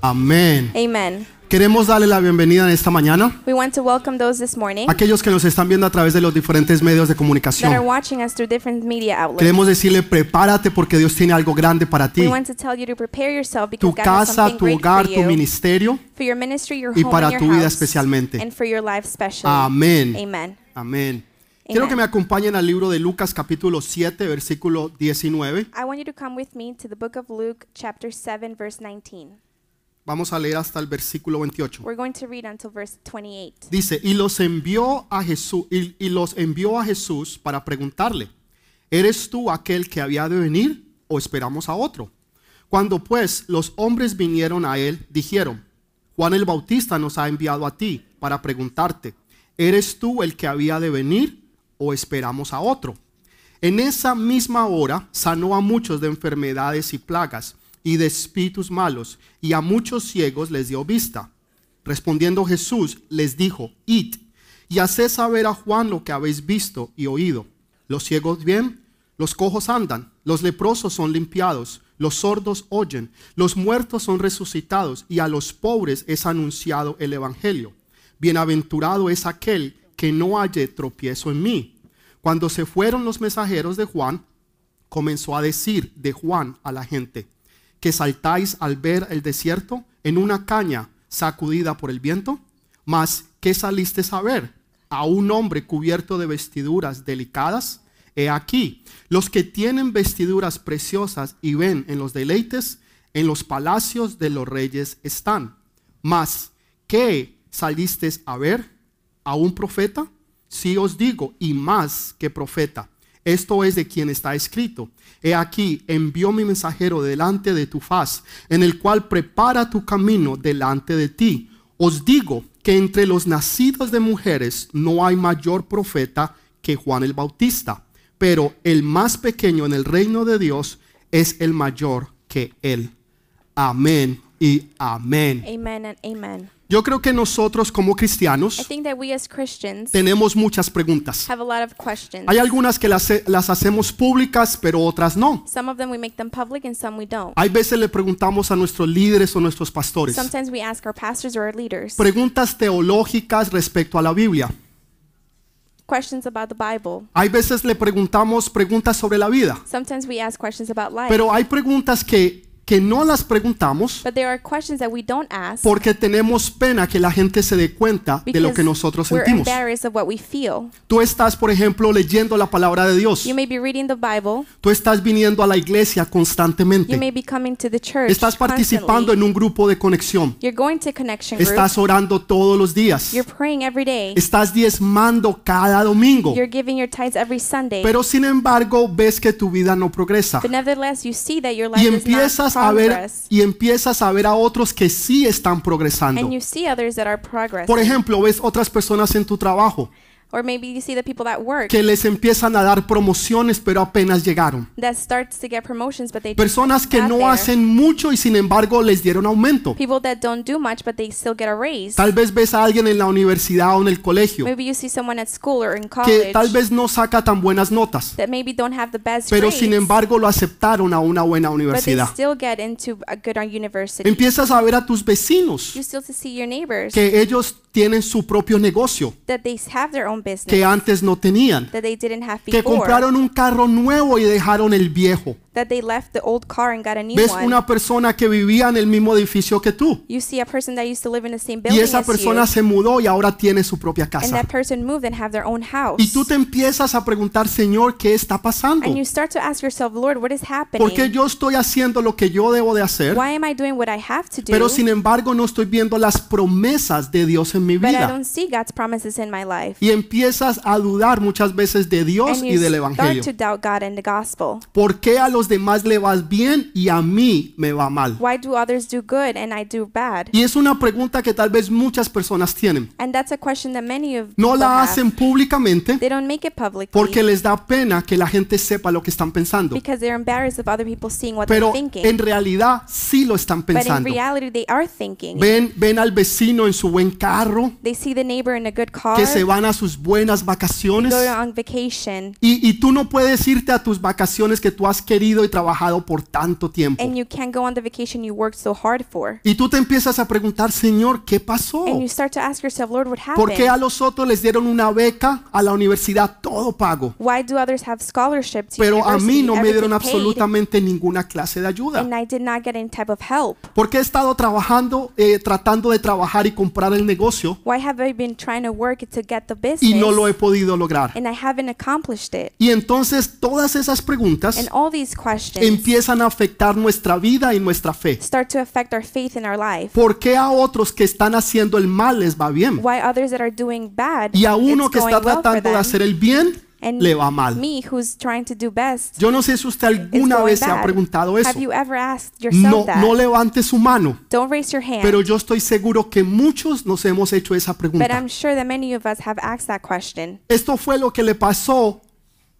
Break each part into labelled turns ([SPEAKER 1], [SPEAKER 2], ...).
[SPEAKER 1] Amén.
[SPEAKER 2] Amen.
[SPEAKER 1] Queremos darle la bienvenida en esta mañana
[SPEAKER 2] We want to welcome those this morning
[SPEAKER 1] a aquellos que nos están viendo a través de los diferentes medios de
[SPEAKER 2] that are
[SPEAKER 1] comunicación.
[SPEAKER 2] watching us through different media outlets.
[SPEAKER 1] Queremos decirle, prepárate porque Dios tiene algo grande para
[SPEAKER 2] We
[SPEAKER 1] ti.
[SPEAKER 2] want to tell you to prepare yourself because
[SPEAKER 1] Tu
[SPEAKER 2] God has
[SPEAKER 1] casa,
[SPEAKER 2] something
[SPEAKER 1] tu
[SPEAKER 2] great
[SPEAKER 1] hogar,
[SPEAKER 2] for
[SPEAKER 1] tu
[SPEAKER 2] you,
[SPEAKER 1] ministerio.
[SPEAKER 2] for your ministry, your
[SPEAKER 1] y
[SPEAKER 2] home,
[SPEAKER 1] para
[SPEAKER 2] and your
[SPEAKER 1] tu vida
[SPEAKER 2] house,
[SPEAKER 1] especialmente.
[SPEAKER 2] and for your life specially.
[SPEAKER 1] Amén.
[SPEAKER 2] Amen.
[SPEAKER 1] Amén. Quiero que me acompañen al libro de Lucas capítulo 7, versículo 19.
[SPEAKER 2] I want you to come with me to the book of Luke, chapter 7, verse 19.
[SPEAKER 1] Vamos a leer hasta el versículo 28.
[SPEAKER 2] We're going to read until verse 28.
[SPEAKER 1] Dice, y los envió a Jesús, y, y los envió a Jesús para preguntarle, ¿eres tú aquel que había de venir o esperamos a otro? Cuando pues los hombres vinieron a él, dijeron, Juan el Bautista nos ha enviado a ti para preguntarte, ¿eres tú el que había de venir o esperamos a otro? En esa misma hora sanó a muchos de enfermedades y plagas y de espíritus malos, y a muchos ciegos les dio vista. Respondiendo Jesús les dijo, id y haced saber a Juan lo que habéis visto y oído. Los ciegos ven, los cojos andan, los leprosos son limpiados, los sordos oyen, los muertos son resucitados, y a los pobres es anunciado el Evangelio. Bienaventurado es aquel que no halle tropiezo en mí. Cuando se fueron los mensajeros de Juan, comenzó a decir de Juan a la gente, que saltáis al ver el desierto en una caña sacudida por el viento, mas ¿qué saliste a ver? A un hombre cubierto de vestiduras delicadas. He aquí, los que tienen vestiduras preciosas y ven en los deleites, en los palacios de los reyes están. Mas, ¿qué saliste a ver? ¿A un profeta? Sí os digo, y más que profeta. Esto es de quien está escrito. He aquí, envió mi mensajero delante de tu faz, en el cual prepara tu camino delante de ti. Os digo que entre los nacidos de mujeres no hay mayor profeta que Juan el Bautista, pero el más pequeño en el reino de Dios es el mayor que él. Amén y amén.
[SPEAKER 2] Amen and amen.
[SPEAKER 1] Yo creo que nosotros como
[SPEAKER 2] I
[SPEAKER 1] cristianos
[SPEAKER 2] think that we as Christians
[SPEAKER 1] tenemos muchas preguntas.
[SPEAKER 2] have a lot of questions.
[SPEAKER 1] Hay algunas que las, las hacemos públicas, pero otras no.
[SPEAKER 2] Some of them we make them public and some we don't.
[SPEAKER 1] Hay veces le preguntamos a nuestros líderes o nuestros pastores
[SPEAKER 2] Sometimes we ask our pastors or our leaders
[SPEAKER 1] preguntas teológicas respecto a la Biblia.
[SPEAKER 2] questions about the Bible.
[SPEAKER 1] Hay veces le preguntamos preguntas sobre la vida,
[SPEAKER 2] Sometimes we ask questions about life.
[SPEAKER 1] pero hay preguntas que, que no las preguntamos
[SPEAKER 2] But there are questions that we don't ask
[SPEAKER 1] porque tenemos pena que la gente se dé cuenta de lo que nosotros
[SPEAKER 2] because we're
[SPEAKER 1] sentimos.
[SPEAKER 2] embarrassed of what we feel.
[SPEAKER 1] Tú estás, por ejemplo, leyendo la palabra de Dios.
[SPEAKER 2] You may be reading the Bible.
[SPEAKER 1] Tú estás viniendo a la iglesia
[SPEAKER 2] You may
[SPEAKER 1] constantemente.
[SPEAKER 2] be coming to the church.
[SPEAKER 1] Estás participando
[SPEAKER 2] constantly.
[SPEAKER 1] en un grupo de conexión.
[SPEAKER 2] You're going to connection groups.
[SPEAKER 1] Estás orando todos los días.
[SPEAKER 2] You're praying every day.
[SPEAKER 1] Estás diezmando cada domingo.
[SPEAKER 2] You're giving your tithes every Sunday.
[SPEAKER 1] Pero sin embargo ves que tu vida no progresa
[SPEAKER 2] But nevertheless, you see that your life
[SPEAKER 1] y
[SPEAKER 2] is not
[SPEAKER 1] empiezas a ver
[SPEAKER 2] progress.
[SPEAKER 1] y empiezas a ver a otros que sí están progresando.
[SPEAKER 2] And you see others that are progress.
[SPEAKER 1] Por ejemplo, ves otras personas en tu trabajo
[SPEAKER 2] Or maybe you see the people that work
[SPEAKER 1] que les empiezan a dar promociones pero apenas llegaron.
[SPEAKER 2] that starts to get promotions, but they
[SPEAKER 1] Personas que
[SPEAKER 2] got
[SPEAKER 1] no
[SPEAKER 2] there.
[SPEAKER 1] hacen mucho y sin embargo les dieron aumento.
[SPEAKER 2] people that don't do much, but they still get a raise.
[SPEAKER 1] Tal vez ves a alguien en la universidad o en el colegio
[SPEAKER 2] Maybe you see someone at school or in
[SPEAKER 1] que
[SPEAKER 2] college
[SPEAKER 1] tal vez no saca tan buenas notas,
[SPEAKER 2] that maybe don't have the best
[SPEAKER 1] pero
[SPEAKER 2] grades,
[SPEAKER 1] sin embargo lo aceptaron a una buena
[SPEAKER 2] but they
[SPEAKER 1] universidad.
[SPEAKER 2] still get into a good university.
[SPEAKER 1] Empiezas a ver a tus vecinos
[SPEAKER 2] you still to see your neighbors
[SPEAKER 1] que ellos tienen su propio negocio
[SPEAKER 2] that they have their own business
[SPEAKER 1] que antes no tenían,
[SPEAKER 2] that they didn't have
[SPEAKER 1] que
[SPEAKER 2] before,
[SPEAKER 1] compraron un carro nuevo y dejaron el viejo.
[SPEAKER 2] that they left the old car and got a new
[SPEAKER 1] Ves
[SPEAKER 2] one.
[SPEAKER 1] una persona que vivía en el mismo edificio que tú
[SPEAKER 2] you see a person that used to live in the same
[SPEAKER 1] y
[SPEAKER 2] building
[SPEAKER 1] esa
[SPEAKER 2] as
[SPEAKER 1] persona
[SPEAKER 2] you,
[SPEAKER 1] se mudó y ahora tiene su propia
[SPEAKER 2] and
[SPEAKER 1] casa.
[SPEAKER 2] that person moved and have their own house.
[SPEAKER 1] Y tú te empiezas a preguntar, Señor, ¿qué está pasando?
[SPEAKER 2] and you start to ask yourself, Lord, what is happening?
[SPEAKER 1] ¿Por qué yo estoy haciendo lo que yo debo de hacer?
[SPEAKER 2] Why am I doing what I have to do?
[SPEAKER 1] Pero sin embargo no estoy viendo las promesas de Dios en mi
[SPEAKER 2] but I
[SPEAKER 1] vida.
[SPEAKER 2] don't see God's promises in my life.
[SPEAKER 1] Y empiezas a dudar muchas veces de Dios
[SPEAKER 2] and
[SPEAKER 1] y
[SPEAKER 2] you
[SPEAKER 1] del
[SPEAKER 2] start
[SPEAKER 1] Evangelio.
[SPEAKER 2] to doubt God and the gospel.
[SPEAKER 1] ¿Por qué a los demás le vas bien y a mí me va mal?
[SPEAKER 2] Why do others do good and I do bad?
[SPEAKER 1] Y es una pregunta que tal vez muchas personas tienen.
[SPEAKER 2] And that's a question that many of
[SPEAKER 1] No
[SPEAKER 2] people
[SPEAKER 1] la
[SPEAKER 2] have.
[SPEAKER 1] hacen públicamente
[SPEAKER 2] They don't make it publicly
[SPEAKER 1] porque les da pena que la gente sepa lo que están pensando.
[SPEAKER 2] because they're embarrassed of other people seeing what
[SPEAKER 1] Pero
[SPEAKER 2] they're thinking.
[SPEAKER 1] en realidad sí lo están
[SPEAKER 2] but in
[SPEAKER 1] pensando.
[SPEAKER 2] reality, they are thinking.
[SPEAKER 1] Ven, ven al vecino en su buen carro,
[SPEAKER 2] they see the neighbor in a good car
[SPEAKER 1] que se van a sus tus buenas
[SPEAKER 2] We
[SPEAKER 1] vacaciones.
[SPEAKER 2] go on vacation
[SPEAKER 1] Y, y tú no puedes irte a tus vacaciones que tú has querido y trabajado por tanto tiempo.
[SPEAKER 2] and you can't go on the vacation you worked so hard for.
[SPEAKER 1] Y tú te empiezas a preguntar, Señor, ¿qué pasó?
[SPEAKER 2] And you start to ask yourself, Lord, what
[SPEAKER 1] ¿Por qué a
[SPEAKER 2] happened?
[SPEAKER 1] los otros les dieron una beca a la universidad todo pago?
[SPEAKER 2] Why do others have scholarship to
[SPEAKER 1] Pero a mí
[SPEAKER 2] university,
[SPEAKER 1] no me
[SPEAKER 2] everything
[SPEAKER 1] dieron
[SPEAKER 2] paid,
[SPEAKER 1] absolutamente ninguna clase de ayuda.
[SPEAKER 2] and I did not get any type of help?
[SPEAKER 1] Porque he estado trabajando, eh, tratando de trabajar y comprar el negocio
[SPEAKER 2] Why have I been trying to work to get the business
[SPEAKER 1] y no lo he podido lograr.
[SPEAKER 2] and I haven't accomplished it?
[SPEAKER 1] Y entonces todas esas preguntas
[SPEAKER 2] And all these questions
[SPEAKER 1] empiezan a afectar nuestra vida y nuestra fe.
[SPEAKER 2] start to affect our faith in our life.
[SPEAKER 1] ¿Por qué a otros que están haciendo el mal les va bien?
[SPEAKER 2] Why others that are doing bad,
[SPEAKER 1] Y a uno
[SPEAKER 2] it's
[SPEAKER 1] que está
[SPEAKER 2] going well for
[SPEAKER 1] tratando de
[SPEAKER 2] them,
[SPEAKER 1] hacer el bien
[SPEAKER 2] and
[SPEAKER 1] le va mal.
[SPEAKER 2] me who's trying to do best,
[SPEAKER 1] Yo no sé si usted
[SPEAKER 2] it's
[SPEAKER 1] alguna
[SPEAKER 2] going
[SPEAKER 1] vez se ha
[SPEAKER 2] bad.
[SPEAKER 1] preguntado eso.
[SPEAKER 2] Have you ever asked yourself
[SPEAKER 1] No,
[SPEAKER 2] that?
[SPEAKER 1] no levante su mano.
[SPEAKER 2] Don't raise your hand.
[SPEAKER 1] Pero yo estoy seguro que muchos nos hemos hecho esa
[SPEAKER 2] but
[SPEAKER 1] pregunta.
[SPEAKER 2] I'm sure that many of us have asked that question.
[SPEAKER 1] Esto fue lo que le pasó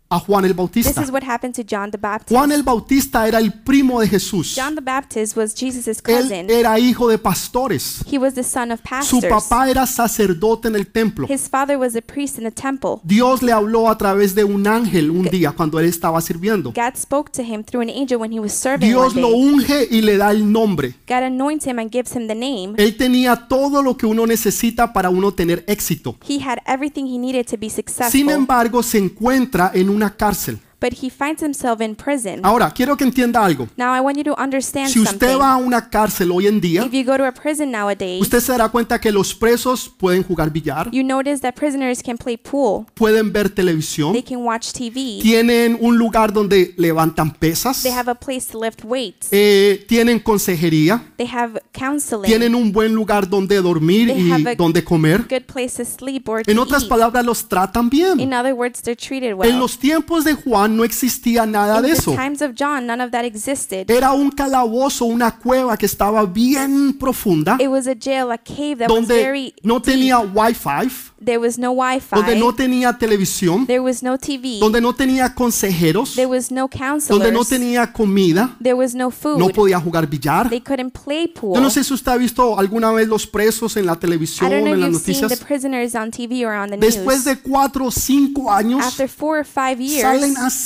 [SPEAKER 1] a Juan el
[SPEAKER 2] This
[SPEAKER 1] Bautista.
[SPEAKER 2] is what happened to John the Baptist.
[SPEAKER 1] Juan el Bautista era el primo de Jesús.
[SPEAKER 2] John the Baptist was Jesus'
[SPEAKER 1] Él
[SPEAKER 2] cousin.
[SPEAKER 1] era hijo de pastores.
[SPEAKER 2] he was the son of
[SPEAKER 1] Su
[SPEAKER 2] pastors.
[SPEAKER 1] papá era sacerdote en el templo.
[SPEAKER 2] His father was a priest in the temple.
[SPEAKER 1] Dios le habló a través de un ángel un día cuando él estaba sirviendo.
[SPEAKER 2] God spoke to him through an angel when he was serving
[SPEAKER 1] Dios
[SPEAKER 2] one
[SPEAKER 1] lo
[SPEAKER 2] day.
[SPEAKER 1] unge y le da el nombre.
[SPEAKER 2] God anoints him and gives him the name.
[SPEAKER 1] Él tenía todo lo que uno necesita para uno tener éxito.
[SPEAKER 2] He had everything he needed to be
[SPEAKER 1] Sin
[SPEAKER 2] successful,
[SPEAKER 1] embargo, se encuentra en una cárcel.
[SPEAKER 2] but he finds himself in prison.
[SPEAKER 1] Ahora, quiero que entienda algo.
[SPEAKER 2] Now I want you to understand
[SPEAKER 1] Si usted
[SPEAKER 2] something.
[SPEAKER 1] va a una cárcel hoy en día,
[SPEAKER 2] If you go to a prison nowadays,
[SPEAKER 1] usted se dará cuenta que los presos pueden jugar billar,
[SPEAKER 2] you notice that prisoners can play pool,
[SPEAKER 1] pueden ver televisión,
[SPEAKER 2] they can watch TV,
[SPEAKER 1] tienen un lugar donde levantan pesas,
[SPEAKER 2] they have a place to lift weights,
[SPEAKER 1] eh, tienen consejería,
[SPEAKER 2] they have counseling,
[SPEAKER 1] tienen un buen lugar donde dormir
[SPEAKER 2] They have
[SPEAKER 1] y
[SPEAKER 2] a-
[SPEAKER 1] donde comer.
[SPEAKER 2] good place to sleep or to
[SPEAKER 1] En otras
[SPEAKER 2] eat.
[SPEAKER 1] palabras, los tratan bien.
[SPEAKER 2] In other words, they're treated
[SPEAKER 1] En
[SPEAKER 2] well.
[SPEAKER 1] los tiempos de Juan no existía nada
[SPEAKER 2] In
[SPEAKER 1] de
[SPEAKER 2] the
[SPEAKER 1] eso.
[SPEAKER 2] times of John, none of that existed.
[SPEAKER 1] Era un calabozo, una cueva que estaba bien profunda,
[SPEAKER 2] It was a jail, a cave that was
[SPEAKER 1] donde
[SPEAKER 2] very
[SPEAKER 1] no tenía wifi,
[SPEAKER 2] there was no
[SPEAKER 1] donde no
[SPEAKER 2] Wi-Fi,
[SPEAKER 1] tenía televisión,
[SPEAKER 2] there was no TV,
[SPEAKER 1] donde no tenía consejeros,
[SPEAKER 2] there was no
[SPEAKER 1] donde no
[SPEAKER 2] counselors,
[SPEAKER 1] tenía comida,
[SPEAKER 2] there was no
[SPEAKER 1] no
[SPEAKER 2] food,
[SPEAKER 1] podía jugar billar.
[SPEAKER 2] they couldn't play
[SPEAKER 1] Yo no
[SPEAKER 2] pool.
[SPEAKER 1] sé si usted ha visto alguna vez los presos en la
[SPEAKER 2] I
[SPEAKER 1] televisión,
[SPEAKER 2] don't know
[SPEAKER 1] en
[SPEAKER 2] if
[SPEAKER 1] las
[SPEAKER 2] you've seen the
[SPEAKER 1] noticias.
[SPEAKER 2] prisoners on TV or on the
[SPEAKER 1] Después
[SPEAKER 2] news.
[SPEAKER 1] de cuatro o cinco años,
[SPEAKER 2] After four or five years,
[SPEAKER 1] salen así,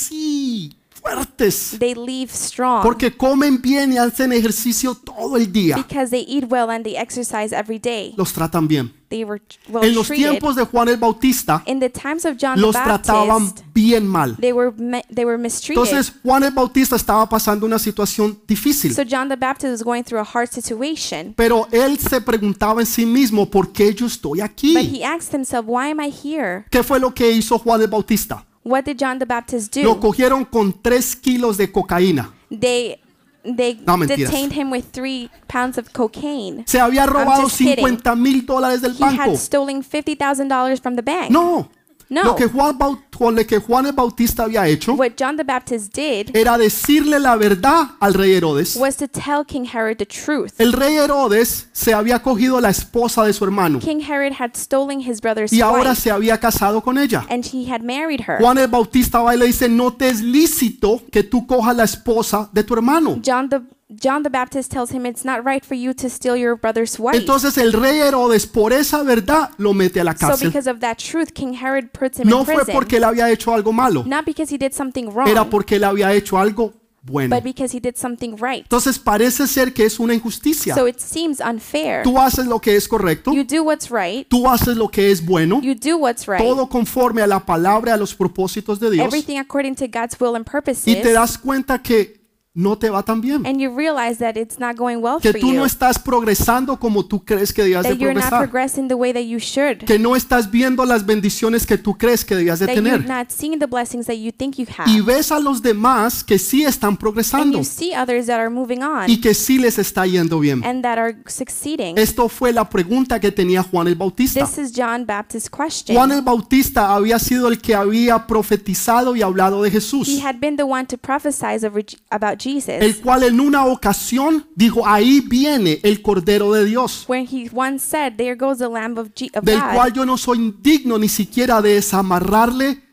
[SPEAKER 1] fuertes,
[SPEAKER 2] they leave strong
[SPEAKER 1] porque comen bien y hacen ejercicio todo el día.
[SPEAKER 2] because they eat well and they exercise every day.
[SPEAKER 1] Los tratan bien.
[SPEAKER 2] They were well
[SPEAKER 1] En los
[SPEAKER 2] treated.
[SPEAKER 1] tiempos de Juan el Bautista,
[SPEAKER 2] In the times of John the
[SPEAKER 1] los trataban
[SPEAKER 2] Baptist,
[SPEAKER 1] bien mal.
[SPEAKER 2] they were me- they were mistreated.
[SPEAKER 1] Entonces Juan el Bautista estaba pasando una situación difícil,
[SPEAKER 2] So John the Baptist was going through a hard situation,
[SPEAKER 1] pero él se preguntaba en sí mismo, ¿por qué yo estoy
[SPEAKER 2] but
[SPEAKER 1] aquí?
[SPEAKER 2] he asked himself, "Why am I here?
[SPEAKER 1] ¿Qué fue lo que hizo Juan el Bautista?
[SPEAKER 2] What did John the Baptist
[SPEAKER 1] Lo
[SPEAKER 2] do?
[SPEAKER 1] cogieron con tres kilos de cocaína.
[SPEAKER 2] They they
[SPEAKER 1] No, mentiras.
[SPEAKER 2] detained him with three pounds of cocaine.
[SPEAKER 1] Se había robado
[SPEAKER 2] just kidding.
[SPEAKER 1] 50 mil dólares del
[SPEAKER 2] He
[SPEAKER 1] banco.
[SPEAKER 2] had stolen fifty thousand dollars from the bank.
[SPEAKER 1] No.
[SPEAKER 2] No.
[SPEAKER 1] Lo que Juan, Bau- Juan- lo que Juan el Bautista había hecho
[SPEAKER 2] What John the Baptist did
[SPEAKER 1] era decirle la verdad al rey Herodes.
[SPEAKER 2] was to tell King Herod the truth.
[SPEAKER 1] El rey Herodes se había cogido la esposa de su hermano
[SPEAKER 2] King Herod had stolen his brother's
[SPEAKER 1] y ahora
[SPEAKER 2] wife,
[SPEAKER 1] se había casado con ella.
[SPEAKER 2] and he had married her.
[SPEAKER 1] Juan el Bautista va y le dice, no te es lícito que tú cojas la esposa de tu hermano.
[SPEAKER 2] John the John the Baptist tells him it's not right for you to steal your brother's wife.
[SPEAKER 1] Entonces el rey Herodes por esa verdad lo mete a la
[SPEAKER 2] So
[SPEAKER 1] cárcel.
[SPEAKER 2] because of that truth, King Herod puts him
[SPEAKER 1] No
[SPEAKER 2] in
[SPEAKER 1] fue
[SPEAKER 2] prison.
[SPEAKER 1] porque él había hecho algo malo,
[SPEAKER 2] Not because he did something wrong,
[SPEAKER 1] era porque él había hecho algo bueno.
[SPEAKER 2] but because he did something right.
[SPEAKER 1] Entonces parece ser que es una injusticia.
[SPEAKER 2] So it seems unfair.
[SPEAKER 1] Tú haces lo que es correcto,
[SPEAKER 2] You do what's right.
[SPEAKER 1] tú haces lo que es bueno,
[SPEAKER 2] You do what's right.
[SPEAKER 1] todo conforme a la palabra, a los propósitos de Dios,
[SPEAKER 2] Everything according to God's will and
[SPEAKER 1] y te
[SPEAKER 2] purposes.
[SPEAKER 1] das cuenta que no te va tan bien,
[SPEAKER 2] And you realize that it's not going well
[SPEAKER 1] que
[SPEAKER 2] for
[SPEAKER 1] tú no
[SPEAKER 2] you.
[SPEAKER 1] estás progresando como tú crees que debías de
[SPEAKER 2] That you're not
[SPEAKER 1] progresar.
[SPEAKER 2] progressing the way that you should.
[SPEAKER 1] que no estás viendo las bendiciones que tú crees que debías de
[SPEAKER 2] That you're
[SPEAKER 1] tener
[SPEAKER 2] not seeing the blessings that you think you
[SPEAKER 1] y
[SPEAKER 2] have.
[SPEAKER 1] ves a los demás que sí están
[SPEAKER 2] And
[SPEAKER 1] progresando
[SPEAKER 2] you see others that are moving on
[SPEAKER 1] y que sí les está yendo bien.
[SPEAKER 2] and that are succeeding.
[SPEAKER 1] Esto fue la pregunta que tenía Juan el Bautista.
[SPEAKER 2] This is John Baptist's question.
[SPEAKER 1] Juan el Bautista había sido el que había profetizado y hablado de
[SPEAKER 2] He
[SPEAKER 1] Jesús,
[SPEAKER 2] had been the one to prophesize over, Je- about Jesus.
[SPEAKER 1] el cual en una ocasión dijo, ahí viene el Cordero de Dios,
[SPEAKER 2] when he once said, "There goes the Lamb of, G- of
[SPEAKER 1] del
[SPEAKER 2] God,"
[SPEAKER 1] cual yo no soy digno ni siquiera de desamarrarle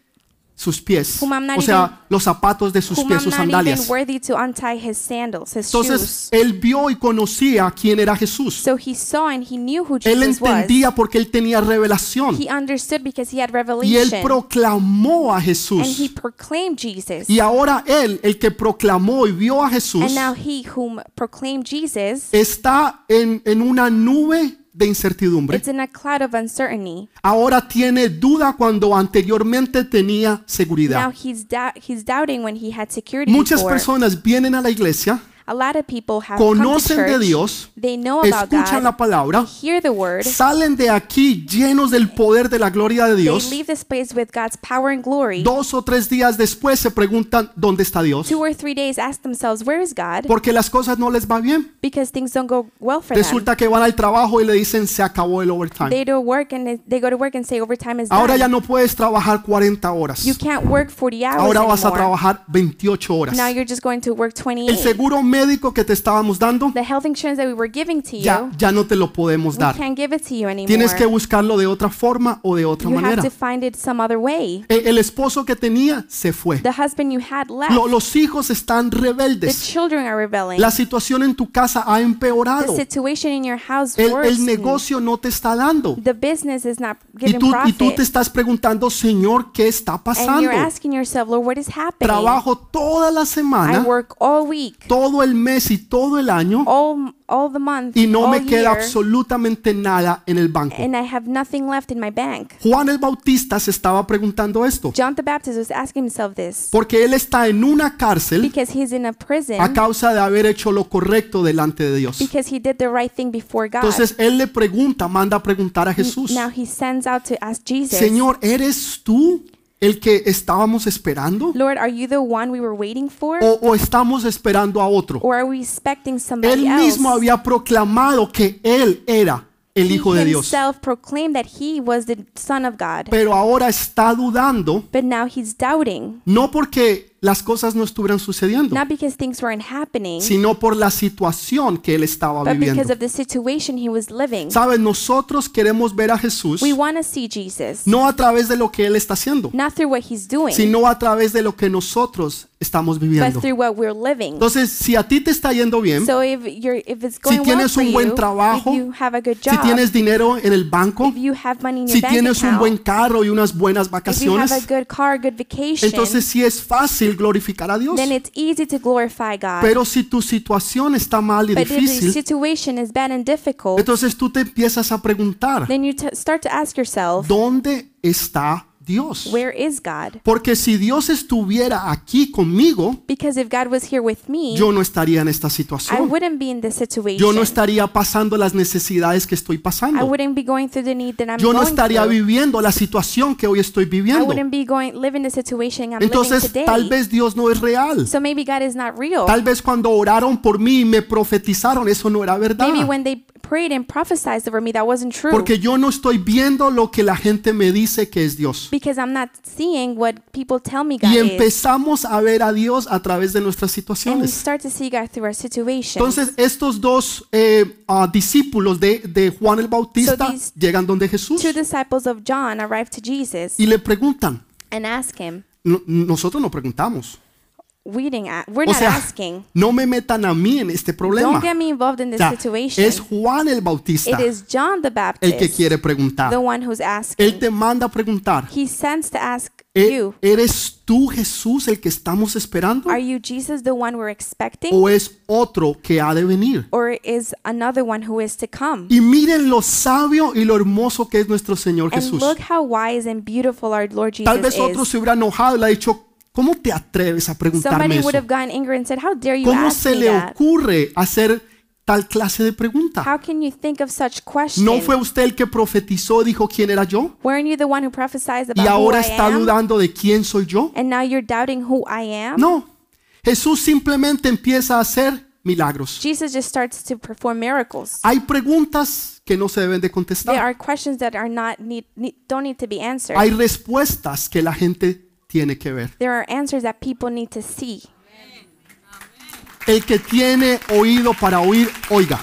[SPEAKER 1] sus pies,
[SPEAKER 2] Whom I'm not
[SPEAKER 1] o sea, los zapatos de sus
[SPEAKER 2] whom
[SPEAKER 1] pies, sus
[SPEAKER 2] I'm not even
[SPEAKER 1] sandalias.
[SPEAKER 2] worthy to untie his sandals, his
[SPEAKER 1] Entonces
[SPEAKER 2] shoes.
[SPEAKER 1] él vio y conocía quién era Jesús.
[SPEAKER 2] So he saw and he knew who
[SPEAKER 1] Él
[SPEAKER 2] Jesus was.
[SPEAKER 1] entendía porque él tenía revelación
[SPEAKER 2] He understood because he had
[SPEAKER 1] y él
[SPEAKER 2] revelation.
[SPEAKER 1] proclamó a
[SPEAKER 2] And he
[SPEAKER 1] Jesús.
[SPEAKER 2] proclaimed Jesus.
[SPEAKER 1] Y ahora él, el que proclamó y vio a Jesús,
[SPEAKER 2] And now he whom proclaimed Jesus,
[SPEAKER 1] está en, en una nube de incertidumbre.
[SPEAKER 2] it's in a cloud of uncertainty.
[SPEAKER 1] Ahora tiene duda cuando anteriormente tenía
[SPEAKER 2] Now
[SPEAKER 1] seguridad.
[SPEAKER 2] he's, dou- he's doubting when he had security
[SPEAKER 1] Muchas
[SPEAKER 2] before.
[SPEAKER 1] personas vienen a la iglesia,
[SPEAKER 2] A lot of people have come to
[SPEAKER 1] conocen de
[SPEAKER 2] church.
[SPEAKER 1] Dios,
[SPEAKER 2] they know about
[SPEAKER 1] escuchan
[SPEAKER 2] God.
[SPEAKER 1] la palabra,
[SPEAKER 2] hear the word.
[SPEAKER 1] salen de aquí llenos del poder de la gloria de
[SPEAKER 2] They
[SPEAKER 1] Dios.
[SPEAKER 2] leave this place with God's power and glory.
[SPEAKER 1] Dos o tres días después se preguntan dónde está Dios,
[SPEAKER 2] Two or three days ask themselves, where is God?
[SPEAKER 1] porque las cosas no les va bien.
[SPEAKER 2] Because things don't go well for them.
[SPEAKER 1] Resulta que van al trabajo y le dicen se acabó el overtime.
[SPEAKER 2] They do work and they- they go to work and say overtime is
[SPEAKER 1] Ahora
[SPEAKER 2] done.
[SPEAKER 1] ya no puedes trabajar 40 horas.
[SPEAKER 2] You can't work 40 hours
[SPEAKER 1] Ahora vas a
[SPEAKER 2] anymore.
[SPEAKER 1] trabajar 28 horas.
[SPEAKER 2] Now you're just going to work
[SPEAKER 1] El
[SPEAKER 2] 28.
[SPEAKER 1] seguro médico que te estábamos dando
[SPEAKER 2] The health insurance that we were giving to you,
[SPEAKER 1] ya ya no te lo podemos
[SPEAKER 2] we
[SPEAKER 1] dar.
[SPEAKER 2] can't give it to you anymore.
[SPEAKER 1] Tienes que buscarlo de otra forma o de otra
[SPEAKER 2] you have
[SPEAKER 1] manera.
[SPEAKER 2] to find it some other way.
[SPEAKER 1] E- El esposo que tenía se fue.
[SPEAKER 2] The husband you had left.
[SPEAKER 1] Lo- Los hijos están
[SPEAKER 2] the
[SPEAKER 1] rebeldes.
[SPEAKER 2] children are rebelling.
[SPEAKER 1] La situación en tu casa ha
[SPEAKER 2] the
[SPEAKER 1] empeorado.
[SPEAKER 2] situation in your house
[SPEAKER 1] El, el
[SPEAKER 2] worsened.
[SPEAKER 1] negocio no te está dando.
[SPEAKER 2] The business is not
[SPEAKER 1] Y
[SPEAKER 2] giving
[SPEAKER 1] tú, y
[SPEAKER 2] profit.
[SPEAKER 1] tú te estás preguntando, Señor, ¿qué está
[SPEAKER 2] and
[SPEAKER 1] pasando?
[SPEAKER 2] you're asking yourself, Lord, what is happening?
[SPEAKER 1] Trabajo toda la
[SPEAKER 2] I
[SPEAKER 1] semana,
[SPEAKER 2] work all week,
[SPEAKER 1] todo el mes y todo el año
[SPEAKER 2] all all the month,
[SPEAKER 1] y no
[SPEAKER 2] all
[SPEAKER 1] me queda
[SPEAKER 2] year,
[SPEAKER 1] absolutamente nada en el banco.
[SPEAKER 2] and I have nothing left in my bank.
[SPEAKER 1] Juan el Bautista se estaba preguntando esto,
[SPEAKER 2] John the Baptist was asking himself this
[SPEAKER 1] porque él está en una cárcel
[SPEAKER 2] because he's in a prison
[SPEAKER 1] a causa de haber hecho lo correcto delante de Dios.
[SPEAKER 2] because he did the right thing before God.
[SPEAKER 1] Entonces él le pregunta, manda a preguntar a Jesús,
[SPEAKER 2] now he sends out to ask Jesus,
[SPEAKER 1] Señor, ¿eres tú el que estábamos esperando?
[SPEAKER 2] Lord, are you the one we were waiting for,
[SPEAKER 1] ¿O, o estamos esperando a otro?
[SPEAKER 2] or are we expecting somebody
[SPEAKER 1] Él mismo
[SPEAKER 2] else?
[SPEAKER 1] había proclamado que él era el
[SPEAKER 2] He
[SPEAKER 1] Hijo de Dios,
[SPEAKER 2] himself proclaimed that he was the Son of God,
[SPEAKER 1] pero ahora está dudando
[SPEAKER 2] but now he's doubting,
[SPEAKER 1] no porque las cosas no estuvieran sucediendo,
[SPEAKER 2] not because things weren't happening,
[SPEAKER 1] sino por la situación que él estaba
[SPEAKER 2] but
[SPEAKER 1] viviendo.
[SPEAKER 2] because of the situation he was living.
[SPEAKER 1] Sabes, nosotros queremos ver a Jesús
[SPEAKER 2] We want to see Jesus,
[SPEAKER 1] no a través de lo que él está haciendo,
[SPEAKER 2] not through what he's doing,
[SPEAKER 1] sino a través de lo que nosotros estamos
[SPEAKER 2] but
[SPEAKER 1] viviendo.
[SPEAKER 2] through what we're living.
[SPEAKER 1] Entonces, si a ti te está yendo bien,
[SPEAKER 2] So if you're if it's going well
[SPEAKER 1] tienes
[SPEAKER 2] for
[SPEAKER 1] un buen
[SPEAKER 2] you,
[SPEAKER 1] trabajo,
[SPEAKER 2] if you have a good job,
[SPEAKER 1] si tienes dinero en el banco,
[SPEAKER 2] if you have money in your
[SPEAKER 1] si
[SPEAKER 2] bank
[SPEAKER 1] tienes un
[SPEAKER 2] account,
[SPEAKER 1] buen carro y unas buenas
[SPEAKER 2] if you have a
[SPEAKER 1] vacaciones,
[SPEAKER 2] good car, good vacation,
[SPEAKER 1] entonces sí es fácil glorificar a Dios.
[SPEAKER 2] then it's easy to glorify God.
[SPEAKER 1] Pero si tu situación está mal y
[SPEAKER 2] but if the
[SPEAKER 1] difícil,
[SPEAKER 2] situation is bad and difficult,
[SPEAKER 1] entonces tú te empiezas a preguntar,
[SPEAKER 2] then you t- start to ask yourself,
[SPEAKER 1] ¿dónde está Dios?
[SPEAKER 2] where is God?
[SPEAKER 1] Porque si Dios estuviera aquí conmigo,
[SPEAKER 2] Because if God was here with me,
[SPEAKER 1] yo no estaría en esta
[SPEAKER 2] I
[SPEAKER 1] situación.
[SPEAKER 2] wouldn't be in this situation.
[SPEAKER 1] Yo no estaría pasando las necesidades que estoy
[SPEAKER 2] I
[SPEAKER 1] pasando.
[SPEAKER 2] wouldn't be going through the need that I'm
[SPEAKER 1] Yo no
[SPEAKER 2] going
[SPEAKER 1] estaría
[SPEAKER 2] through.
[SPEAKER 1] viviendo la situación que hoy estoy
[SPEAKER 2] I
[SPEAKER 1] viviendo.
[SPEAKER 2] wouldn't be going living the situation I'm
[SPEAKER 1] Entonces,
[SPEAKER 2] living today.
[SPEAKER 1] tal vez Dios no es real.
[SPEAKER 2] so maybe God is not real.
[SPEAKER 1] Tal vez cuando oraron por mí y me profetizaron, eso no era verdad.
[SPEAKER 2] Maybe when they prayed and prophesied over me, that wasn't true.
[SPEAKER 1] Porque yo no estoy viendo lo que la gente me dice que es Dios.
[SPEAKER 2] because I'm not seeing what people tell me God
[SPEAKER 1] Y
[SPEAKER 2] is.
[SPEAKER 1] empezamos a ver a Dios a través de nuestras
[SPEAKER 2] And we
[SPEAKER 1] situaciones.
[SPEAKER 2] start to see God through our situation.
[SPEAKER 1] Entonces estos dos eh, ah, discípulos de, de Juan el Bautista
[SPEAKER 2] So these-
[SPEAKER 1] llegan donde Jesús
[SPEAKER 2] Two disciples of John arrived to Jesus
[SPEAKER 1] y le preguntan.
[SPEAKER 2] and ask him.
[SPEAKER 1] No- nosotros no preguntamos.
[SPEAKER 2] We didn't a- we're
[SPEAKER 1] O
[SPEAKER 2] not
[SPEAKER 1] sea,
[SPEAKER 2] asking.
[SPEAKER 1] no me metan a mí en este problema.
[SPEAKER 2] Don't get me involved in
[SPEAKER 1] O
[SPEAKER 2] this
[SPEAKER 1] sea,
[SPEAKER 2] situation.
[SPEAKER 1] es Juan el Bautista
[SPEAKER 2] it is John the
[SPEAKER 1] el que
[SPEAKER 2] Baptist,
[SPEAKER 1] quiere preguntar.
[SPEAKER 2] the one who's
[SPEAKER 1] Él
[SPEAKER 2] asking.
[SPEAKER 1] te manda a preguntar.
[SPEAKER 2] He sends to ask
[SPEAKER 1] "¿E-
[SPEAKER 2] you,
[SPEAKER 1] ¿Eres tú Jesús el que estamos esperando?
[SPEAKER 2] are you Jesus the one we're expecting?
[SPEAKER 1] ¿O es otro que ha de venir?
[SPEAKER 2] Or is another one who is to come?
[SPEAKER 1] Y miren lo sabio y lo hermoso que es nuestro Señor
[SPEAKER 2] And
[SPEAKER 1] Jesús.
[SPEAKER 2] look how wise and beautiful our Lord
[SPEAKER 1] Tal
[SPEAKER 2] Jesus
[SPEAKER 1] vez otro
[SPEAKER 2] is.
[SPEAKER 1] se hubiera enojado y le ha dicho, ¿cómo te atreves a preguntarme
[SPEAKER 2] Somebody
[SPEAKER 1] eso?
[SPEAKER 2] would have gotten angry and said, How dare you
[SPEAKER 1] ¿Cómo
[SPEAKER 2] ask
[SPEAKER 1] se
[SPEAKER 2] me
[SPEAKER 1] le
[SPEAKER 2] that?
[SPEAKER 1] ocurre hacer tal clase de pregunta?
[SPEAKER 2] How can you think of such question?
[SPEAKER 1] ¿No fue usted el que profetizó, dijo quién era yo?
[SPEAKER 2] Weren't you the one who prophesies
[SPEAKER 1] ¿Y
[SPEAKER 2] about who
[SPEAKER 1] ahora
[SPEAKER 2] I
[SPEAKER 1] está
[SPEAKER 2] am?
[SPEAKER 1] dudando de quién soy yo?
[SPEAKER 2] And now you're doubting who I am?
[SPEAKER 1] No. Jesús simplemente empieza a hacer milagros.
[SPEAKER 2] Jesus just starts to perform miracles.
[SPEAKER 1] Hay preguntas que no se deben de
[SPEAKER 2] There
[SPEAKER 1] contestar.
[SPEAKER 2] are questions that are not need, need don't need to be answered.
[SPEAKER 1] Hay respuestas que la gente tiene que ver.
[SPEAKER 2] There are answers that people need to see.
[SPEAKER 1] El que tiene oído para oír, oiga.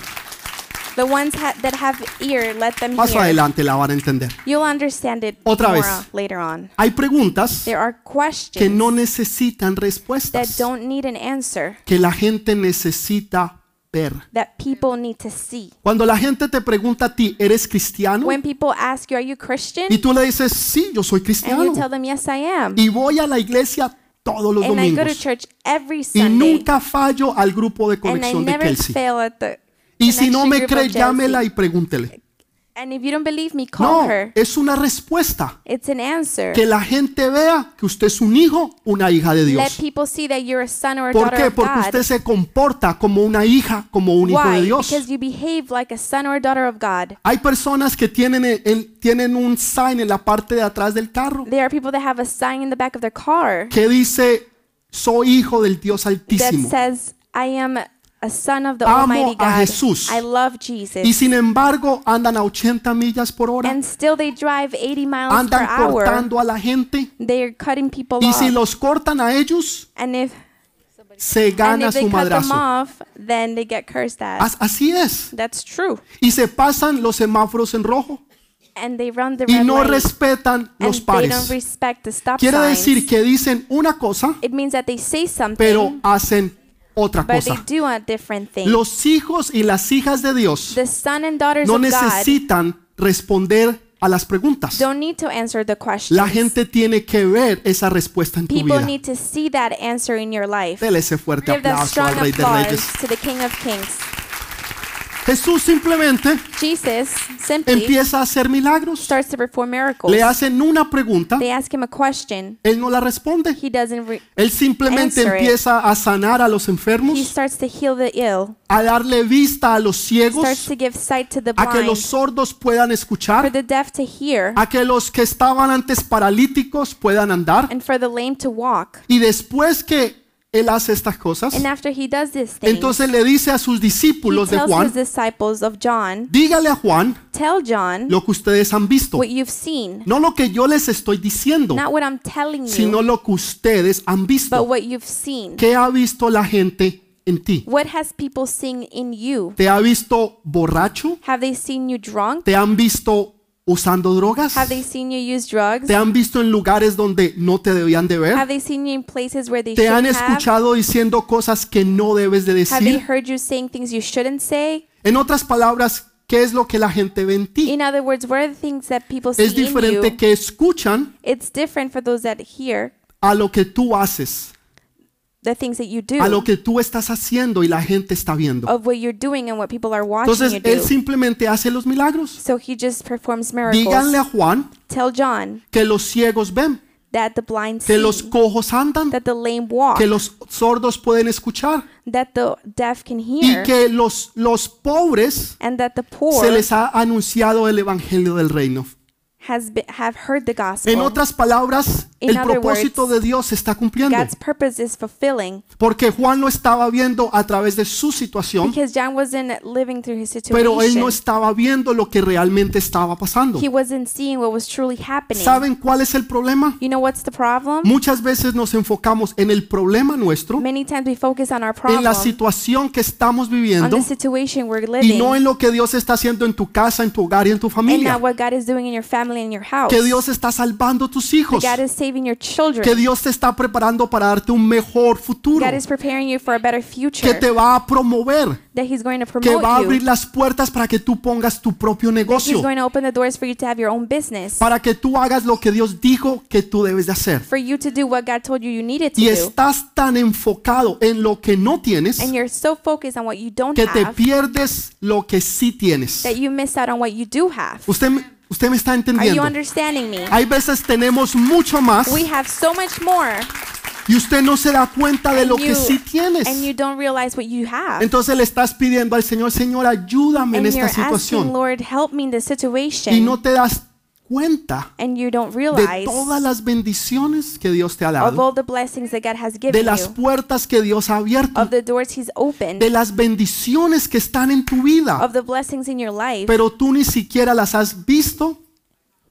[SPEAKER 2] The ones ha- that have ear, let them
[SPEAKER 1] Más
[SPEAKER 2] hear.
[SPEAKER 1] adelante la van a entender.
[SPEAKER 2] You'll understand it
[SPEAKER 1] Otra
[SPEAKER 2] more
[SPEAKER 1] vez.
[SPEAKER 2] later on.
[SPEAKER 1] Hay preguntas
[SPEAKER 2] There are
[SPEAKER 1] que
[SPEAKER 2] questions
[SPEAKER 1] no necesitan
[SPEAKER 2] that
[SPEAKER 1] respuestas,
[SPEAKER 2] don't need an answer
[SPEAKER 1] que la gente necesita ver.
[SPEAKER 2] that people need to see.
[SPEAKER 1] Cuando la gente te pregunta a ti, ¿eres cristiano?
[SPEAKER 2] When people ask you, "Are you Christian?"
[SPEAKER 1] Y tú le dices, sí, yo soy
[SPEAKER 2] and you tell
[SPEAKER 1] cristiano.
[SPEAKER 2] them, "Yes, I am,"
[SPEAKER 1] Y voy a la iglesia todos los
[SPEAKER 2] and I go to
[SPEAKER 1] domingos.
[SPEAKER 2] church every
[SPEAKER 1] Y
[SPEAKER 2] Sunday,
[SPEAKER 1] nunca fallo al grupo de
[SPEAKER 2] and I
[SPEAKER 1] conexión de
[SPEAKER 2] never
[SPEAKER 1] Kelsey.
[SPEAKER 2] fail at the.
[SPEAKER 1] Y si
[SPEAKER 2] connection
[SPEAKER 1] no me
[SPEAKER 2] group
[SPEAKER 1] cree,
[SPEAKER 2] of
[SPEAKER 1] llámela
[SPEAKER 2] Chelsea.
[SPEAKER 1] y pregúntele.
[SPEAKER 2] And if you don't believe me, call
[SPEAKER 1] No,
[SPEAKER 2] her.
[SPEAKER 1] es una respuesta.
[SPEAKER 2] It's an answer.
[SPEAKER 1] Que la gente vea que usted es un hijo, una hija de
[SPEAKER 2] Let
[SPEAKER 1] Dios.
[SPEAKER 2] people see that you're a son or a
[SPEAKER 1] ¿Por
[SPEAKER 2] daughter
[SPEAKER 1] qué?
[SPEAKER 2] of
[SPEAKER 1] Porque
[SPEAKER 2] God.
[SPEAKER 1] usted se comporta como una hija, como un hijo
[SPEAKER 2] Why?
[SPEAKER 1] de Dios.
[SPEAKER 2] Because you behave like a son or a daughter of God.
[SPEAKER 1] Hay personas que tienen, el- el- tienen un sign en la parte de atrás del carro
[SPEAKER 2] There are people that have a sign in the back of their car
[SPEAKER 1] que dice, soy hijo del Dios
[SPEAKER 2] that
[SPEAKER 1] altísimo.
[SPEAKER 2] says, "I am a son of the
[SPEAKER 1] Amo
[SPEAKER 2] Almighty
[SPEAKER 1] a
[SPEAKER 2] God.
[SPEAKER 1] Jesús.
[SPEAKER 2] I love
[SPEAKER 1] Y
[SPEAKER 2] Jesus."
[SPEAKER 1] sin embargo andan a 80 millas por hora,
[SPEAKER 2] And still they drive 80 miles per
[SPEAKER 1] andan
[SPEAKER 2] hour.
[SPEAKER 1] cortando a la gente.
[SPEAKER 2] They're cutting people
[SPEAKER 1] Y
[SPEAKER 2] off.
[SPEAKER 1] si los cortan a ellos,
[SPEAKER 2] And if
[SPEAKER 1] se
[SPEAKER 2] and
[SPEAKER 1] gana
[SPEAKER 2] if
[SPEAKER 1] su
[SPEAKER 2] they cut them
[SPEAKER 1] madrazo.
[SPEAKER 2] off, then they get cursed at.
[SPEAKER 1] As- Así es.
[SPEAKER 2] That's true.
[SPEAKER 1] Y se pasan los semáforos en rojo
[SPEAKER 2] And they run the
[SPEAKER 1] y
[SPEAKER 2] red
[SPEAKER 1] no
[SPEAKER 2] light.
[SPEAKER 1] respetan
[SPEAKER 2] and
[SPEAKER 1] los
[SPEAKER 2] they don't
[SPEAKER 1] pares.
[SPEAKER 2] respect the stop
[SPEAKER 1] Quiere
[SPEAKER 2] signs.
[SPEAKER 1] decir que dicen una cosa,
[SPEAKER 2] It means that they say something,
[SPEAKER 1] pero hacen otra
[SPEAKER 2] but they
[SPEAKER 1] cosa.
[SPEAKER 2] do a different thing.
[SPEAKER 1] Los hijos y las hijas de Dios
[SPEAKER 2] the son and daughters
[SPEAKER 1] no
[SPEAKER 2] of God
[SPEAKER 1] necesitan responder a las preguntas.
[SPEAKER 2] don't need to answer the questions.
[SPEAKER 1] La gente tiene que ver esa respuesta en tu
[SPEAKER 2] People
[SPEAKER 1] vida.
[SPEAKER 2] need to see that answer in your life.
[SPEAKER 1] Dele ese fuerte
[SPEAKER 2] Give that
[SPEAKER 1] aplauso
[SPEAKER 2] strong
[SPEAKER 1] al Rey de Reyes.
[SPEAKER 2] applause to the King of Kings.
[SPEAKER 1] Jesús simplemente
[SPEAKER 2] Jesus simply
[SPEAKER 1] empieza a hacer milagros.
[SPEAKER 2] starts to perform miracles.
[SPEAKER 1] Le hacen una pregunta,
[SPEAKER 2] They ask him a question.
[SPEAKER 1] él no la responde.
[SPEAKER 2] He doesn't. Re-
[SPEAKER 1] Él simplemente
[SPEAKER 2] Answer it.
[SPEAKER 1] empieza a sanar a los
[SPEAKER 2] he
[SPEAKER 1] enfermos,
[SPEAKER 2] starts to heal the ill.
[SPEAKER 1] a darle vista a los
[SPEAKER 2] Starts
[SPEAKER 1] ciegos,
[SPEAKER 2] to give sight to the
[SPEAKER 1] a que
[SPEAKER 2] blind.
[SPEAKER 1] los sordos puedan
[SPEAKER 2] for
[SPEAKER 1] escuchar,
[SPEAKER 2] the deaf to hear.
[SPEAKER 1] a que los que estaban antes paralíticos puedan andar.
[SPEAKER 2] and for the lame to walk.
[SPEAKER 1] Y después que él hace estas cosas,
[SPEAKER 2] And after he does this thing,
[SPEAKER 1] entonces le dice a sus
[SPEAKER 2] he
[SPEAKER 1] discípulos de
[SPEAKER 2] tells his
[SPEAKER 1] Juan,
[SPEAKER 2] disciples of John,
[SPEAKER 1] dígale a Juan
[SPEAKER 2] tell John
[SPEAKER 1] lo que ustedes han visto,
[SPEAKER 2] what you've seen,
[SPEAKER 1] no lo que yo les estoy diciendo,
[SPEAKER 2] not what I'm telling
[SPEAKER 1] sino
[SPEAKER 2] you,
[SPEAKER 1] lo que ustedes han
[SPEAKER 2] but
[SPEAKER 1] visto.
[SPEAKER 2] what you've seen.
[SPEAKER 1] ¿Qué ha visto la gente en ti?
[SPEAKER 2] What has people seen in you?
[SPEAKER 1] ¿Te ha visto borracho?
[SPEAKER 2] Have they seen you drunk?
[SPEAKER 1] ¿Te han visto usando drogas?
[SPEAKER 2] Have they seen you use drugs?
[SPEAKER 1] ¿Te han visto en lugares donde no te debían de ver?
[SPEAKER 2] Have they seen you in places where they
[SPEAKER 1] ¿Te han
[SPEAKER 2] shouldn't have?
[SPEAKER 1] escuchado diciendo cosas que no debes de
[SPEAKER 2] Have they
[SPEAKER 1] decir?
[SPEAKER 2] heard you saying things you shouldn't say?
[SPEAKER 1] En otras palabras, ¿qué es lo que la gente ve en ti?
[SPEAKER 2] In other words, what are the things that people see
[SPEAKER 1] Es
[SPEAKER 2] in
[SPEAKER 1] diferente
[SPEAKER 2] you?
[SPEAKER 1] que escuchan
[SPEAKER 2] It's different for those that hear
[SPEAKER 1] a lo que tú haces,
[SPEAKER 2] the things that you
[SPEAKER 1] a lo
[SPEAKER 2] do,
[SPEAKER 1] que tú estás haciendo y la gente está viendo.
[SPEAKER 2] of what you're doing and what people are watching
[SPEAKER 1] Entonces,
[SPEAKER 2] you
[SPEAKER 1] él
[SPEAKER 2] do.
[SPEAKER 1] simplemente hace los milagros.
[SPEAKER 2] So he just performs
[SPEAKER 1] Díganle
[SPEAKER 2] miracles.
[SPEAKER 1] a Juan
[SPEAKER 2] Tell John
[SPEAKER 1] que los ciegos ven,
[SPEAKER 2] that the blind
[SPEAKER 1] que
[SPEAKER 2] see,
[SPEAKER 1] los cojos andan,
[SPEAKER 2] that the lame walk,
[SPEAKER 1] que los sordos pueden escuchar
[SPEAKER 2] that the deaf can
[SPEAKER 1] y
[SPEAKER 2] hear,
[SPEAKER 1] que los, los pobres
[SPEAKER 2] and that the
[SPEAKER 1] se
[SPEAKER 2] poor
[SPEAKER 1] les ha anunciado el evangelio del reino.
[SPEAKER 2] has be, have heard the gospel.
[SPEAKER 1] En otras palabras,
[SPEAKER 2] In
[SPEAKER 1] el
[SPEAKER 2] other
[SPEAKER 1] propósito de Dios se está cumpliendo,
[SPEAKER 2] God's purpose is fulfilling
[SPEAKER 1] porque Juan lo estaba viendo a través de su situación,
[SPEAKER 2] because John wasn't living through his situation.
[SPEAKER 1] pero él no estaba viendo lo que realmente estaba pasando.
[SPEAKER 2] He wasn't seeing what was truly happening.
[SPEAKER 1] ¿Saben cuál es el problema?
[SPEAKER 2] You know what's the problem?
[SPEAKER 1] Muchas veces nos enfocamos en el problema nuestro,
[SPEAKER 2] Many times we focus on our
[SPEAKER 1] en la
[SPEAKER 2] problem,
[SPEAKER 1] situación que estamos
[SPEAKER 2] on
[SPEAKER 1] viviendo
[SPEAKER 2] the situation we're
[SPEAKER 1] y no
[SPEAKER 2] living,
[SPEAKER 1] en lo que Dios está haciendo en tu casa, en tu hogar y en tu
[SPEAKER 2] and not
[SPEAKER 1] familia.
[SPEAKER 2] what God is doing in your family and your house.
[SPEAKER 1] Que Dios está salvando tus hijos,
[SPEAKER 2] God is saving your children.
[SPEAKER 1] que Dios te está preparando para darte un mejor futuro.
[SPEAKER 2] God is preparing you for a better
[SPEAKER 1] que
[SPEAKER 2] future.
[SPEAKER 1] te va a promover,
[SPEAKER 2] that He's going to
[SPEAKER 1] que
[SPEAKER 2] promote
[SPEAKER 1] va a
[SPEAKER 2] you.
[SPEAKER 1] abrir las puertas para que tú pongas tu propio
[SPEAKER 2] He's
[SPEAKER 1] negocio,
[SPEAKER 2] going to open the doors for you to have your own business,
[SPEAKER 1] para que tú hagas lo que Dios dijo que tú debes de hacer.
[SPEAKER 2] for you to do what God told you you needed to
[SPEAKER 1] Y
[SPEAKER 2] do.
[SPEAKER 1] estás tan enfocado en lo que no tienes
[SPEAKER 2] And you're so focused on what you don't
[SPEAKER 1] que te
[SPEAKER 2] have
[SPEAKER 1] pierdes lo que sí tienes.
[SPEAKER 2] that you miss out on what you do have.
[SPEAKER 1] Usted, me- usted me está
[SPEAKER 2] Are you
[SPEAKER 1] entendiendo.
[SPEAKER 2] understanding me?
[SPEAKER 1] Hay veces tenemos mucho más
[SPEAKER 2] We have so much more,
[SPEAKER 1] y usted no se da cuenta de
[SPEAKER 2] and
[SPEAKER 1] lo
[SPEAKER 2] you-
[SPEAKER 1] que sí tienes.
[SPEAKER 2] and you don't realize what you have.
[SPEAKER 1] Entonces le estás pidiendo al Señor, Señor, ayúdame en
[SPEAKER 2] And you're
[SPEAKER 1] esta
[SPEAKER 2] asking,
[SPEAKER 1] situación.
[SPEAKER 2] Lord, help me in this
[SPEAKER 1] Y
[SPEAKER 2] situation,
[SPEAKER 1] no te das cuenta
[SPEAKER 2] and you don't
[SPEAKER 1] de
[SPEAKER 2] realize
[SPEAKER 1] todas las bendiciones que Dios te ha
[SPEAKER 2] of
[SPEAKER 1] dado,
[SPEAKER 2] all the blessings that God has
[SPEAKER 1] de
[SPEAKER 2] given
[SPEAKER 1] las
[SPEAKER 2] you,
[SPEAKER 1] puertas que Dios ha abierto,
[SPEAKER 2] of the doors He's opened,
[SPEAKER 1] de las bendiciones que están en tu vida,
[SPEAKER 2] of the blessings in your life,
[SPEAKER 1] pero tú ni siquiera las has visto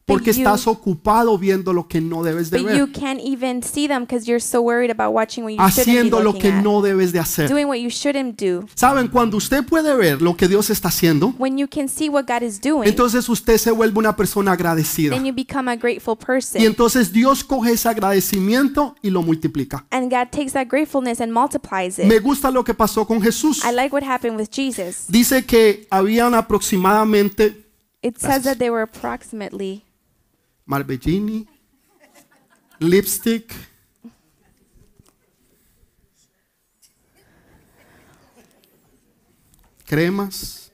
[SPEAKER 1] porque
[SPEAKER 2] you-
[SPEAKER 1] estás ocupado viendo lo que no debes de
[SPEAKER 2] But you
[SPEAKER 1] ver,
[SPEAKER 2] can't even see them because you're so worried about watching what you shouldn't be
[SPEAKER 1] haciendo lo
[SPEAKER 2] looking
[SPEAKER 1] que
[SPEAKER 2] at.
[SPEAKER 1] no debes de hacer.
[SPEAKER 2] Doing what you shouldn't do.
[SPEAKER 1] Saben, cuando usted puede ver lo que Dios está haciendo,
[SPEAKER 2] When you can see what God is doing,
[SPEAKER 1] entonces usted se vuelve una persona agradecida.
[SPEAKER 2] then you become a grateful person.
[SPEAKER 1] Y entonces Dios coge ese agradecimiento y lo multiplica.
[SPEAKER 2] and God takes that gratefulness and multiplies it.
[SPEAKER 1] Me gusta lo que pasó con Jesús.
[SPEAKER 2] I like what happened with Jesus.
[SPEAKER 1] Dice que habían aproximadamente
[SPEAKER 2] It
[SPEAKER 1] Gracias.
[SPEAKER 2] says that they were approximately
[SPEAKER 1] Marbellini, lipstick. Cremas.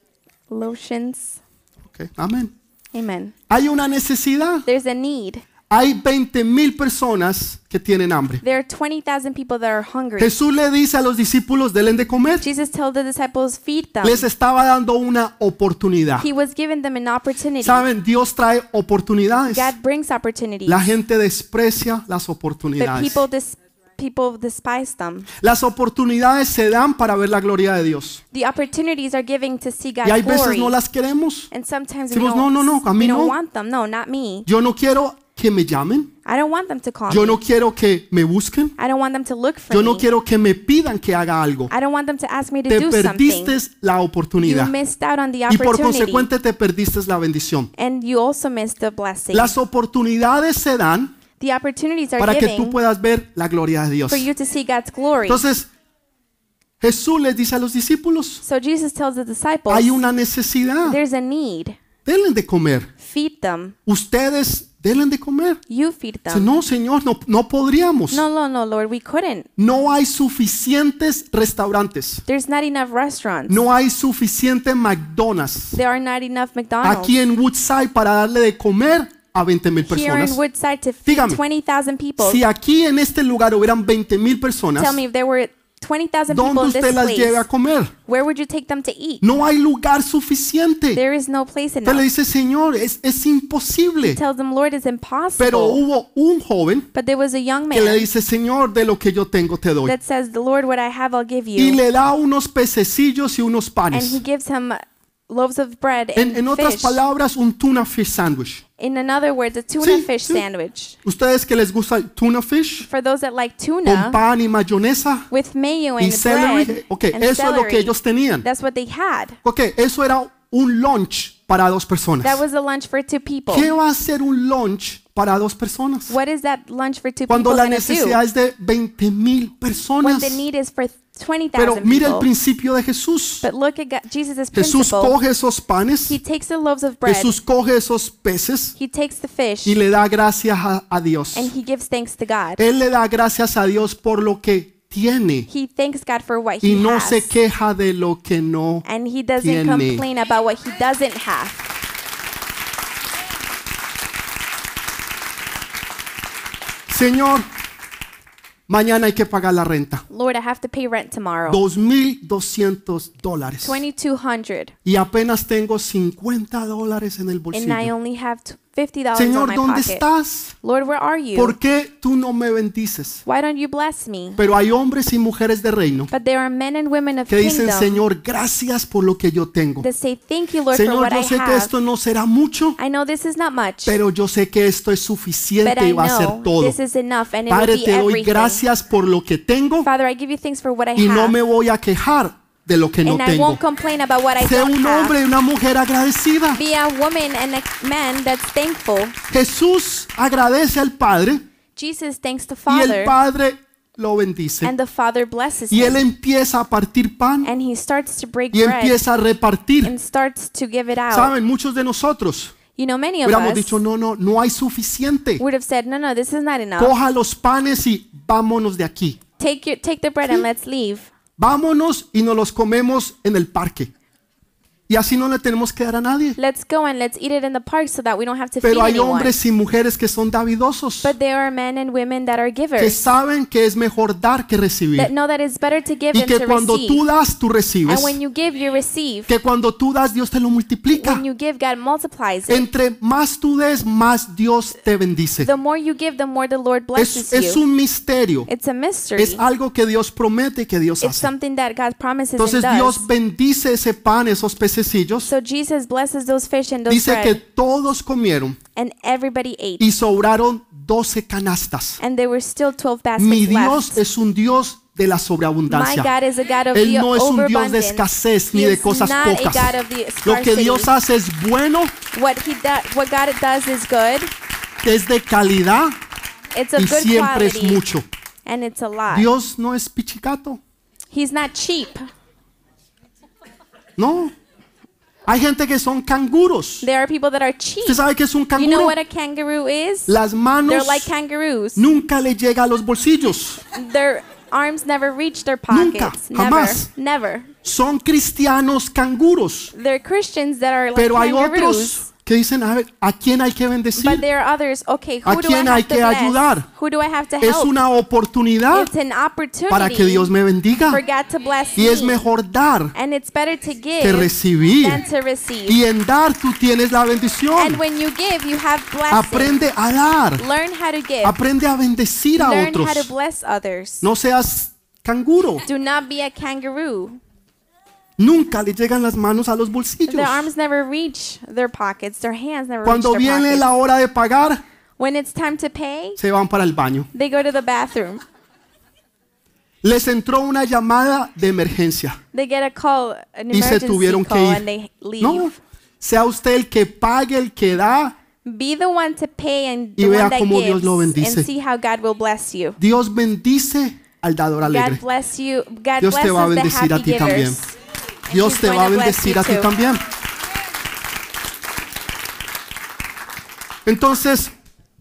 [SPEAKER 2] lotions.
[SPEAKER 1] Ok, Amén.
[SPEAKER 2] Amen.
[SPEAKER 1] Hay una necesidad.
[SPEAKER 2] There's a need.
[SPEAKER 1] Hay 20 mil personas que tienen hambre.
[SPEAKER 2] There are 20,000 people that are hungry.
[SPEAKER 1] Jesús le dice a los discípulos, denle de comer.
[SPEAKER 2] Jesus told the disciples, feed them.
[SPEAKER 1] Les estaba dando una oportunidad.
[SPEAKER 2] He was giving them an opportunity.
[SPEAKER 1] Saben, Dios trae oportunidades.
[SPEAKER 2] God brings opportunities,
[SPEAKER 1] La gente desprecia las
[SPEAKER 2] but
[SPEAKER 1] oportunidades.
[SPEAKER 2] people dis- people despise them.
[SPEAKER 1] Las oportunidades se dan para ver la gloria de Dios.
[SPEAKER 2] The opportunities are giving to see
[SPEAKER 1] Y hay
[SPEAKER 2] God's
[SPEAKER 1] veces
[SPEAKER 2] glory,
[SPEAKER 1] no las queremos.
[SPEAKER 2] and sometimes we
[SPEAKER 1] Decimos,
[SPEAKER 2] don't,
[SPEAKER 1] "No, no, no, a mí
[SPEAKER 2] we don't
[SPEAKER 1] no."
[SPEAKER 2] want them. No, not me.
[SPEAKER 1] Yo no quiero que me llamen.
[SPEAKER 2] I don't want them to call
[SPEAKER 1] Yo
[SPEAKER 2] me.
[SPEAKER 1] no quiero que me busquen.
[SPEAKER 2] I don't want them to look for
[SPEAKER 1] Yo no
[SPEAKER 2] me.
[SPEAKER 1] quiero que me pidan que haga algo.
[SPEAKER 2] I don't want them to ask me to
[SPEAKER 1] Te
[SPEAKER 2] do
[SPEAKER 1] perdiste
[SPEAKER 2] something.
[SPEAKER 1] la
[SPEAKER 2] You
[SPEAKER 1] oportunidad.
[SPEAKER 2] missed out on the
[SPEAKER 1] Y por
[SPEAKER 2] opportunity,
[SPEAKER 1] consecuente te perdiste la bendición.
[SPEAKER 2] and you also missed the blessing.
[SPEAKER 1] Las oportunidades se dan
[SPEAKER 2] the opportunities are
[SPEAKER 1] para que tú
[SPEAKER 2] giving
[SPEAKER 1] puedas ver la gloria de Dios.
[SPEAKER 2] for you to see God's glory.
[SPEAKER 1] Entonces, Jesús les dice a los discípulos,
[SPEAKER 2] so Jesus tells the disciples,
[SPEAKER 1] hay una necesidad.
[SPEAKER 2] there's a need.
[SPEAKER 1] denle de comer.
[SPEAKER 2] Feed them.
[SPEAKER 1] Ustedes denle de comer.
[SPEAKER 2] You feed
[SPEAKER 1] Dice,
[SPEAKER 2] them.
[SPEAKER 1] no, Señor, no, no podríamos.
[SPEAKER 2] No, no, no, Lord, we couldn't.
[SPEAKER 1] No hay suficientes restaurantes.
[SPEAKER 2] There's not enough restaurants.
[SPEAKER 1] No hay suficiente McDonald's
[SPEAKER 2] There are not enough McDonald's
[SPEAKER 1] aquí en Woodside para darle de comer a 20 mil
[SPEAKER 2] here in
[SPEAKER 1] personas.
[SPEAKER 2] Woodside to feed
[SPEAKER 1] Dígame.
[SPEAKER 2] 20,000 people.
[SPEAKER 1] Si aquí en este lugar hubieran 20 mil personas,
[SPEAKER 2] Tell me if there were 20,000
[SPEAKER 1] ¿dónde
[SPEAKER 2] people in
[SPEAKER 1] usted
[SPEAKER 2] this
[SPEAKER 1] las lleva a
[SPEAKER 2] place,
[SPEAKER 1] comer?
[SPEAKER 2] where would you take them to eat?
[SPEAKER 1] No hay lugar suficiente.
[SPEAKER 2] There is no place
[SPEAKER 1] Usted le
[SPEAKER 2] enough.
[SPEAKER 1] dice, Señor, es, es imposible.
[SPEAKER 2] Tells them, Lord, it's
[SPEAKER 1] Pero
[SPEAKER 2] impossible.
[SPEAKER 1] hubo un joven
[SPEAKER 2] But there was a young
[SPEAKER 1] que le
[SPEAKER 2] man
[SPEAKER 1] dice, Señor, de lo que yo tengo te doy.
[SPEAKER 2] that says, the Lord, what I have, I'll give
[SPEAKER 1] y
[SPEAKER 2] you.
[SPEAKER 1] le da unos pececillos y unos
[SPEAKER 2] And he
[SPEAKER 1] panes.
[SPEAKER 2] gives him loaves of bread
[SPEAKER 1] En, en
[SPEAKER 2] and
[SPEAKER 1] otras
[SPEAKER 2] fish.
[SPEAKER 1] palabras, un tuna fish sandwich.
[SPEAKER 2] In another words, a
[SPEAKER 1] Sí,
[SPEAKER 2] tuna fish
[SPEAKER 1] sí.
[SPEAKER 2] sandwich.
[SPEAKER 1] Ustedes que les gusta el tuna fish
[SPEAKER 2] For those that like
[SPEAKER 1] con
[SPEAKER 2] tuna,
[SPEAKER 1] pan y mayonesa
[SPEAKER 2] with mayo
[SPEAKER 1] y
[SPEAKER 2] and
[SPEAKER 1] celery.
[SPEAKER 2] bread
[SPEAKER 1] Ok,
[SPEAKER 2] and
[SPEAKER 1] eso es lo que
[SPEAKER 2] celery,
[SPEAKER 1] ellos tenían.
[SPEAKER 2] that's what they had.
[SPEAKER 1] Ok, eso era un lunch para dos
[SPEAKER 2] That
[SPEAKER 1] personas.
[SPEAKER 2] was a lunch for two people.
[SPEAKER 1] ¿Qué va a ser un lunch para dos personas?
[SPEAKER 2] What is that lunch for two
[SPEAKER 1] Cuando
[SPEAKER 2] people
[SPEAKER 1] la
[SPEAKER 2] gonna
[SPEAKER 1] necesidad
[SPEAKER 2] do?
[SPEAKER 1] es de 20 mil
[SPEAKER 2] When
[SPEAKER 1] personas.
[SPEAKER 2] the need is for
[SPEAKER 1] Pero
[SPEAKER 2] 20,000
[SPEAKER 1] mire el
[SPEAKER 2] people.
[SPEAKER 1] principio de Jesús.
[SPEAKER 2] But look at God, Jesus'
[SPEAKER 1] Jesús
[SPEAKER 2] principle.
[SPEAKER 1] coge esos panes,
[SPEAKER 2] He takes the loaves of bread.
[SPEAKER 1] Jesús coge esos peces
[SPEAKER 2] He takes the fish.
[SPEAKER 1] y le Eh, da gracias a, a Dios.
[SPEAKER 2] And he gives thanks to God.
[SPEAKER 1] Él le da gracias a Dios por lo que tiene
[SPEAKER 2] He thanks God for what
[SPEAKER 1] y
[SPEAKER 2] he
[SPEAKER 1] no se
[SPEAKER 2] has.
[SPEAKER 1] queja de lo que no.
[SPEAKER 2] And he doesn't
[SPEAKER 1] tiene.
[SPEAKER 2] complain about what he doesn't have.
[SPEAKER 1] Señor, mañana hay que pagar la renta.
[SPEAKER 2] Lord, I have to pay rent tomorrow.
[SPEAKER 1] 2.200 dólares.
[SPEAKER 2] 2200
[SPEAKER 1] Y apenas tengo 50 dólares en el
[SPEAKER 2] and I
[SPEAKER 1] bolsillo.
[SPEAKER 2] only have t- $50 in
[SPEAKER 1] Señor,
[SPEAKER 2] my
[SPEAKER 1] ¿dónde
[SPEAKER 2] pocket.
[SPEAKER 1] estás?
[SPEAKER 2] Lord, where are you?
[SPEAKER 1] ¿Por qué tú no me bendices?
[SPEAKER 2] Why don't you bless me?
[SPEAKER 1] Pero hay hombres y mujeres de reino
[SPEAKER 2] But there are men and women of
[SPEAKER 1] que dicen,
[SPEAKER 2] kingdom
[SPEAKER 1] Señor, gracias por lo que yo tengo.
[SPEAKER 2] that say, Thank you, Lord, for
[SPEAKER 1] Señor,
[SPEAKER 2] what I
[SPEAKER 1] yo sé que
[SPEAKER 2] have.
[SPEAKER 1] esto no será mucho,
[SPEAKER 2] I know this is not much,
[SPEAKER 1] pero yo sé que esto es
[SPEAKER 2] but
[SPEAKER 1] suficiente
[SPEAKER 2] I
[SPEAKER 1] y va a ser
[SPEAKER 2] know
[SPEAKER 1] todo.
[SPEAKER 2] this is enough and it will
[SPEAKER 1] Padre,
[SPEAKER 2] be
[SPEAKER 1] te doy
[SPEAKER 2] everything.
[SPEAKER 1] gracias por lo que tengo
[SPEAKER 2] Father, I give you thanks for what I
[SPEAKER 1] y no me
[SPEAKER 2] have,
[SPEAKER 1] voy a quejar de lo que no
[SPEAKER 2] and I
[SPEAKER 1] tengo.
[SPEAKER 2] won't complain about what I
[SPEAKER 1] Sé
[SPEAKER 2] don't
[SPEAKER 1] un
[SPEAKER 2] have.
[SPEAKER 1] hombre y una mujer agradecida.
[SPEAKER 2] Be a woman and a man that's thankful.
[SPEAKER 1] Jesús agradece al Padre
[SPEAKER 2] Jesus thanks the
[SPEAKER 1] y el
[SPEAKER 2] Father,
[SPEAKER 1] Padre lo bendice.
[SPEAKER 2] and the Father blesses
[SPEAKER 1] Y él
[SPEAKER 2] him,
[SPEAKER 1] empieza a partir pan
[SPEAKER 2] and he starts to break
[SPEAKER 1] y
[SPEAKER 2] bread
[SPEAKER 1] empieza a repartir.
[SPEAKER 2] and starts to give it out.
[SPEAKER 1] Saben, muchos de nosotros
[SPEAKER 2] You know, many of
[SPEAKER 1] hubiéramos
[SPEAKER 2] us
[SPEAKER 1] dicho, no, no, no hay suficiente.
[SPEAKER 2] would have said, No, no, this is not enough.
[SPEAKER 1] Coja los panes y vámonos de aquí.
[SPEAKER 2] Take your take the bread and let's leave.
[SPEAKER 1] Vámonos y nos los comemos en el parque. Y así no le tenemos que dar a nadie.
[SPEAKER 2] Let's go and let's eat it in the park so that we don't have to feed
[SPEAKER 1] Pero hay
[SPEAKER 2] anyone.
[SPEAKER 1] hombres y mujeres que son davidosos,
[SPEAKER 2] But there are men and women that are
[SPEAKER 1] que
[SPEAKER 2] givers,
[SPEAKER 1] saben que es mejor dar que recibir.
[SPEAKER 2] that know that it's better to give
[SPEAKER 1] Y
[SPEAKER 2] than
[SPEAKER 1] que
[SPEAKER 2] to
[SPEAKER 1] cuando tú
[SPEAKER 2] receive.
[SPEAKER 1] das, tú recibes.
[SPEAKER 2] And when you give, you receive.
[SPEAKER 1] Que cuando tú das, Dios te lo multiplica.
[SPEAKER 2] When you give, God multiplies it.
[SPEAKER 1] Entre más tú des, más Dios te bendice.
[SPEAKER 2] The more you give, the more the Lord
[SPEAKER 1] Es,
[SPEAKER 2] blesses
[SPEAKER 1] es
[SPEAKER 2] you.
[SPEAKER 1] un misterio.
[SPEAKER 2] It's a mystery.
[SPEAKER 1] Es algo que Dios promete y que Dios
[SPEAKER 2] It's
[SPEAKER 1] hace.
[SPEAKER 2] something that God promises and
[SPEAKER 1] Entonces
[SPEAKER 2] does.
[SPEAKER 1] Dios bendice ese pan, esos pececillos,
[SPEAKER 2] So Jesus blesses those fish and those
[SPEAKER 1] dice que
[SPEAKER 2] bread,
[SPEAKER 1] todos comieron
[SPEAKER 2] and everybody ate.
[SPEAKER 1] y sobraron 12 canastas.
[SPEAKER 2] And there were still 12
[SPEAKER 1] Mi
[SPEAKER 2] baskets
[SPEAKER 1] Dios
[SPEAKER 2] left.
[SPEAKER 1] es un Dios de la
[SPEAKER 2] My
[SPEAKER 1] sobreabundancia.
[SPEAKER 2] God is a God of
[SPEAKER 1] Él
[SPEAKER 2] the
[SPEAKER 1] no es un Dios de
[SPEAKER 2] overabundance.
[SPEAKER 1] escasez ni
[SPEAKER 2] He
[SPEAKER 1] de
[SPEAKER 2] is
[SPEAKER 1] cosas
[SPEAKER 2] not a God
[SPEAKER 1] pocas.
[SPEAKER 2] of the
[SPEAKER 1] Lo que Dios
[SPEAKER 2] scarcity.
[SPEAKER 1] hace es bueno,
[SPEAKER 2] What he do- what God does is good.
[SPEAKER 1] es de calidad
[SPEAKER 2] It's of
[SPEAKER 1] y
[SPEAKER 2] good
[SPEAKER 1] siempre es
[SPEAKER 2] quality,
[SPEAKER 1] mucho.
[SPEAKER 2] and it's a lot.
[SPEAKER 1] Dios no es pichicato,
[SPEAKER 2] He's not cheap.
[SPEAKER 1] no. Hay gente que son canguros.
[SPEAKER 2] There are people that are cheap.
[SPEAKER 1] ¿Usted sabe qué es un
[SPEAKER 2] You know
[SPEAKER 1] canguro?
[SPEAKER 2] what a kangaroo is?
[SPEAKER 1] Las
[SPEAKER 2] They're
[SPEAKER 1] manos
[SPEAKER 2] like kangaroos.
[SPEAKER 1] nunca le llega a los bolsillos.
[SPEAKER 2] Their arms never reach their
[SPEAKER 1] Nunca,
[SPEAKER 2] pockets. Never.
[SPEAKER 1] jamás.
[SPEAKER 2] Never.
[SPEAKER 1] Son cristianos canguros,
[SPEAKER 2] They're Christians that are like
[SPEAKER 1] pero hay
[SPEAKER 2] kangaroos.
[SPEAKER 1] otros que dicen, a ver, ¿a quién hay que
[SPEAKER 2] But
[SPEAKER 1] bendecir?
[SPEAKER 2] there are others. Okay,
[SPEAKER 1] ¿A
[SPEAKER 2] who do I
[SPEAKER 1] quién
[SPEAKER 2] have
[SPEAKER 1] hay
[SPEAKER 2] to
[SPEAKER 1] que
[SPEAKER 2] bless?
[SPEAKER 1] ayudar?
[SPEAKER 2] Who do I have to
[SPEAKER 1] Es
[SPEAKER 2] help?
[SPEAKER 1] una oportunidad
[SPEAKER 2] it's an opportunity
[SPEAKER 1] para que Dios me bendiga.
[SPEAKER 2] for God to bless
[SPEAKER 1] Y es
[SPEAKER 2] me.
[SPEAKER 1] mejor dar
[SPEAKER 2] and it's better to give
[SPEAKER 1] que recibir.
[SPEAKER 2] than to receive.
[SPEAKER 1] Y en dar tú tienes la
[SPEAKER 2] and
[SPEAKER 1] bendición.
[SPEAKER 2] when you give, you have blessing.
[SPEAKER 1] Aprende a dar.
[SPEAKER 2] Learn how to give.
[SPEAKER 1] Aprende a bendecir a
[SPEAKER 2] Learn how to
[SPEAKER 1] otros.
[SPEAKER 2] bless others.
[SPEAKER 1] No seas canguro.
[SPEAKER 2] Do not be a kangaroo.
[SPEAKER 1] Nunca le llegan las manos a los bolsillos.
[SPEAKER 2] Their arms never reach their pockets. Their hands never
[SPEAKER 1] Cuando
[SPEAKER 2] reach their
[SPEAKER 1] viene
[SPEAKER 2] pockets.
[SPEAKER 1] la hora de pagar,
[SPEAKER 2] When it's time to pay,
[SPEAKER 1] se van para el baño.
[SPEAKER 2] they go to the bathroom.
[SPEAKER 1] Les entró una llamada de emergencia
[SPEAKER 2] They get a call, an
[SPEAKER 1] y se
[SPEAKER 2] emergency
[SPEAKER 1] tuvieron
[SPEAKER 2] call,
[SPEAKER 1] que
[SPEAKER 2] and
[SPEAKER 1] ir.
[SPEAKER 2] they leave.
[SPEAKER 1] No, sea usted el que pague, el que da.
[SPEAKER 2] Be the one to pay and
[SPEAKER 1] Y
[SPEAKER 2] the
[SPEAKER 1] vea
[SPEAKER 2] one that
[SPEAKER 1] cómo Dios
[SPEAKER 2] gives,
[SPEAKER 1] lo bendice.
[SPEAKER 2] and see how God will bless you.
[SPEAKER 1] Dios bendice al dador
[SPEAKER 2] God
[SPEAKER 1] alegre.
[SPEAKER 2] bless you. God
[SPEAKER 1] Dios te va a
[SPEAKER 2] blesses
[SPEAKER 1] bendecir
[SPEAKER 2] the
[SPEAKER 1] a
[SPEAKER 2] happy
[SPEAKER 1] ti también.
[SPEAKER 2] givers. And
[SPEAKER 1] Dios
[SPEAKER 2] he's
[SPEAKER 1] te
[SPEAKER 2] going
[SPEAKER 1] va a
[SPEAKER 2] to bless
[SPEAKER 1] bendecir
[SPEAKER 2] you
[SPEAKER 1] a ti
[SPEAKER 2] too.
[SPEAKER 1] también. Entonces,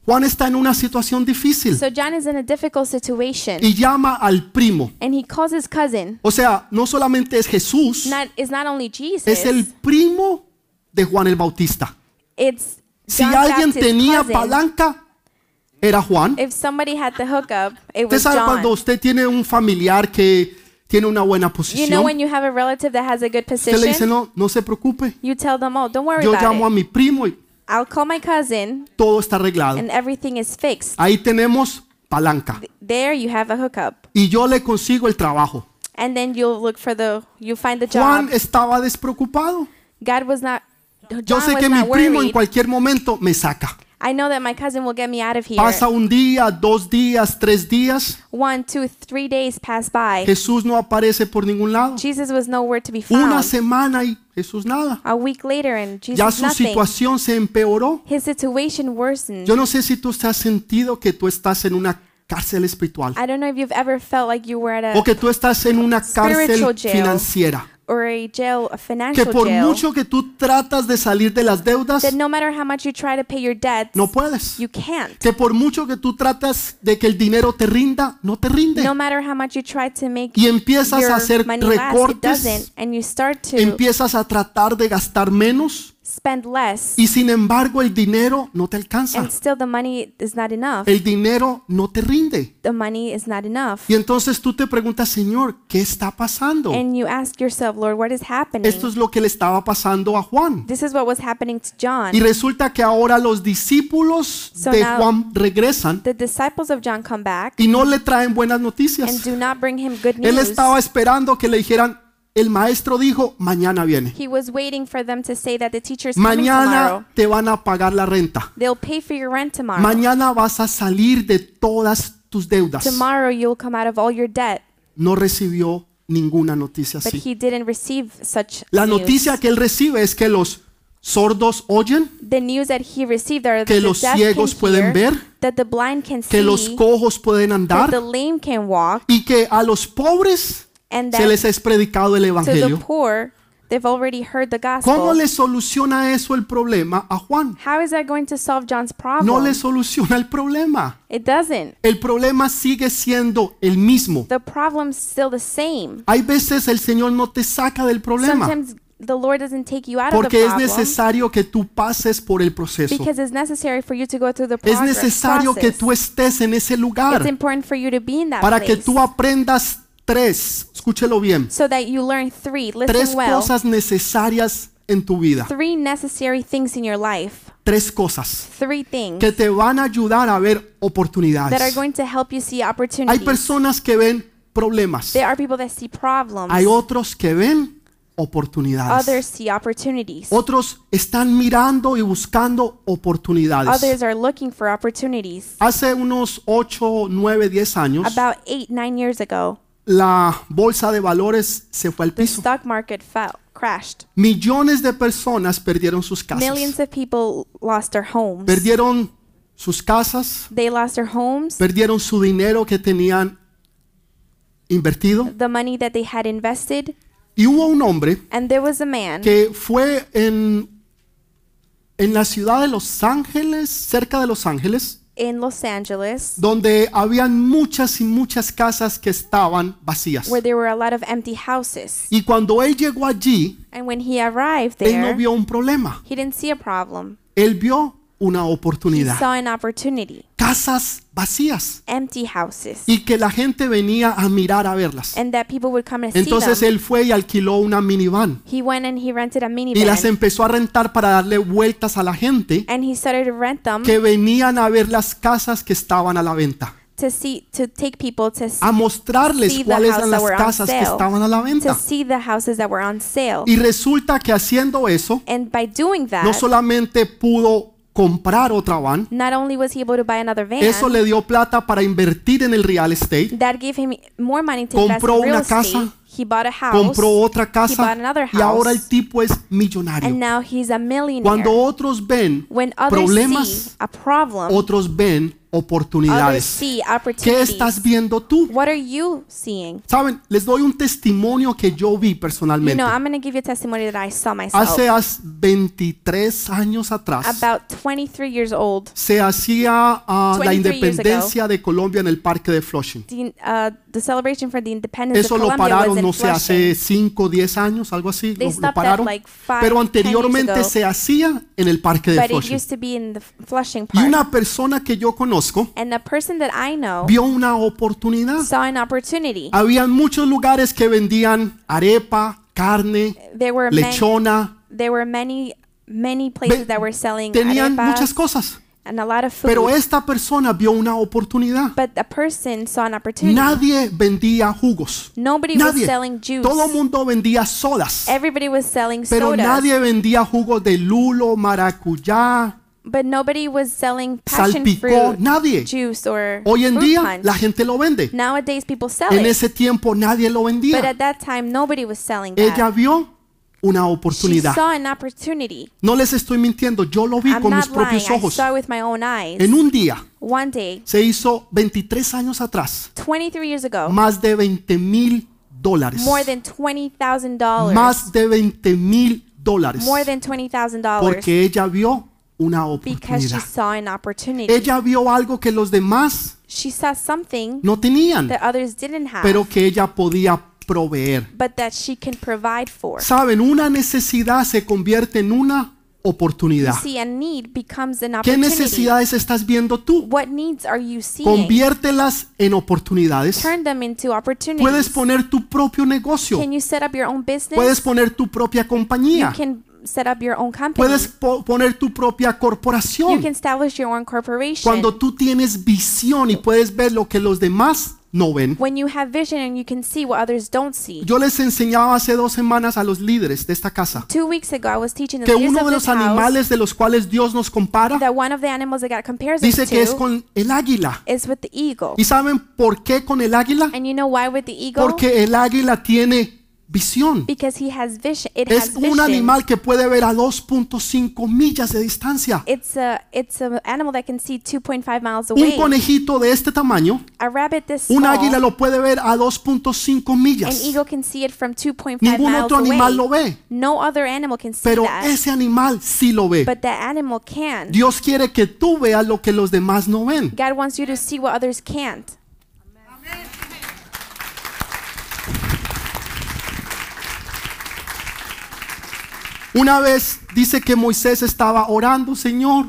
[SPEAKER 1] Juan está en una situación difícil
[SPEAKER 2] So John is in a difficult situation,
[SPEAKER 1] y llama al primo.
[SPEAKER 2] and he calls his cousin.
[SPEAKER 1] O sea, no solamente es Jesús,
[SPEAKER 2] Not is not only Jesus.
[SPEAKER 1] es el primo de Juan el Bautista.
[SPEAKER 2] it's
[SPEAKER 1] Si
[SPEAKER 2] John
[SPEAKER 1] alguien
[SPEAKER 2] Baptist's
[SPEAKER 1] tenía
[SPEAKER 2] cousin.
[SPEAKER 1] palanca, era Juan.
[SPEAKER 2] If somebody had the hookup,
[SPEAKER 1] Usted
[SPEAKER 2] it was
[SPEAKER 1] sabe cuando
[SPEAKER 2] John.
[SPEAKER 1] usted tiene un familiar que tiene una buena
[SPEAKER 2] You know when
[SPEAKER 1] posición,
[SPEAKER 2] you have a relative that has a good
[SPEAKER 1] usted le dice,
[SPEAKER 2] position,
[SPEAKER 1] no, no se preocupe,
[SPEAKER 2] you tell them, "Oh, don't worry
[SPEAKER 1] yo
[SPEAKER 2] about
[SPEAKER 1] llamo a
[SPEAKER 2] it.
[SPEAKER 1] mi primo y
[SPEAKER 2] I'll call my cousin,
[SPEAKER 1] todo está arreglado.
[SPEAKER 2] and everything is fixed."
[SPEAKER 1] Ahí tenemos palanca
[SPEAKER 2] There you have a hookup,
[SPEAKER 1] y yo le consigo el trabajo.
[SPEAKER 2] and then you'll look for the you find the job.
[SPEAKER 1] Juan estaba despreocupado.
[SPEAKER 2] God was not.
[SPEAKER 1] Yo
[SPEAKER 2] John
[SPEAKER 1] sé
[SPEAKER 2] was
[SPEAKER 1] que mi
[SPEAKER 2] not
[SPEAKER 1] primo en
[SPEAKER 2] worried.
[SPEAKER 1] cualquier momento me saca.
[SPEAKER 2] I know that my cousin will get me out of here.
[SPEAKER 1] Pasa un día, dos días, tres días.
[SPEAKER 2] One, two, three days pass by.
[SPEAKER 1] Jesús no aparece por ningún lado.
[SPEAKER 2] Jesus was nowhere to be
[SPEAKER 1] Una
[SPEAKER 2] found.
[SPEAKER 1] semana y Jesús nada.
[SPEAKER 2] A week later, and
[SPEAKER 1] Ya
[SPEAKER 2] Jesus
[SPEAKER 1] su
[SPEAKER 2] nothing.
[SPEAKER 1] situación se empeoró.
[SPEAKER 2] His situation worsened.
[SPEAKER 1] Yo no sé si tú te has sentido que tú estás en una cárcel espiritual
[SPEAKER 2] I don't know if you've ever felt like you were at
[SPEAKER 1] o
[SPEAKER 2] a
[SPEAKER 1] que tú estás en una
[SPEAKER 2] Spiritual
[SPEAKER 1] cárcel
[SPEAKER 2] jail.
[SPEAKER 1] financiera.
[SPEAKER 2] or a jail,
[SPEAKER 1] Que
[SPEAKER 2] a financial
[SPEAKER 1] por
[SPEAKER 2] jail,
[SPEAKER 1] mucho que tú tratas de salir de las deudas,
[SPEAKER 2] that no matter how much you try to pay your debts,
[SPEAKER 1] no puedes.
[SPEAKER 2] you can't.
[SPEAKER 1] Que por mucho que tú tratas de que el dinero te rinda, no te rinde.
[SPEAKER 2] No matter how much you try to make
[SPEAKER 1] Y empiezas
[SPEAKER 2] your
[SPEAKER 1] a hacer
[SPEAKER 2] money last, it
[SPEAKER 1] recortes,
[SPEAKER 2] doesn't, and you start to
[SPEAKER 1] empiezas a tratar de gastar menos
[SPEAKER 2] spend less,
[SPEAKER 1] y sin embargo el dinero no te alcanza.
[SPEAKER 2] and still the money is not enough.
[SPEAKER 1] El dinero no te rinde.
[SPEAKER 2] The money is not enough.
[SPEAKER 1] Y entonces tú te preguntas, Señor, ¿qué está pasando?
[SPEAKER 2] And you ask yourself, Lord, what is happening?
[SPEAKER 1] Esto es lo que le estaba pasando a Juan.
[SPEAKER 2] This is what was happening to John.
[SPEAKER 1] Y resulta que ahora los discípulos
[SPEAKER 2] So
[SPEAKER 1] de
[SPEAKER 2] now-
[SPEAKER 1] Juan regresan
[SPEAKER 2] The disciples of John come back
[SPEAKER 1] y no le traen buenas
[SPEAKER 2] and
[SPEAKER 1] noticias.
[SPEAKER 2] do not bring him good
[SPEAKER 1] Él
[SPEAKER 2] news.
[SPEAKER 1] estaba esperando que le dijeran, el maestro dijo, mañana viene.
[SPEAKER 2] He was waiting for them to say that the teacher's coming tomorrow.
[SPEAKER 1] Mañana te van a pagar la renta.
[SPEAKER 2] They'll pay for your rent tomorrow.
[SPEAKER 1] Mañana vas a salir de todas tus deudas.
[SPEAKER 2] Tomorrow you'll come out of all your debt.
[SPEAKER 1] No recibió ninguna noticia
[SPEAKER 2] But
[SPEAKER 1] así.
[SPEAKER 2] he didn't receive such
[SPEAKER 1] La
[SPEAKER 2] news.
[SPEAKER 1] noticia que él recibe es que los sordos oyen,
[SPEAKER 2] the news that he received are
[SPEAKER 1] Que
[SPEAKER 2] that
[SPEAKER 1] los
[SPEAKER 2] the deaf
[SPEAKER 1] ciegos
[SPEAKER 2] can hear,
[SPEAKER 1] pueden ver,
[SPEAKER 2] that the blind can
[SPEAKER 1] que
[SPEAKER 2] see,
[SPEAKER 1] los cojos pueden
[SPEAKER 2] that the
[SPEAKER 1] andar
[SPEAKER 2] lame can walk,
[SPEAKER 1] y que a los pobres
[SPEAKER 2] and
[SPEAKER 1] se
[SPEAKER 2] that
[SPEAKER 1] les es predicado el
[SPEAKER 2] to the
[SPEAKER 1] Evangelio.
[SPEAKER 2] poor they've already heard the gospel.
[SPEAKER 1] ¿Cómo le soluciona eso el problema a Juan?
[SPEAKER 2] How is that going to solve John's problem?
[SPEAKER 1] No le soluciona el problema.
[SPEAKER 2] It doesn't.
[SPEAKER 1] El problema sigue siendo el mismo.
[SPEAKER 2] The problem's still the same.
[SPEAKER 1] Hay veces el Señor no te saca del problema
[SPEAKER 2] Sometimes the Lord doesn't take you out
[SPEAKER 1] porque
[SPEAKER 2] of
[SPEAKER 1] es
[SPEAKER 2] the problem
[SPEAKER 1] necesario que tú pases por el proceso.
[SPEAKER 2] because it's necessary for you to go through the
[SPEAKER 1] Es
[SPEAKER 2] progress-
[SPEAKER 1] necesario que
[SPEAKER 2] process.
[SPEAKER 1] tú estés en ese
[SPEAKER 2] It's
[SPEAKER 1] lugar
[SPEAKER 2] important for you to be in that
[SPEAKER 1] para que
[SPEAKER 2] place
[SPEAKER 1] tú aprendas tres, escúchelo bien,
[SPEAKER 2] so that you learn three, listen
[SPEAKER 1] tres
[SPEAKER 2] well,
[SPEAKER 1] cosas necesarias en tu vida.
[SPEAKER 2] three necessary things in your life,
[SPEAKER 1] Tres cosas
[SPEAKER 2] three things
[SPEAKER 1] que te van a ayudar a ver
[SPEAKER 2] that are
[SPEAKER 1] oportunidades.
[SPEAKER 2] going to help you see
[SPEAKER 1] Hay
[SPEAKER 2] opportunities.
[SPEAKER 1] personas que ven problemas.
[SPEAKER 2] There are people that see problems.
[SPEAKER 1] Hay otros que ven oportunidades.
[SPEAKER 2] Others see opportunities.
[SPEAKER 1] Otros están mirando y buscando oportunidades.
[SPEAKER 2] Others are looking for opportunities.
[SPEAKER 1] Hace unos 8, 9, 10 años,
[SPEAKER 2] About eight, nine years ago,
[SPEAKER 1] la bolsa de valores se fue al piso.
[SPEAKER 2] stock market fell, crashed.
[SPEAKER 1] Millones de personas perdieron sus casas.
[SPEAKER 2] Millions of people lost their homes.
[SPEAKER 1] Perdieron sus casas,
[SPEAKER 2] They lost their homes,
[SPEAKER 1] perdieron su dinero que tenían invertido.
[SPEAKER 2] the money that they had invested,
[SPEAKER 1] Y hubo un hombre
[SPEAKER 2] and there was a man
[SPEAKER 1] que fue en, en la ciudad de Los Ángeles, cerca de Los Ángeles,
[SPEAKER 2] in Los Angeles
[SPEAKER 1] donde habían muchas y muchas casas que estaban vacías.
[SPEAKER 2] where there were a lot of empty houses.
[SPEAKER 1] Y cuando él llegó allí,
[SPEAKER 2] And when he arrived
[SPEAKER 1] él no
[SPEAKER 2] there,
[SPEAKER 1] vio un problema,
[SPEAKER 2] he didn't see a problem.
[SPEAKER 1] él vio una
[SPEAKER 2] He
[SPEAKER 1] oportunidad.
[SPEAKER 2] saw an opportunity.
[SPEAKER 1] Casas vacías
[SPEAKER 2] Empty houses.
[SPEAKER 1] y que la gente venía a mirar a verlas.
[SPEAKER 2] And that people would come and see
[SPEAKER 1] Entonces
[SPEAKER 2] them.
[SPEAKER 1] él fue y alquiló una minivan
[SPEAKER 2] He went and he rented a
[SPEAKER 1] y las
[SPEAKER 2] minivan.
[SPEAKER 1] empezó a rentar para darle vueltas a la gente
[SPEAKER 2] And he started to rent them
[SPEAKER 1] que venían a ver las casas que estaban a la venta.
[SPEAKER 2] to see to take people to s-
[SPEAKER 1] a mostrarles
[SPEAKER 2] See the
[SPEAKER 1] cuáles
[SPEAKER 2] house
[SPEAKER 1] eran
[SPEAKER 2] that
[SPEAKER 1] las
[SPEAKER 2] were on
[SPEAKER 1] casas que
[SPEAKER 2] sale.
[SPEAKER 1] estaban a la
[SPEAKER 2] to
[SPEAKER 1] venta.
[SPEAKER 2] see the houses that were on sale.
[SPEAKER 1] Y resulta que haciendo eso,
[SPEAKER 2] And by doing
[SPEAKER 1] no
[SPEAKER 2] that,
[SPEAKER 1] solamente pudo comprar otra van,
[SPEAKER 2] not only was he able to buy another
[SPEAKER 1] eso
[SPEAKER 2] van,
[SPEAKER 1] le dio plata para invertir en el real estate,
[SPEAKER 2] that gave him more money to invest
[SPEAKER 1] Compró
[SPEAKER 2] in real
[SPEAKER 1] una casa,
[SPEAKER 2] estate. He bought a house,
[SPEAKER 1] compró otra
[SPEAKER 2] he
[SPEAKER 1] casa
[SPEAKER 2] bought another
[SPEAKER 1] y ahora el
[SPEAKER 2] house.
[SPEAKER 1] tipo es
[SPEAKER 2] and
[SPEAKER 1] millonario.
[SPEAKER 2] now he's a
[SPEAKER 1] Cuando
[SPEAKER 2] millionaire.
[SPEAKER 1] otros ven
[SPEAKER 2] When others see
[SPEAKER 1] problemas,
[SPEAKER 2] a problem,
[SPEAKER 1] otros ven
[SPEAKER 2] others
[SPEAKER 1] oportunidades.
[SPEAKER 2] see
[SPEAKER 1] ¿Qué estás
[SPEAKER 2] opportunities.
[SPEAKER 1] viendo tú?
[SPEAKER 2] What are you seeing?
[SPEAKER 1] Saben, les doy un testimonio que yo vi
[SPEAKER 2] You
[SPEAKER 1] personalmente.
[SPEAKER 2] know, I'm going to give you a testimony that I saw myself.
[SPEAKER 1] Hace as- 23 años atrás.
[SPEAKER 2] About 23 years old,
[SPEAKER 1] se hacía ah, la
[SPEAKER 2] 23 years
[SPEAKER 1] independencia de Colombia en el parque de Flushing.
[SPEAKER 2] the, uh, the celebration for the independence
[SPEAKER 1] Eso
[SPEAKER 2] of
[SPEAKER 1] lo
[SPEAKER 2] Colombia was
[SPEAKER 1] pararon,
[SPEAKER 2] in
[SPEAKER 1] no sé, hace
[SPEAKER 2] Flushing.
[SPEAKER 1] 5, 10 años, algo así,
[SPEAKER 2] They
[SPEAKER 1] lo, lo
[SPEAKER 2] stopped that
[SPEAKER 1] pararon.
[SPEAKER 2] like five,
[SPEAKER 1] Pero
[SPEAKER 2] 10 years
[SPEAKER 1] anteriormente
[SPEAKER 2] ago.
[SPEAKER 1] se hacía en el parque de
[SPEAKER 2] But it
[SPEAKER 1] Flushing.
[SPEAKER 2] used to be in the Flushing
[SPEAKER 1] Y
[SPEAKER 2] Park.
[SPEAKER 1] una persona que yo conozco
[SPEAKER 2] and the person that I know
[SPEAKER 1] vio una oportunidad.
[SPEAKER 2] saw an opportunity.
[SPEAKER 1] Había muchos lugares que vendían arepa, carne,
[SPEAKER 2] There were many,
[SPEAKER 1] lechona,
[SPEAKER 2] there were many many places that were selling
[SPEAKER 1] tenían
[SPEAKER 2] arepas
[SPEAKER 1] muchas cosas.
[SPEAKER 2] and a lot of food.
[SPEAKER 1] Pero esta persona vio una oportunidad.
[SPEAKER 2] but the person saw an opportunity.
[SPEAKER 1] Nadie vendía jugos.
[SPEAKER 2] Nobody was
[SPEAKER 1] Nadie.
[SPEAKER 2] selling juice.
[SPEAKER 1] Todo mundo vendía sodas.
[SPEAKER 2] Everybody was selling
[SPEAKER 1] Pero
[SPEAKER 2] sodas.
[SPEAKER 1] nadie vendía jugo de lulo, maracuyá,
[SPEAKER 2] but nobody was selling passion
[SPEAKER 1] salpicó,
[SPEAKER 2] fruit
[SPEAKER 1] nadie.
[SPEAKER 2] juice or
[SPEAKER 1] Hoy en
[SPEAKER 2] fruit
[SPEAKER 1] día
[SPEAKER 2] punch.
[SPEAKER 1] la gente lo vende.
[SPEAKER 2] Nowadays people sell
[SPEAKER 1] En
[SPEAKER 2] it.
[SPEAKER 1] ese tiempo nadie lo
[SPEAKER 2] But
[SPEAKER 1] vendía.
[SPEAKER 2] at that time, nobody was selling that.
[SPEAKER 1] Ella vio una
[SPEAKER 2] she
[SPEAKER 1] oportunidad.
[SPEAKER 2] saw an opportunity.
[SPEAKER 1] No les estoy mintiendo, yo lo vi
[SPEAKER 2] I'm
[SPEAKER 1] con mis
[SPEAKER 2] not lying.
[SPEAKER 1] propios
[SPEAKER 2] I
[SPEAKER 1] ojos.
[SPEAKER 2] saw it with my own eyes.
[SPEAKER 1] En un día
[SPEAKER 2] One day,
[SPEAKER 1] se hizo 23 años atrás,
[SPEAKER 2] 23 years ago,
[SPEAKER 1] más de 20 mil dólares.
[SPEAKER 2] more than $20,000.
[SPEAKER 1] Más de 20 mil dólares.
[SPEAKER 2] More than $20,000.
[SPEAKER 1] Porque ella vio una
[SPEAKER 2] Because she
[SPEAKER 1] oportunidad.
[SPEAKER 2] saw an opportunity.
[SPEAKER 1] Ella vio algo que los demás
[SPEAKER 2] She saw something
[SPEAKER 1] no tenían.
[SPEAKER 2] that others didn't have,
[SPEAKER 1] pero que ella podía proveer.
[SPEAKER 2] but that she can provide for.
[SPEAKER 1] Saben, una necesidad se convierte en una oportunidad.
[SPEAKER 2] See, a need becomes an
[SPEAKER 1] ¿Qué
[SPEAKER 2] opportunity.
[SPEAKER 1] necesidades estás viendo tú?
[SPEAKER 2] What needs are you seeing?
[SPEAKER 1] Conviértelas en oportunidades.
[SPEAKER 2] Turn them into
[SPEAKER 1] Puedes
[SPEAKER 2] opportunities.
[SPEAKER 1] poner tu propio negocio.
[SPEAKER 2] Can you set up your own business?
[SPEAKER 1] Puedes poner tu propia
[SPEAKER 2] You
[SPEAKER 1] compañía.
[SPEAKER 2] can set up your own company.
[SPEAKER 1] Puedes po- poner tu propia
[SPEAKER 2] You can
[SPEAKER 1] corporación.
[SPEAKER 2] establish your own corporation.
[SPEAKER 1] Cuando tú tienes visión y puedes ver lo que los demás no ven.
[SPEAKER 2] when you have vision and you can see what others don't see.
[SPEAKER 1] Yo les enseñaba hace dos semanas a los líderes de esta casa
[SPEAKER 2] Two weeks ago, I was teaching the
[SPEAKER 1] que
[SPEAKER 2] leaders
[SPEAKER 1] uno
[SPEAKER 2] of
[SPEAKER 1] de
[SPEAKER 2] this
[SPEAKER 1] los
[SPEAKER 2] house
[SPEAKER 1] animales de los cuales Dios nos compara
[SPEAKER 2] that one of the animals that got compares us
[SPEAKER 1] Dice que es
[SPEAKER 2] to
[SPEAKER 1] con el águila.
[SPEAKER 2] is with the eagle.
[SPEAKER 1] ¿Y saben por qué con el águila?
[SPEAKER 2] And you know why with the eagle?
[SPEAKER 1] Porque el águila tiene visión.
[SPEAKER 2] Because he has vision. It has
[SPEAKER 1] Es un
[SPEAKER 2] vision.
[SPEAKER 1] animal que puede ver a 2.5 millas de distancia.
[SPEAKER 2] It's a it's an animal that can see 2.5 miles
[SPEAKER 1] Un
[SPEAKER 2] away.
[SPEAKER 1] conejito de este tamaño,
[SPEAKER 2] A rabbit this
[SPEAKER 1] un
[SPEAKER 2] small,
[SPEAKER 1] águila lo puede ver a 2.5
[SPEAKER 2] an
[SPEAKER 1] millas.
[SPEAKER 2] eagle can see it from 2.5
[SPEAKER 1] Ningún
[SPEAKER 2] miles
[SPEAKER 1] otro animal lo
[SPEAKER 2] away.
[SPEAKER 1] ve,
[SPEAKER 2] No other animal can see
[SPEAKER 1] pero
[SPEAKER 2] that.
[SPEAKER 1] ese animal sí lo ve.
[SPEAKER 2] But that animal can.
[SPEAKER 1] Dios quiere que tú veas lo que los demás no ven.
[SPEAKER 2] God wants you to see what others can't.
[SPEAKER 1] Una vez dice que Moisés estaba orando, Señor,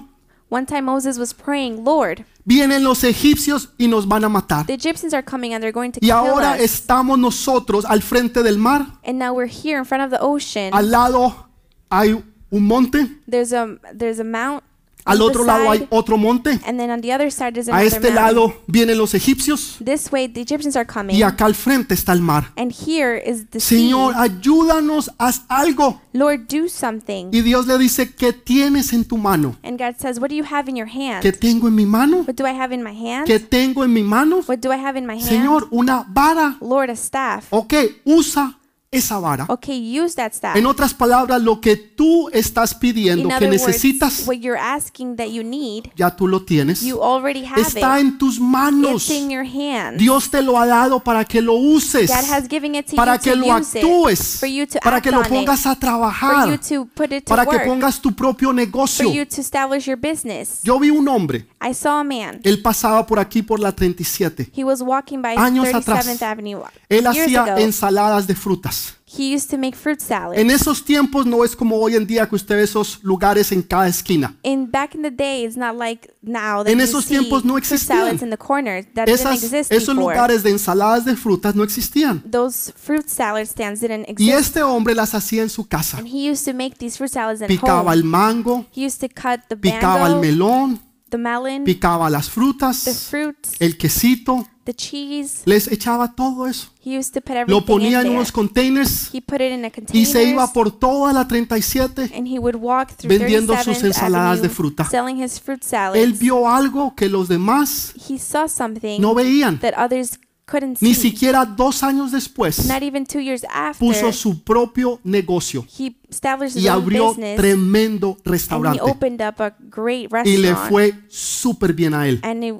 [SPEAKER 2] One time Moses was praying, Lord,
[SPEAKER 1] vienen los egipcios y nos van a matar.
[SPEAKER 2] the Egyptians are coming and they're going to
[SPEAKER 1] Y
[SPEAKER 2] kill
[SPEAKER 1] ahora
[SPEAKER 2] us.
[SPEAKER 1] estamos nosotros al frente del mar.
[SPEAKER 2] And now we're here in front of the ocean.
[SPEAKER 1] Al lado hay un monte
[SPEAKER 2] There's a there's a mount
[SPEAKER 1] Al
[SPEAKER 2] the
[SPEAKER 1] otro lado hay
[SPEAKER 2] side-
[SPEAKER 1] otro monte.
[SPEAKER 2] And then on the other side is
[SPEAKER 1] A
[SPEAKER 2] another
[SPEAKER 1] este
[SPEAKER 2] mountain.
[SPEAKER 1] lado vienen los egipcios
[SPEAKER 2] This way the Egyptians are coming.
[SPEAKER 1] y acá al frente está el mar.
[SPEAKER 2] And here is the
[SPEAKER 1] Señor,
[SPEAKER 2] sea.
[SPEAKER 1] ayúdanos, haz algo.
[SPEAKER 2] Lord, do something.
[SPEAKER 1] Y Dios le dice, ¿qué tienes en tu mano?
[SPEAKER 2] And God says, What do you have in your hand?
[SPEAKER 1] ¿Qué tengo en mi mano?
[SPEAKER 2] What do I have in my hand?
[SPEAKER 1] ¿Qué tengo en mi mano?
[SPEAKER 2] What do I have in my hand?
[SPEAKER 1] Señor, oh, una vara.
[SPEAKER 2] Lord, a staff.
[SPEAKER 1] Ok, usa esa vara.
[SPEAKER 2] Okay, use that staff.
[SPEAKER 1] En otras palabras, lo que tú estás pidiendo,
[SPEAKER 2] in
[SPEAKER 1] que
[SPEAKER 2] other words,
[SPEAKER 1] necesitas,
[SPEAKER 2] what you're asking that you need,
[SPEAKER 1] ya tú lo tienes.
[SPEAKER 2] you already have
[SPEAKER 1] Está
[SPEAKER 2] it.
[SPEAKER 1] en tus
[SPEAKER 2] It's
[SPEAKER 1] manos.
[SPEAKER 2] in your hand.
[SPEAKER 1] Dios te lo ha dado para que lo uses,
[SPEAKER 2] God has given it to
[SPEAKER 1] para
[SPEAKER 2] you
[SPEAKER 1] que
[SPEAKER 2] to
[SPEAKER 1] lo
[SPEAKER 2] use it,
[SPEAKER 1] actúes,
[SPEAKER 2] for you to
[SPEAKER 1] para
[SPEAKER 2] act
[SPEAKER 1] que lo
[SPEAKER 2] on
[SPEAKER 1] pongas a
[SPEAKER 2] it, for you
[SPEAKER 1] trabajar,
[SPEAKER 2] to put it to
[SPEAKER 1] para que
[SPEAKER 2] work,
[SPEAKER 1] pongas tu propio
[SPEAKER 2] for
[SPEAKER 1] negocio.
[SPEAKER 2] you to establish your business.
[SPEAKER 1] Yo vi un hombre,
[SPEAKER 2] I saw a man.
[SPEAKER 1] él pasaba por aquí por la 37.
[SPEAKER 2] He was walking by
[SPEAKER 1] Años
[SPEAKER 2] 37th
[SPEAKER 1] atrás.
[SPEAKER 2] Avenue
[SPEAKER 1] Él
[SPEAKER 2] years ago.
[SPEAKER 1] hacía ensaladas de frutas.
[SPEAKER 2] He used to make fruit salad.
[SPEAKER 1] En esos tiempos no es como hoy en día que usted ve esos lugares en cada esquina.
[SPEAKER 2] in back in the day, it's not like now that
[SPEAKER 1] En
[SPEAKER 2] you
[SPEAKER 1] esos
[SPEAKER 2] see
[SPEAKER 1] tiempos no
[SPEAKER 2] fruit salads
[SPEAKER 1] existían.
[SPEAKER 2] in the corner that didn't
[SPEAKER 1] Esas-
[SPEAKER 2] exist
[SPEAKER 1] esos
[SPEAKER 2] before.
[SPEAKER 1] lugares de ensaladas de frutas no existían.
[SPEAKER 2] Those fruit salad stands didn't
[SPEAKER 1] Y
[SPEAKER 2] exist,
[SPEAKER 1] este hombre las hacía en su casa.
[SPEAKER 2] and he used to make these fruit salads at
[SPEAKER 1] Picaba
[SPEAKER 2] home.
[SPEAKER 1] el mango,
[SPEAKER 2] he used to cut the
[SPEAKER 1] picaba el
[SPEAKER 2] mango,
[SPEAKER 1] melón,
[SPEAKER 2] the melon,
[SPEAKER 1] picaba las
[SPEAKER 2] the
[SPEAKER 1] frutas,
[SPEAKER 2] fruits,
[SPEAKER 1] el quesito,
[SPEAKER 2] the cheese.
[SPEAKER 1] les echaba todo eso.
[SPEAKER 2] He used to put
[SPEAKER 1] Lo
[SPEAKER 2] everything in
[SPEAKER 1] ponía en
[SPEAKER 2] there.
[SPEAKER 1] unos containers
[SPEAKER 2] He put it in a
[SPEAKER 1] y se iba
[SPEAKER 2] container.
[SPEAKER 1] por toda la 37.
[SPEAKER 2] And he would walk through
[SPEAKER 1] vendiendo sus
[SPEAKER 2] 37th
[SPEAKER 1] ensaladas de
[SPEAKER 2] Avenue,
[SPEAKER 1] fruta.
[SPEAKER 2] selling his fruit
[SPEAKER 1] Él
[SPEAKER 2] salads.
[SPEAKER 1] vio algo que los demás
[SPEAKER 2] He saw something
[SPEAKER 1] no veían.
[SPEAKER 2] that others couldn't
[SPEAKER 1] Ni
[SPEAKER 2] see.
[SPEAKER 1] siquiera dos años después
[SPEAKER 2] Not even two years after,
[SPEAKER 1] puso su propio negocio
[SPEAKER 2] he established his
[SPEAKER 1] y
[SPEAKER 2] own
[SPEAKER 1] abrió
[SPEAKER 2] business
[SPEAKER 1] tremendo
[SPEAKER 2] and he
[SPEAKER 1] restaurante.
[SPEAKER 2] opened up a great
[SPEAKER 1] Y le
[SPEAKER 2] restaurant.
[SPEAKER 1] fue súper bien a él.
[SPEAKER 2] And it,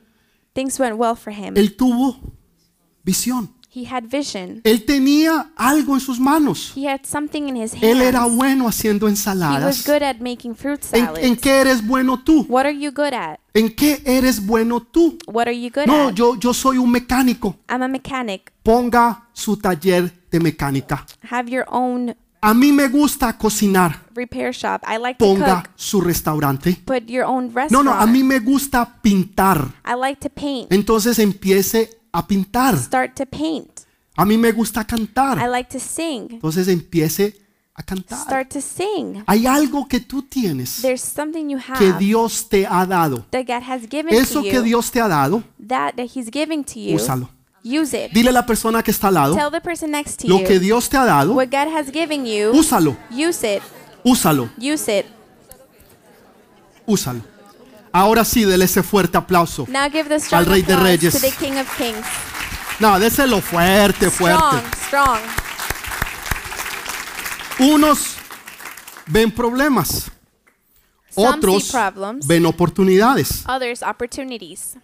[SPEAKER 2] things went well for him.
[SPEAKER 1] Él tuvo visión.
[SPEAKER 2] He had vision.
[SPEAKER 1] Él tenía algo en sus manos.
[SPEAKER 2] He had something in his
[SPEAKER 1] Él era
[SPEAKER 2] hands.
[SPEAKER 1] bueno haciendo
[SPEAKER 2] He was
[SPEAKER 1] ensaladas.
[SPEAKER 2] good at making fruit
[SPEAKER 1] ¿En, en
[SPEAKER 2] salads.
[SPEAKER 1] qué eres bueno tú?
[SPEAKER 2] What are you good at?
[SPEAKER 1] ¿En qué eres bueno tú?
[SPEAKER 2] What are you good
[SPEAKER 1] No,
[SPEAKER 2] at?
[SPEAKER 1] yo, yo soy un mecánico.
[SPEAKER 2] I'm a mechanic.
[SPEAKER 1] Ponga su taller de mecánica.
[SPEAKER 2] Have your own
[SPEAKER 1] A mí me gusta cocinar.
[SPEAKER 2] repair shop. I like to cook.
[SPEAKER 1] Ponga su restaurante.
[SPEAKER 2] Put your own
[SPEAKER 1] No,
[SPEAKER 2] restaurant.
[SPEAKER 1] no, a mí me gusta pintar.
[SPEAKER 2] I like to paint.
[SPEAKER 1] Entonces empiece a pintar.
[SPEAKER 2] Start to paint.
[SPEAKER 1] A mí me gusta
[SPEAKER 2] I
[SPEAKER 1] cantar.
[SPEAKER 2] like to sing.
[SPEAKER 1] Entonces empiece a cantar.
[SPEAKER 2] Start to sing.
[SPEAKER 1] Hay algo que tú tienes
[SPEAKER 2] There's something you
[SPEAKER 1] que
[SPEAKER 2] have
[SPEAKER 1] Dios te ha dado.
[SPEAKER 2] that God has given
[SPEAKER 1] Eso
[SPEAKER 2] to
[SPEAKER 1] que
[SPEAKER 2] you.
[SPEAKER 1] Dios te ha dado,
[SPEAKER 2] that that He's giving to you.
[SPEAKER 1] úsalo.
[SPEAKER 2] Use it.
[SPEAKER 1] Dile a la persona que está al lado,
[SPEAKER 2] Tell the person next to
[SPEAKER 1] lo que
[SPEAKER 2] you
[SPEAKER 1] Dios te ha dado,
[SPEAKER 2] what God has given you.
[SPEAKER 1] úsalo,
[SPEAKER 2] Use it.
[SPEAKER 1] úsalo,
[SPEAKER 2] Use it.
[SPEAKER 1] úsalo. Ahora sí, dele ese fuerte aplauso.
[SPEAKER 2] Now give the strong
[SPEAKER 1] Rey de
[SPEAKER 2] applause
[SPEAKER 1] Reyes.
[SPEAKER 2] to the King of Kings.
[SPEAKER 1] No, déselo fuerte,
[SPEAKER 2] Strong,
[SPEAKER 1] fuerte.
[SPEAKER 2] strong.
[SPEAKER 1] Unos ven problemas,
[SPEAKER 2] Some see
[SPEAKER 1] otros
[SPEAKER 2] problems,
[SPEAKER 1] ven oportunidades.
[SPEAKER 2] others opportunities.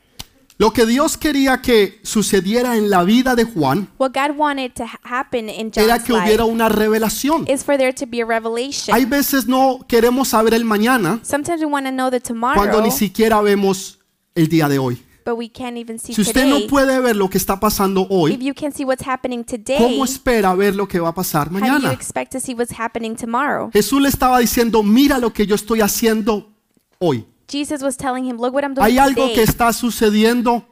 [SPEAKER 1] Lo que Dios quería que sucediera en la vida de Juan
[SPEAKER 2] What God wanted to ha- happen in
[SPEAKER 1] era
[SPEAKER 2] John's
[SPEAKER 1] que hubiera
[SPEAKER 2] life
[SPEAKER 1] una revelación.
[SPEAKER 2] is for there to be a revelation.
[SPEAKER 1] Hay veces no queremos saber el mañana
[SPEAKER 2] Sometimes we want to know the
[SPEAKER 1] cuando
[SPEAKER 2] tomorrow,
[SPEAKER 1] ni siquiera vemos el día de hoy.
[SPEAKER 2] but we can't even see
[SPEAKER 1] Si usted no
[SPEAKER 2] today.
[SPEAKER 1] puede ver lo que está pasando
[SPEAKER 2] If
[SPEAKER 1] hoy,
[SPEAKER 2] you can't see what's happening today,
[SPEAKER 1] ¿cómo espera ver lo que va a pasar
[SPEAKER 2] how do you
[SPEAKER 1] mañana?
[SPEAKER 2] expect to see what's happening tomorrow?
[SPEAKER 1] Jesús le estaba diciendo, mira lo que yo estoy haciendo hoy.
[SPEAKER 2] Jesus was telling him, "Look what I'm doing
[SPEAKER 1] Hay algo que
[SPEAKER 2] today.
[SPEAKER 1] está sucediendo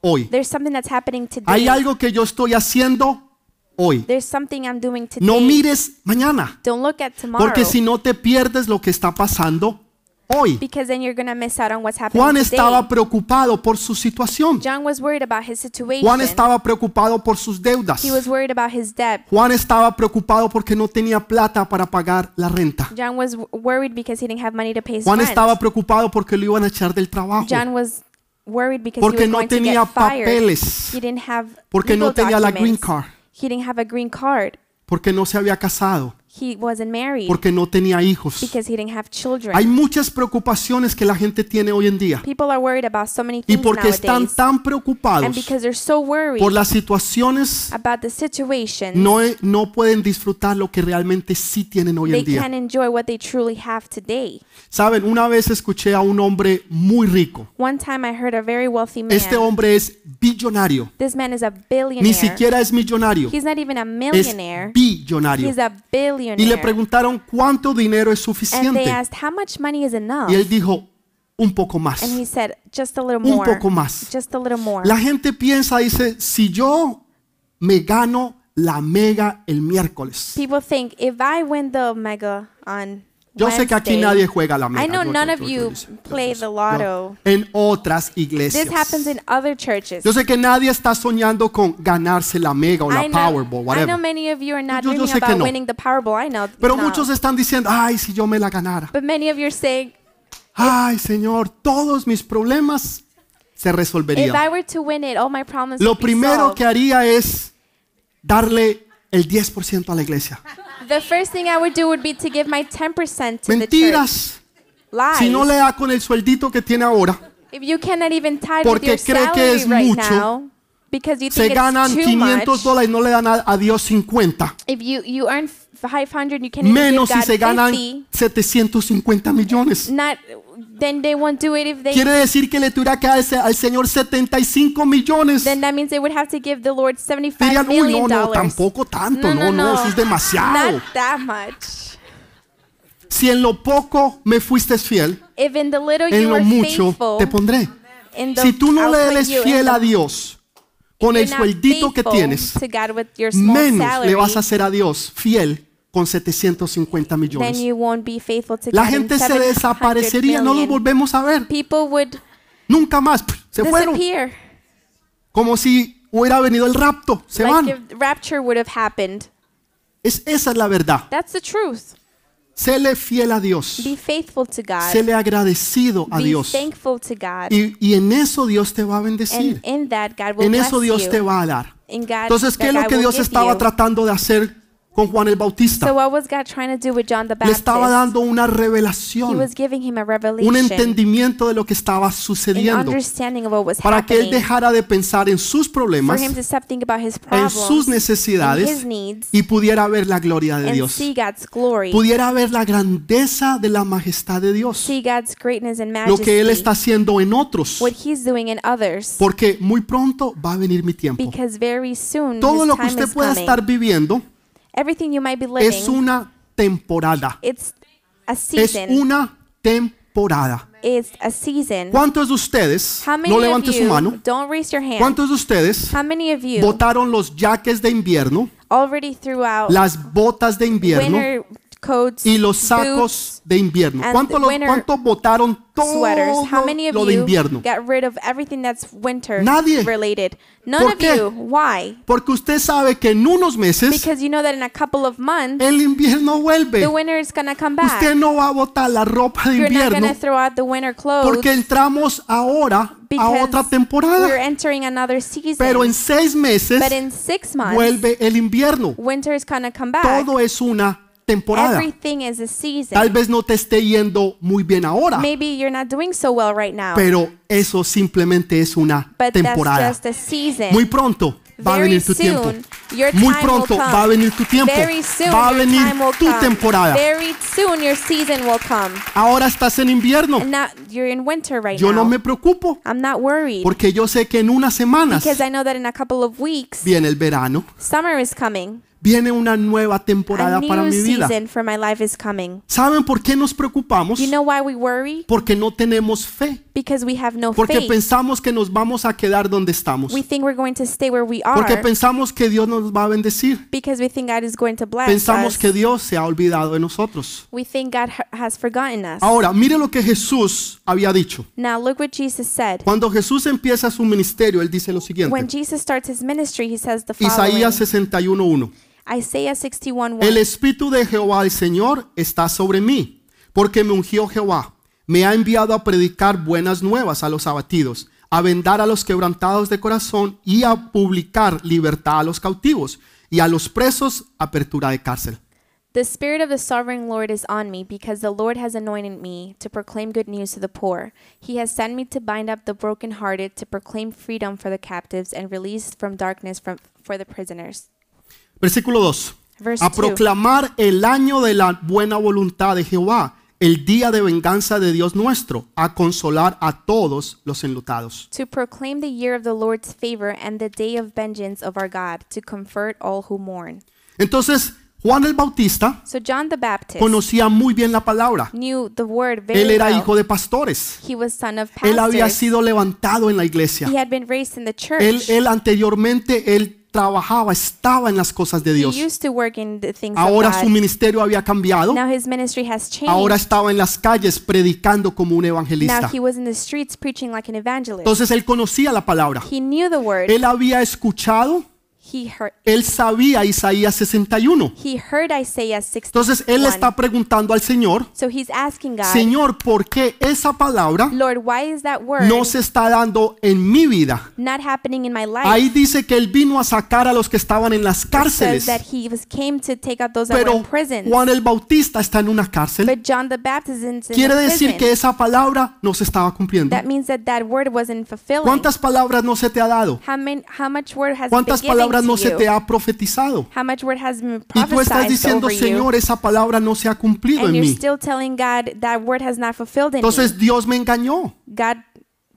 [SPEAKER 1] hoy.
[SPEAKER 2] There's something that's happening today.
[SPEAKER 1] Hay algo que yo estoy haciendo hoy.
[SPEAKER 2] There's something I'm doing today.
[SPEAKER 1] No mires mañana,
[SPEAKER 2] Don't look at tomorrow,
[SPEAKER 1] porque si no te pierdes lo que está pasando hoy.
[SPEAKER 2] because then you're gonna miss out on what's happening
[SPEAKER 1] Juan
[SPEAKER 2] today."
[SPEAKER 1] estaba preocupado por su situación.
[SPEAKER 2] John was worried about his situation.
[SPEAKER 1] Juan estaba preocupado por sus deudas.
[SPEAKER 2] He was worried about his debt.
[SPEAKER 1] Juan estaba preocupado porque no tenía plata para pagar la renta.
[SPEAKER 2] John was w- worried because he didn't have money to pay his
[SPEAKER 1] Juan
[SPEAKER 2] rent.
[SPEAKER 1] estaba preocupado porque lo iban a echar del trabajo,
[SPEAKER 2] John was worried because he
[SPEAKER 1] porque
[SPEAKER 2] was
[SPEAKER 1] no
[SPEAKER 2] going to
[SPEAKER 1] tenía
[SPEAKER 2] get fired.
[SPEAKER 1] papeles.
[SPEAKER 2] He didn't have
[SPEAKER 1] porque no
[SPEAKER 2] legal
[SPEAKER 1] tenía la green
[SPEAKER 2] documents.
[SPEAKER 1] card,
[SPEAKER 2] He didn't have a green card.
[SPEAKER 1] porque no se había casado,
[SPEAKER 2] He wasn't married
[SPEAKER 1] porque no tenía hijos.
[SPEAKER 2] because he didn't have children.
[SPEAKER 1] Hay muchas preocupaciones que la gente tiene hoy en día
[SPEAKER 2] People are worried about so many
[SPEAKER 1] y
[SPEAKER 2] things
[SPEAKER 1] porque están
[SPEAKER 2] nowadays.
[SPEAKER 1] tan
[SPEAKER 2] And
[SPEAKER 1] preocupados
[SPEAKER 2] because they're so worried
[SPEAKER 1] por las situaciones
[SPEAKER 2] about the situation,
[SPEAKER 1] no, e- no pueden disfrutar lo que realmente sí tienen hoy
[SPEAKER 2] they
[SPEAKER 1] en día.
[SPEAKER 2] can't enjoy what they truly have today.
[SPEAKER 1] Saben, una vez escuché a un hombre muy rico.
[SPEAKER 2] One time I heard a very wealthy man.
[SPEAKER 1] Este hombre es billonario.
[SPEAKER 2] this man is a billionaire.
[SPEAKER 1] Ni siquiera es millonario.
[SPEAKER 2] He's not even a
[SPEAKER 1] Es
[SPEAKER 2] millionaire.
[SPEAKER 1] billonario.
[SPEAKER 2] He's a billionaire.
[SPEAKER 1] Y le preguntaron cuánto dinero es
[SPEAKER 2] and they
[SPEAKER 1] suficiente.
[SPEAKER 2] asked, how much money is enough?
[SPEAKER 1] Y él dijo, un poco más.
[SPEAKER 2] and he said, just a little
[SPEAKER 1] Un
[SPEAKER 2] more.
[SPEAKER 1] poco más.
[SPEAKER 2] Just a little more.
[SPEAKER 1] La gente piensa, dice, si yo me gano la mega el miércoles,
[SPEAKER 2] People think, if I win the mega on
[SPEAKER 1] Yo sé que aquí
[SPEAKER 2] Wednesday.
[SPEAKER 1] nadie juega la mesa.
[SPEAKER 2] I know
[SPEAKER 1] No,
[SPEAKER 2] none
[SPEAKER 1] yo-
[SPEAKER 2] of
[SPEAKER 1] yo- yo
[SPEAKER 2] you
[SPEAKER 1] dice-
[SPEAKER 2] play the
[SPEAKER 1] No,
[SPEAKER 2] lotto.
[SPEAKER 1] En otras iglesias.
[SPEAKER 2] This happens in other churches.
[SPEAKER 1] Yo sé que nadie está soñando con ganarse la Mega o la
[SPEAKER 2] I know,
[SPEAKER 1] Powerball,
[SPEAKER 2] I know
[SPEAKER 1] whatever.
[SPEAKER 2] many of you are not
[SPEAKER 1] Yo- yo
[SPEAKER 2] dreaming
[SPEAKER 1] sé que
[SPEAKER 2] about
[SPEAKER 1] no.
[SPEAKER 2] winning the Powerball. I know. it's
[SPEAKER 1] Pero
[SPEAKER 2] not.
[SPEAKER 1] muchos están diciendo, ay, si yo me la ganara.
[SPEAKER 2] But many of you are saying,
[SPEAKER 1] Ay, Señor, todos mis problemas se
[SPEAKER 2] if
[SPEAKER 1] resolverían.
[SPEAKER 2] I were to win it, all my problems
[SPEAKER 1] Lo
[SPEAKER 2] would be
[SPEAKER 1] primero
[SPEAKER 2] solved.
[SPEAKER 1] que haría es darle el 10% a la iglesia.
[SPEAKER 2] The first thing I would do would be to give my 10% to the church.
[SPEAKER 1] Mentiras.
[SPEAKER 2] Lies.
[SPEAKER 1] Si no le da con el sueldito que tiene ahora,
[SPEAKER 2] if you cannot even tie with
[SPEAKER 1] Porque
[SPEAKER 2] your
[SPEAKER 1] cree
[SPEAKER 2] salary
[SPEAKER 1] que es
[SPEAKER 2] right
[SPEAKER 1] mucho,
[SPEAKER 2] now, because you
[SPEAKER 1] se
[SPEAKER 2] think
[SPEAKER 1] ganan
[SPEAKER 2] it's too
[SPEAKER 1] 500
[SPEAKER 2] much,
[SPEAKER 1] dólares y no le dan a, a Dios 50.
[SPEAKER 2] if you, you earn 500, you can even give
[SPEAKER 1] Menos si
[SPEAKER 2] God
[SPEAKER 1] se ganan
[SPEAKER 2] 50,
[SPEAKER 1] 750 millones.
[SPEAKER 2] not, then they won't do it if they
[SPEAKER 1] Quiere decir que le tuviera que dar ese- al Señor 75 millones.
[SPEAKER 2] then that means they would have to give the Lord
[SPEAKER 1] Dirían,
[SPEAKER 2] $75
[SPEAKER 1] uy,
[SPEAKER 2] million
[SPEAKER 1] no, no, tampoco tanto, no, no, eso es demasiado.
[SPEAKER 2] Not that much.
[SPEAKER 1] Si en lo poco me fuiste fiel,
[SPEAKER 2] If in the little
[SPEAKER 1] en
[SPEAKER 2] you
[SPEAKER 1] lo
[SPEAKER 2] are
[SPEAKER 1] mucho
[SPEAKER 2] faithful,
[SPEAKER 1] te pondré.
[SPEAKER 2] in the,
[SPEAKER 1] Si tú no
[SPEAKER 2] I'll
[SPEAKER 1] le
[SPEAKER 2] put
[SPEAKER 1] eres
[SPEAKER 2] you in
[SPEAKER 1] fiel
[SPEAKER 2] the-
[SPEAKER 1] a Dios
[SPEAKER 2] if
[SPEAKER 1] con el
[SPEAKER 2] you're not
[SPEAKER 1] sueldito que
[SPEAKER 2] faithful
[SPEAKER 1] tienes,
[SPEAKER 2] to God with your small
[SPEAKER 1] menos
[SPEAKER 2] salary,
[SPEAKER 1] le vas a hacer a Dios fiel con 750
[SPEAKER 2] then
[SPEAKER 1] millones.
[SPEAKER 2] you won't be faithful to
[SPEAKER 1] La
[SPEAKER 2] God in
[SPEAKER 1] gente se
[SPEAKER 2] 700
[SPEAKER 1] desaparecería, no los
[SPEAKER 2] million.
[SPEAKER 1] volvemos a ver,
[SPEAKER 2] People would
[SPEAKER 1] nunca más. Pff, Se fueron,
[SPEAKER 2] disappear.
[SPEAKER 1] como si hubiera venido el rapto, se
[SPEAKER 2] like
[SPEAKER 1] van.
[SPEAKER 2] if rapture would have happened.
[SPEAKER 1] Es, esa es la verdad.
[SPEAKER 2] That's the truth.
[SPEAKER 1] Séle fiel a Dios,
[SPEAKER 2] Be faithful to God.
[SPEAKER 1] séle agradecido a
[SPEAKER 2] be
[SPEAKER 1] Dios.
[SPEAKER 2] thankful to God.
[SPEAKER 1] Y, y en eso Dios te va a bendecir.
[SPEAKER 2] and in that God will
[SPEAKER 1] En
[SPEAKER 2] bless
[SPEAKER 1] eso Dios
[SPEAKER 2] you.
[SPEAKER 1] te va a dar.
[SPEAKER 2] In God,
[SPEAKER 1] Entonces, ¿qué
[SPEAKER 2] that
[SPEAKER 1] es lo
[SPEAKER 2] God
[SPEAKER 1] que
[SPEAKER 2] will
[SPEAKER 1] Dios
[SPEAKER 2] give
[SPEAKER 1] estaba
[SPEAKER 2] you?
[SPEAKER 1] tratando de hacer con Juan el
[SPEAKER 2] So
[SPEAKER 1] Bautista?
[SPEAKER 2] what was God trying to do with John the
[SPEAKER 1] Le
[SPEAKER 2] Baptist?
[SPEAKER 1] estaba dando una
[SPEAKER 2] he
[SPEAKER 1] revelación,
[SPEAKER 2] was giving him a
[SPEAKER 1] un
[SPEAKER 2] revelation,
[SPEAKER 1] entendimiento de lo que estaba
[SPEAKER 2] an
[SPEAKER 1] sucediendo
[SPEAKER 2] understanding of what was
[SPEAKER 1] para que él
[SPEAKER 2] happening,
[SPEAKER 1] dejara de pensar en sus
[SPEAKER 2] for
[SPEAKER 1] problemas,
[SPEAKER 2] him to stop thinking about his
[SPEAKER 1] en
[SPEAKER 2] problems,
[SPEAKER 1] sus
[SPEAKER 2] in
[SPEAKER 1] necesidades
[SPEAKER 2] his needs,
[SPEAKER 1] y pudiera ver la gloria de
[SPEAKER 2] and
[SPEAKER 1] Dios.
[SPEAKER 2] see God's glory,
[SPEAKER 1] Pudiera ver la grandeza de la majestad de Dios,
[SPEAKER 2] see God's greatness and
[SPEAKER 1] lo
[SPEAKER 2] majesty,
[SPEAKER 1] que él está haciendo en otros,
[SPEAKER 2] what he's doing in others,
[SPEAKER 1] porque muy pronto va a venir mi tiempo.
[SPEAKER 2] because very soon
[SPEAKER 1] Todo
[SPEAKER 2] his
[SPEAKER 1] lo que
[SPEAKER 2] time
[SPEAKER 1] usted
[SPEAKER 2] is
[SPEAKER 1] pueda
[SPEAKER 2] coming.
[SPEAKER 1] estar viviendo
[SPEAKER 2] Everything you might be living,
[SPEAKER 1] es una temporada.
[SPEAKER 2] it's a
[SPEAKER 1] Es
[SPEAKER 2] season.
[SPEAKER 1] una temporada.
[SPEAKER 2] it's a season.
[SPEAKER 1] ¿Cuántos de ustedes,
[SPEAKER 2] How many
[SPEAKER 1] no
[SPEAKER 2] of
[SPEAKER 1] levante
[SPEAKER 2] you,
[SPEAKER 1] su mano,
[SPEAKER 2] don't raise your hand,
[SPEAKER 1] cuántos de ustedes
[SPEAKER 2] how many of you
[SPEAKER 1] botaron los jaques de invierno,
[SPEAKER 2] already threw out
[SPEAKER 1] las botas de invierno
[SPEAKER 2] winter coats,
[SPEAKER 1] y los
[SPEAKER 2] boots,
[SPEAKER 1] sacos de invierno?
[SPEAKER 2] and
[SPEAKER 1] ¿Cuántos lo-
[SPEAKER 2] winter
[SPEAKER 1] cuántos botaron todo
[SPEAKER 2] sweaters. How many of
[SPEAKER 1] lo de invierno?
[SPEAKER 2] you got rid of everything that's winter
[SPEAKER 1] Nadie.
[SPEAKER 2] related? None
[SPEAKER 1] ¿Por
[SPEAKER 2] of
[SPEAKER 1] qué?
[SPEAKER 2] you. Why?
[SPEAKER 1] Porque usted sabe que en unos meses
[SPEAKER 2] Because you know that in a couple of months
[SPEAKER 1] el invierno vuelve.
[SPEAKER 2] the winter is gonna come back.
[SPEAKER 1] Eh, Usted no va a botar la ropa de
[SPEAKER 2] You're not
[SPEAKER 1] invierno
[SPEAKER 2] gonna throw out the winter clothes
[SPEAKER 1] porque entramos ahora a
[SPEAKER 2] because
[SPEAKER 1] otra
[SPEAKER 2] we're
[SPEAKER 1] temporada.
[SPEAKER 2] entering another season.
[SPEAKER 1] Pero en seis meses
[SPEAKER 2] but in six months,
[SPEAKER 1] vuelve el invierno.
[SPEAKER 2] winter is gonna come back.
[SPEAKER 1] Todo es una temporada.
[SPEAKER 2] Everything is a season.
[SPEAKER 1] Tal vez no te esté yendo muy bien ahora,
[SPEAKER 2] Maybe you're not doing so well right now,
[SPEAKER 1] pero eso simplemente es una
[SPEAKER 2] but
[SPEAKER 1] temporada.
[SPEAKER 2] that's just a season.
[SPEAKER 1] Muy pronto va a
[SPEAKER 2] Very
[SPEAKER 1] venir tu tiempo.
[SPEAKER 2] soon, your
[SPEAKER 1] Muy
[SPEAKER 2] time
[SPEAKER 1] pronto
[SPEAKER 2] will come.
[SPEAKER 1] va a venir tu tiempo.
[SPEAKER 2] Very soon,
[SPEAKER 1] Va a
[SPEAKER 2] your
[SPEAKER 1] venir
[SPEAKER 2] time will
[SPEAKER 1] tu
[SPEAKER 2] come.
[SPEAKER 1] temporada.
[SPEAKER 2] Very soon your season will come.
[SPEAKER 1] Ahora estás en invierno.
[SPEAKER 2] And now you're in winter right
[SPEAKER 1] Yo no
[SPEAKER 2] now.
[SPEAKER 1] me preocupo
[SPEAKER 2] I'm not worried
[SPEAKER 1] porque yo sé que en unas semanas
[SPEAKER 2] because I know that in a couple of weeks
[SPEAKER 1] viene el verano,
[SPEAKER 2] summer is coming.
[SPEAKER 1] viene una nueva temporada
[SPEAKER 2] A new
[SPEAKER 1] para mi vida.
[SPEAKER 2] season for my life is coming.
[SPEAKER 1] ¿Saben por qué nos preocupamos?
[SPEAKER 2] You know why we worry?
[SPEAKER 1] Porque no tenemos fe.
[SPEAKER 2] Because we have no
[SPEAKER 1] Porque
[SPEAKER 2] faith.
[SPEAKER 1] pensamos que nos vamos a quedar donde estamos.
[SPEAKER 2] We think we're going to stay where we are
[SPEAKER 1] Porque pensamos que Dios nos va a bendecir.
[SPEAKER 2] because we think God is going to bless
[SPEAKER 1] Pensamos
[SPEAKER 2] us.
[SPEAKER 1] que Dios se ha olvidado de nosotros.
[SPEAKER 2] we think God ha- has forgotten us.
[SPEAKER 1] Ahora, mire lo que Jesús había dicho.
[SPEAKER 2] Now look what Jesus said.
[SPEAKER 1] Cuando Jesús empieza su ministerio, él dice lo
[SPEAKER 2] When
[SPEAKER 1] siguiente.
[SPEAKER 2] Jesus starts his ministry, he says the following.
[SPEAKER 1] Isaías 61.1.
[SPEAKER 2] Isaiah 61
[SPEAKER 1] El Espíritu de Jehová, el Señor, está sobre mí, porque me ungió Jehová. Me ha enviado a predicar buenas nuevas a los abatidos, a vendar a los quebrantados de corazón y a publicar libertad a los cautivos y a los presos apertura de cárcel.
[SPEAKER 2] The Spirit of the Sovereign Lord is on me, because the Lord has anointed me to proclaim good news to the poor. He has sent me to bind up the brokenhearted, to proclaim freedom for the captives, and release from darkness from, for the prisoners.
[SPEAKER 1] Versículo 2.
[SPEAKER 2] Verse
[SPEAKER 1] A
[SPEAKER 2] two.
[SPEAKER 1] proclamar el año de la buena voluntad de Jehová, el día de venganza de Dios nuestro, a consolar a todos los enlutados.
[SPEAKER 2] To proclaim the year of the Lord's favor and the day of vengeance of our God, to comfort all who mourn.
[SPEAKER 1] Entonces, Juan el Bautista
[SPEAKER 2] So John the Baptist
[SPEAKER 1] conocía muy bien la palabra.
[SPEAKER 2] knew the word very
[SPEAKER 1] Él era
[SPEAKER 2] well.
[SPEAKER 1] hijo de pastores.
[SPEAKER 2] he was son of pastors.
[SPEAKER 1] Él había sido levantado en la iglesia.
[SPEAKER 2] he had been raised in the church.
[SPEAKER 1] Él, él anteriormente, él trabajaba, estaba en las cosas de
[SPEAKER 2] He
[SPEAKER 1] Dios.
[SPEAKER 2] used to work in the things
[SPEAKER 1] Ahora
[SPEAKER 2] of
[SPEAKER 1] su
[SPEAKER 2] God.
[SPEAKER 1] ministerio había cambiado.
[SPEAKER 2] Now his ministry has changed.
[SPEAKER 1] Oh. Ahora estaba en las calles predicando como un
[SPEAKER 2] now
[SPEAKER 1] evangelista.
[SPEAKER 2] he was in the streets preaching like an evangelist.
[SPEAKER 1] Entonces él conocía la palabra.
[SPEAKER 2] he knew the word.
[SPEAKER 1] Él había escuchado,
[SPEAKER 2] he heard.
[SPEAKER 1] él sabía Isaías 61.
[SPEAKER 2] He heard Isaiah 60.
[SPEAKER 1] Entonces él le está preguntando al Señor,
[SPEAKER 2] so he's asking God,
[SPEAKER 1] Señor, ¿por qué esa palabra
[SPEAKER 2] Lord, why is that word
[SPEAKER 1] no se está dando en mi vida?
[SPEAKER 2] not happening in my life?
[SPEAKER 1] Ahí dice que él vino a sacar a los que estaban en las
[SPEAKER 2] It says
[SPEAKER 1] cárceles.
[SPEAKER 2] that he was came to take out those that were
[SPEAKER 1] Pero
[SPEAKER 2] in prison.
[SPEAKER 1] Juan el Bautista está en una cárcel.
[SPEAKER 2] but John the Baptist is in
[SPEAKER 1] Quiere
[SPEAKER 2] the
[SPEAKER 1] decir
[SPEAKER 2] prison.
[SPEAKER 1] que esa palabra no se estaba cumpliendo.
[SPEAKER 2] that means that that word wasn't fulfilling.
[SPEAKER 1] ¿Cuántas palabras no se te ha dado?
[SPEAKER 2] how, many, how much word has been
[SPEAKER 1] ¿Cuántas
[SPEAKER 2] given
[SPEAKER 1] palabras
[SPEAKER 2] to
[SPEAKER 1] no
[SPEAKER 2] you?
[SPEAKER 1] se te ha profetizado?
[SPEAKER 2] How much word has been
[SPEAKER 1] Y tú estás
[SPEAKER 2] prophesied
[SPEAKER 1] diciendo,
[SPEAKER 2] over
[SPEAKER 1] Señor, esa palabra no se ha
[SPEAKER 2] you,
[SPEAKER 1] cumplido
[SPEAKER 2] and
[SPEAKER 1] en
[SPEAKER 2] you're
[SPEAKER 1] mí.
[SPEAKER 2] still telling God that word has not fulfilled in
[SPEAKER 1] Entonces Dios me engañó.
[SPEAKER 2] me. God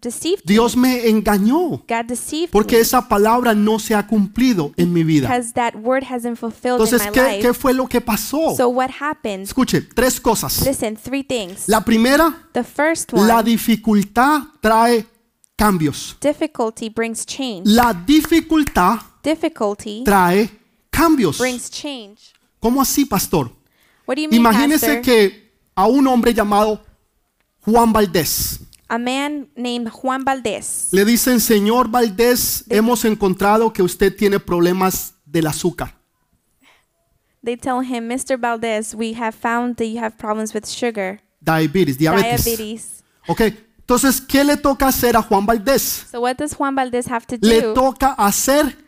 [SPEAKER 2] deceived me.
[SPEAKER 1] Dios me engañó.
[SPEAKER 2] God deceived
[SPEAKER 1] Porque
[SPEAKER 2] me
[SPEAKER 1] esa palabra no se ha cumplido en mi vida.
[SPEAKER 2] because that word hasn't fulfilled
[SPEAKER 1] Entonces,
[SPEAKER 2] in my
[SPEAKER 1] ¿qué,
[SPEAKER 2] life.
[SPEAKER 1] qué fue lo que pasó?
[SPEAKER 2] so what happened?
[SPEAKER 1] Escuche, tres cosas.
[SPEAKER 2] Listen, three things.
[SPEAKER 1] La primera,
[SPEAKER 2] the first one,
[SPEAKER 1] la dificultad trae cambios.
[SPEAKER 2] difficulty brings change.
[SPEAKER 1] La dificultad
[SPEAKER 2] Difficulty
[SPEAKER 1] trae cambios.
[SPEAKER 2] brings change.
[SPEAKER 1] ¿Cómo así, pastor?
[SPEAKER 2] What do you mean,
[SPEAKER 1] Imagínese
[SPEAKER 2] pastor?
[SPEAKER 1] que a un hombre llamado Juan Valdés
[SPEAKER 2] A man named Juan Valdez.
[SPEAKER 1] le dicen, señor Valdés, hemos encontrado que usted tiene problemas del azúcar.
[SPEAKER 2] They tell him, Mr. Valdez, we have found that you have problems with sugar,
[SPEAKER 1] Diabetes, diabetes.
[SPEAKER 2] diabetes.
[SPEAKER 1] Ok, entonces, ¿qué le toca hacer a Juan Valdés?
[SPEAKER 2] So what does Juan Valdez have to
[SPEAKER 1] Le
[SPEAKER 2] do?
[SPEAKER 1] toca hacer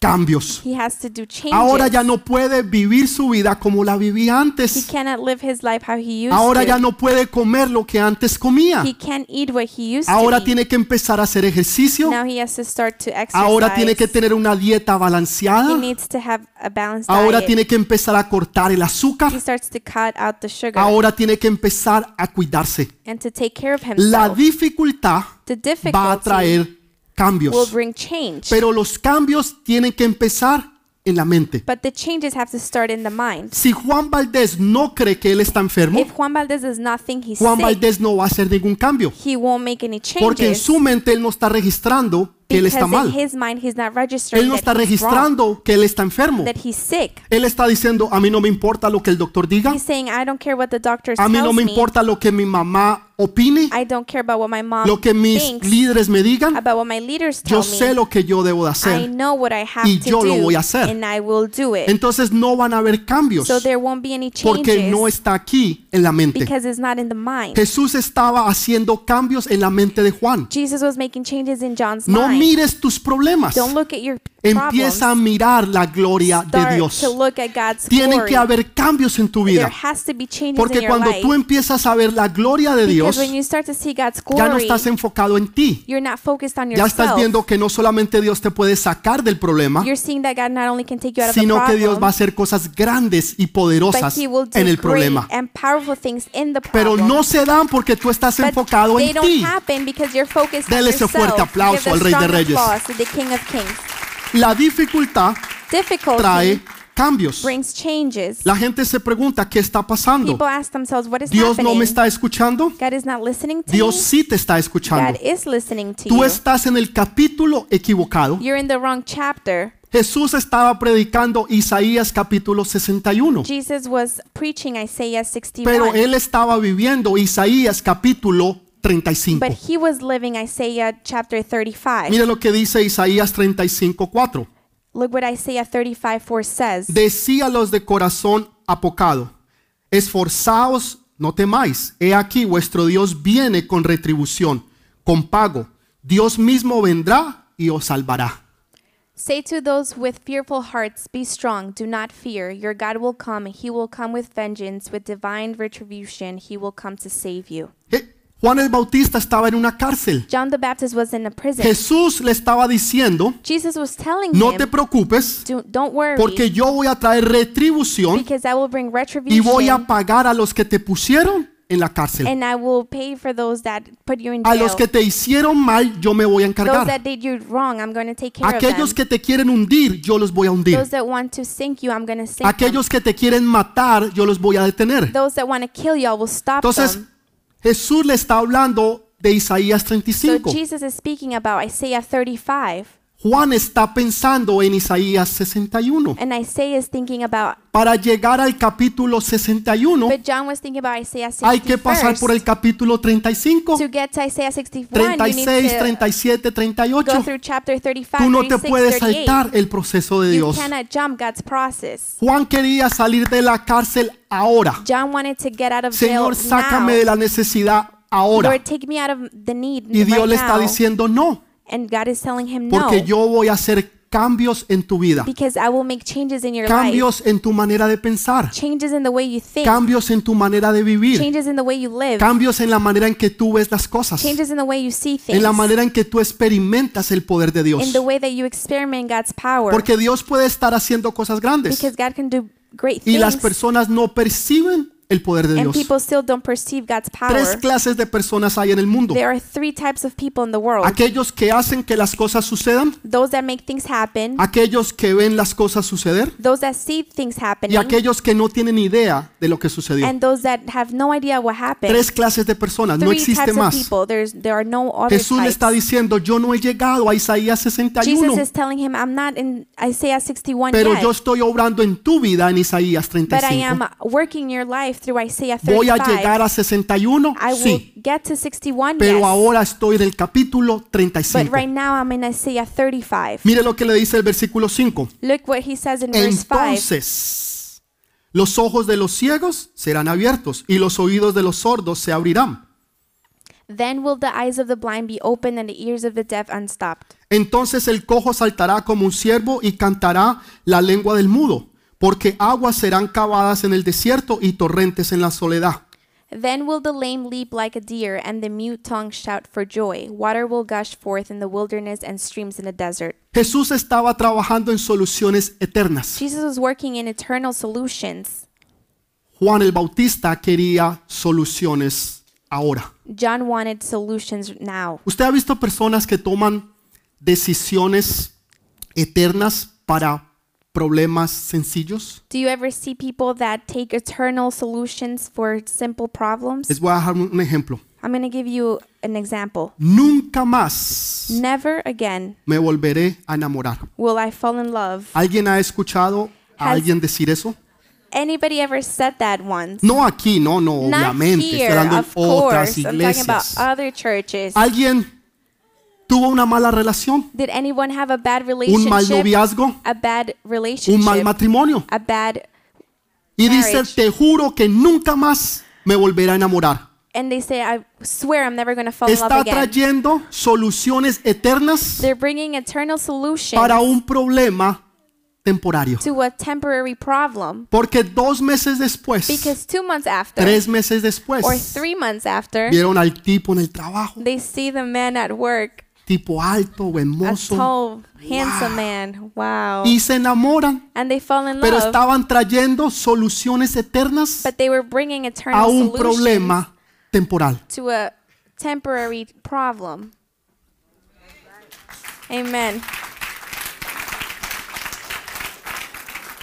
[SPEAKER 1] cambios.
[SPEAKER 2] He has to do changes.
[SPEAKER 1] Ahora ya no puede vivir su vida como la vivía
[SPEAKER 2] he
[SPEAKER 1] antes.
[SPEAKER 2] cannot live his life how he used
[SPEAKER 1] Ahora
[SPEAKER 2] to.
[SPEAKER 1] ya no puede comer lo que antes comía.
[SPEAKER 2] He can't eat what he used
[SPEAKER 1] Ah. Ahora
[SPEAKER 2] to. eat.
[SPEAKER 1] tiene que empezar a hacer ejercicio.
[SPEAKER 2] Now he has to start to exercise.
[SPEAKER 1] Ahora tiene que tener una dieta
[SPEAKER 2] he
[SPEAKER 1] balanceada.
[SPEAKER 2] needs to have a balanced
[SPEAKER 1] Ahora
[SPEAKER 2] diet.
[SPEAKER 1] tiene que empezar a cortar el
[SPEAKER 2] he
[SPEAKER 1] azúcar.
[SPEAKER 2] starts to cut out the sugar
[SPEAKER 1] Ahora tiene que empezar a cuidarse.
[SPEAKER 2] and to take care of
[SPEAKER 1] La
[SPEAKER 2] himself.
[SPEAKER 1] dificultad
[SPEAKER 2] the
[SPEAKER 1] va a
[SPEAKER 2] difficulty
[SPEAKER 1] traer
[SPEAKER 2] will
[SPEAKER 1] cambios.
[SPEAKER 2] bring change.
[SPEAKER 1] Pero los cambios tienen que empezar en la mente.
[SPEAKER 2] but the changes have to start in the mind.
[SPEAKER 1] Si Juan Valdés no cree que él está enfermo,
[SPEAKER 2] If Juan Valdez does not think he's
[SPEAKER 1] Juan
[SPEAKER 2] sick,
[SPEAKER 1] Valdés no va a hacer ningún cambio.
[SPEAKER 2] he won't make any changes.
[SPEAKER 1] Porque en su mente él no está registrando que él
[SPEAKER 2] because
[SPEAKER 1] está
[SPEAKER 2] in
[SPEAKER 1] mal.
[SPEAKER 2] his mind he's not registering
[SPEAKER 1] Él no está
[SPEAKER 2] that, he's wrong,
[SPEAKER 1] registrando que él está enfermo.
[SPEAKER 2] that he's sick.
[SPEAKER 1] Él está diciendo, a mí no me importa lo que el doctor diga.
[SPEAKER 2] He's saying, I don't care what the doctor
[SPEAKER 1] Ah. A
[SPEAKER 2] tells
[SPEAKER 1] mí no me
[SPEAKER 2] me.
[SPEAKER 1] importa lo que mi mamá opine,
[SPEAKER 2] I don't care about what my mom
[SPEAKER 1] lo que mis
[SPEAKER 2] thinks,
[SPEAKER 1] líderes me digan.
[SPEAKER 2] about what my leaders tell
[SPEAKER 1] Yo sé
[SPEAKER 2] me.
[SPEAKER 1] lo que yo debo de
[SPEAKER 2] I
[SPEAKER 1] hacer.
[SPEAKER 2] know what I have
[SPEAKER 1] y
[SPEAKER 2] to
[SPEAKER 1] yo lo
[SPEAKER 2] do,
[SPEAKER 1] voy a hacer.
[SPEAKER 2] and I will do it.
[SPEAKER 1] Entonces no van a haber cambios
[SPEAKER 2] so there won't be any changes
[SPEAKER 1] porque no está aquí en la mente.
[SPEAKER 2] because it's not in the mind.
[SPEAKER 1] Jesús estaba haciendo cambios en la mente de Juan.
[SPEAKER 2] Jesus was making changes in John's
[SPEAKER 1] No
[SPEAKER 2] mind.
[SPEAKER 1] mires tus problemas.
[SPEAKER 2] Don't look at your problems.
[SPEAKER 1] Empieza a mirar la gloria de
[SPEAKER 2] Start
[SPEAKER 1] Dios.
[SPEAKER 2] to look at God's
[SPEAKER 1] Tienen
[SPEAKER 2] glory.
[SPEAKER 1] que haber cambios en tu
[SPEAKER 2] there
[SPEAKER 1] vida.
[SPEAKER 2] has to be changes in
[SPEAKER 1] Porque
[SPEAKER 2] your
[SPEAKER 1] cuando
[SPEAKER 2] life.
[SPEAKER 1] tú empiezas a ver la gloria de
[SPEAKER 2] because
[SPEAKER 1] Dios,
[SPEAKER 2] when you start to see God's glory,
[SPEAKER 1] ya no estás enfocado en ti.
[SPEAKER 2] you're not focused on
[SPEAKER 1] Ya
[SPEAKER 2] yourself.
[SPEAKER 1] estás viendo que no solamente Dios te puede sacar del problema,
[SPEAKER 2] you're seeing that God not only can take you out of the
[SPEAKER 1] sino que
[SPEAKER 2] problem,
[SPEAKER 1] Dios va a hacer cosas grandes y
[SPEAKER 2] but
[SPEAKER 1] poderosas
[SPEAKER 2] He will do
[SPEAKER 1] en el
[SPEAKER 2] great
[SPEAKER 1] problema.
[SPEAKER 2] and powerful things in the
[SPEAKER 1] Pero
[SPEAKER 2] problem.
[SPEAKER 1] no se dan porque tú estás
[SPEAKER 2] But
[SPEAKER 1] enfocado
[SPEAKER 2] they
[SPEAKER 1] en
[SPEAKER 2] don't
[SPEAKER 1] ti.
[SPEAKER 2] happen because you're focused on
[SPEAKER 1] Dele ese
[SPEAKER 2] yourself.
[SPEAKER 1] fuerte aplauso
[SPEAKER 2] Give a
[SPEAKER 1] al Rey de
[SPEAKER 2] strong
[SPEAKER 1] Reyes.
[SPEAKER 2] applause to the King of Kings.
[SPEAKER 1] La dificultad
[SPEAKER 2] Difficulty
[SPEAKER 1] trae cambios.
[SPEAKER 2] brings changes.
[SPEAKER 1] La gente se pregunta, ¿qué está pasando?
[SPEAKER 2] People ask themselves, what is
[SPEAKER 1] ¿Dios no
[SPEAKER 2] happening?
[SPEAKER 1] me está escuchando?
[SPEAKER 2] God is not listening to
[SPEAKER 1] Dios
[SPEAKER 2] me.
[SPEAKER 1] sí te está escuchando.
[SPEAKER 2] God is listening to
[SPEAKER 1] Tú
[SPEAKER 2] you.
[SPEAKER 1] estás en el capítulo equivocado.
[SPEAKER 2] You're in the wrong chapter.
[SPEAKER 1] Jesús estaba predicando Isaías capítulo 61,
[SPEAKER 2] Jesus was preaching Isaiah 61,
[SPEAKER 1] pero él estaba viviendo Isaías capítulo
[SPEAKER 2] but
[SPEAKER 1] 35.
[SPEAKER 2] he was living Isaiah chapter 35.
[SPEAKER 1] Mire lo que dice Isaías 35, 4.
[SPEAKER 2] Look what Isaiah 35 4 says.
[SPEAKER 1] Decía a los de corazón apocado, esforzaos, no temáis, he aquí vuestro Dios viene con retribución, con pago. Dios mismo vendrá y os salvará.
[SPEAKER 2] Say to those with fearful hearts, Be strong, do not fear. Your God will come, he will come with vengeance, with divine retribution, he will come to save you.
[SPEAKER 1] Eh, Juan el Bautista estaba en una cárcel.
[SPEAKER 2] John the Baptist was in a prison.
[SPEAKER 1] Jesús le estaba diciendo,
[SPEAKER 2] Jesus was telling
[SPEAKER 1] no te
[SPEAKER 2] him,
[SPEAKER 1] preocupes,
[SPEAKER 2] do, Don't worry,
[SPEAKER 1] porque yo voy a traer retribución
[SPEAKER 2] because I will bring
[SPEAKER 1] y
[SPEAKER 2] retribution,
[SPEAKER 1] voy a pagar a los que te pusieron en la cárcel.
[SPEAKER 2] and I will pay for those that put you in
[SPEAKER 1] A
[SPEAKER 2] jail.
[SPEAKER 1] los que te hicieron mal, yo me voy a
[SPEAKER 2] those
[SPEAKER 1] encargar.
[SPEAKER 2] that did you wrong, I'm going to take care
[SPEAKER 1] Aquellos
[SPEAKER 2] of them.
[SPEAKER 1] que te quieren hundir, yo los voy a hundir.
[SPEAKER 2] Those that want to sink you, I'm going to sink them.
[SPEAKER 1] Aquellos que te quieren matar, yo los voy a detener.
[SPEAKER 2] Those that want to kill you, I will stop
[SPEAKER 1] Entonces,
[SPEAKER 2] them.
[SPEAKER 1] Jesús le está hablando de Isaías
[SPEAKER 2] So
[SPEAKER 1] 35.
[SPEAKER 2] Jesus is speaking about Isaiah 35.
[SPEAKER 1] Juan está pensando en Isaías 61.
[SPEAKER 2] And Isaiah is thinking about,
[SPEAKER 1] Para llegar al capítulo 61
[SPEAKER 2] but John was thinking about Isaiah 61.
[SPEAKER 1] hay que pasar por el capítulo 35,
[SPEAKER 2] To get to Isaiah 61, you need
[SPEAKER 1] 36,
[SPEAKER 2] to
[SPEAKER 1] 37,
[SPEAKER 2] go
[SPEAKER 1] 38.
[SPEAKER 2] through chapter 35,
[SPEAKER 1] Tú no te
[SPEAKER 2] 36,
[SPEAKER 1] puedes
[SPEAKER 2] 38.
[SPEAKER 1] saltar el proceso de
[SPEAKER 2] You
[SPEAKER 1] Dios.
[SPEAKER 2] cannot jump God's process.
[SPEAKER 1] Juan quería salir de la cárcel ahora.
[SPEAKER 2] John wanted to get out of jail
[SPEAKER 1] Señor, sácame
[SPEAKER 2] now.
[SPEAKER 1] de la necesidad ahora.
[SPEAKER 2] Lord, take me out of the need
[SPEAKER 1] Y Dios
[SPEAKER 2] right
[SPEAKER 1] le está
[SPEAKER 2] now.
[SPEAKER 1] diciendo no,
[SPEAKER 2] and God is telling him no.
[SPEAKER 1] porque yo voy a hacer cambios en tu vida,
[SPEAKER 2] because I will make changes in your life.
[SPEAKER 1] cambios en tu manera de pensar,
[SPEAKER 2] Changes in the way you think.
[SPEAKER 1] cambios en tu manera de vivir,
[SPEAKER 2] changes in the way you live.
[SPEAKER 1] cambios en la manera en que tú ves las cosas, en
[SPEAKER 2] changes in the way you see things.
[SPEAKER 1] la manera en que tú experimentas el poder de
[SPEAKER 2] in
[SPEAKER 1] Dios.
[SPEAKER 2] the way that you experiment God's power.
[SPEAKER 1] Porque Dios puede estar haciendo cosas grandes
[SPEAKER 2] because God can do great
[SPEAKER 1] y
[SPEAKER 2] things.
[SPEAKER 1] las personas no perciben el poder de
[SPEAKER 2] and
[SPEAKER 1] Dios.
[SPEAKER 2] people still don't perceive God's power.
[SPEAKER 1] Tres clases de personas hay en el mundo.
[SPEAKER 2] there are three types of people in the world.
[SPEAKER 1] Aquellos que hacen que las cosas sucedan,
[SPEAKER 2] those that make things happen.
[SPEAKER 1] aquellos que ven las cosas suceder
[SPEAKER 2] those that see things happening.
[SPEAKER 1] y aquellos que no tienen idea de lo que sucedió.
[SPEAKER 2] and those that have no idea what happened.
[SPEAKER 1] Tres clases de personas, no
[SPEAKER 2] three
[SPEAKER 1] existe
[SPEAKER 2] types of
[SPEAKER 1] más.
[SPEAKER 2] people. There's, there are no other
[SPEAKER 1] Jesús le
[SPEAKER 2] types.
[SPEAKER 1] está diciendo, yo no he llegado a Isaías
[SPEAKER 2] Jesus
[SPEAKER 1] 61,
[SPEAKER 2] is telling him, I'm not in Isaiah 61
[SPEAKER 1] pero
[SPEAKER 2] yet,
[SPEAKER 1] yo estoy obrando en tu vida en Isaías
[SPEAKER 2] but I am
[SPEAKER 1] 35.
[SPEAKER 2] working your life through Isaiah
[SPEAKER 1] Voy a
[SPEAKER 2] 35.
[SPEAKER 1] llegar a 61,
[SPEAKER 2] I will
[SPEAKER 1] sí,
[SPEAKER 2] get to 61,
[SPEAKER 1] pero
[SPEAKER 2] yes,
[SPEAKER 1] ahora estoy en el capítulo
[SPEAKER 2] but
[SPEAKER 1] 35.
[SPEAKER 2] right now I'm in Isaiah 35.
[SPEAKER 1] Mire lo que le dice el versículo 5.
[SPEAKER 2] Look what he says in verse 5.
[SPEAKER 1] Entonces, los ojos de los ciegos serán abiertos y los oídos de los sordos se abrirán.
[SPEAKER 2] Then will the eyes of the blind be opened and the ears of the deaf unstopped.
[SPEAKER 1] Entonces el cojo saltará como un ciervo y cantará la lengua del mudo, porque aguas serán cavadas en el desierto y torrentes en la soledad.
[SPEAKER 2] Then will the lame leap like a deer and the mute tongue shout for joy. Water will gush forth in the wilderness and streams in the desert.
[SPEAKER 1] Jesús estaba trabajando en soluciones eternas.
[SPEAKER 2] Jesus was working in eternal solutions.
[SPEAKER 1] Juan el Bautista quería soluciones ahora.
[SPEAKER 2] John wanted solutions now.
[SPEAKER 1] ¿Usted ha visto personas que toman decisiones eternas para problemas sencillos?
[SPEAKER 2] Do you ever see people that take eternal solutions for simple problems?
[SPEAKER 1] Les voy a dejar un un ejemplo.
[SPEAKER 2] I'm going to give you an example.
[SPEAKER 1] Nunca más
[SPEAKER 2] Never again
[SPEAKER 1] me volveré a enamorar.
[SPEAKER 2] will I fall in love.
[SPEAKER 1] ¿Alguien ha escuchado a
[SPEAKER 2] Has-
[SPEAKER 1] alguien decir eso?
[SPEAKER 2] Anybody ever said that once?
[SPEAKER 1] No aquí, no, no,
[SPEAKER 2] Not
[SPEAKER 1] obviamente.
[SPEAKER 2] here,
[SPEAKER 1] Estoy hablando en
[SPEAKER 2] of
[SPEAKER 1] otras
[SPEAKER 2] course. I'm talking about
[SPEAKER 1] iglesias.
[SPEAKER 2] other churches.
[SPEAKER 1] ¿Alguien tuvo una mala relación?
[SPEAKER 2] Did anyone have a bad
[SPEAKER 1] ¿Un mal
[SPEAKER 2] relationship?
[SPEAKER 1] noviazgo?
[SPEAKER 2] A bad
[SPEAKER 1] ¿Un mal
[SPEAKER 2] relationship?
[SPEAKER 1] matrimonio?
[SPEAKER 2] A bad
[SPEAKER 1] Y dice,
[SPEAKER 2] marriage.
[SPEAKER 1] te juro que nunca más me volverá a enamorar.
[SPEAKER 2] and they say I swear I'm never going to fall in love
[SPEAKER 1] Está
[SPEAKER 2] again.
[SPEAKER 1] trayendo soluciones eternas
[SPEAKER 2] They're bringing eternal solutions
[SPEAKER 1] para un problema temporario.
[SPEAKER 2] to a temporary problem.
[SPEAKER 1] Porque dos meses después,
[SPEAKER 2] Because two months after,
[SPEAKER 1] tres meses
[SPEAKER 2] or
[SPEAKER 1] después,
[SPEAKER 2] three months after,
[SPEAKER 1] vieron al tipo en el trabajo,
[SPEAKER 2] they see the man at work,
[SPEAKER 1] tipo alto o
[SPEAKER 2] a
[SPEAKER 1] hermoso,
[SPEAKER 2] tall, handsome man. Wow.
[SPEAKER 1] y se enamoran.
[SPEAKER 2] And they fall in
[SPEAKER 1] pero
[SPEAKER 2] love.
[SPEAKER 1] estaban trayendo soluciones eternas
[SPEAKER 2] but they were bringing eternal
[SPEAKER 1] a un
[SPEAKER 2] solutions
[SPEAKER 1] problema temporal.
[SPEAKER 2] to a temporary problem. Amen.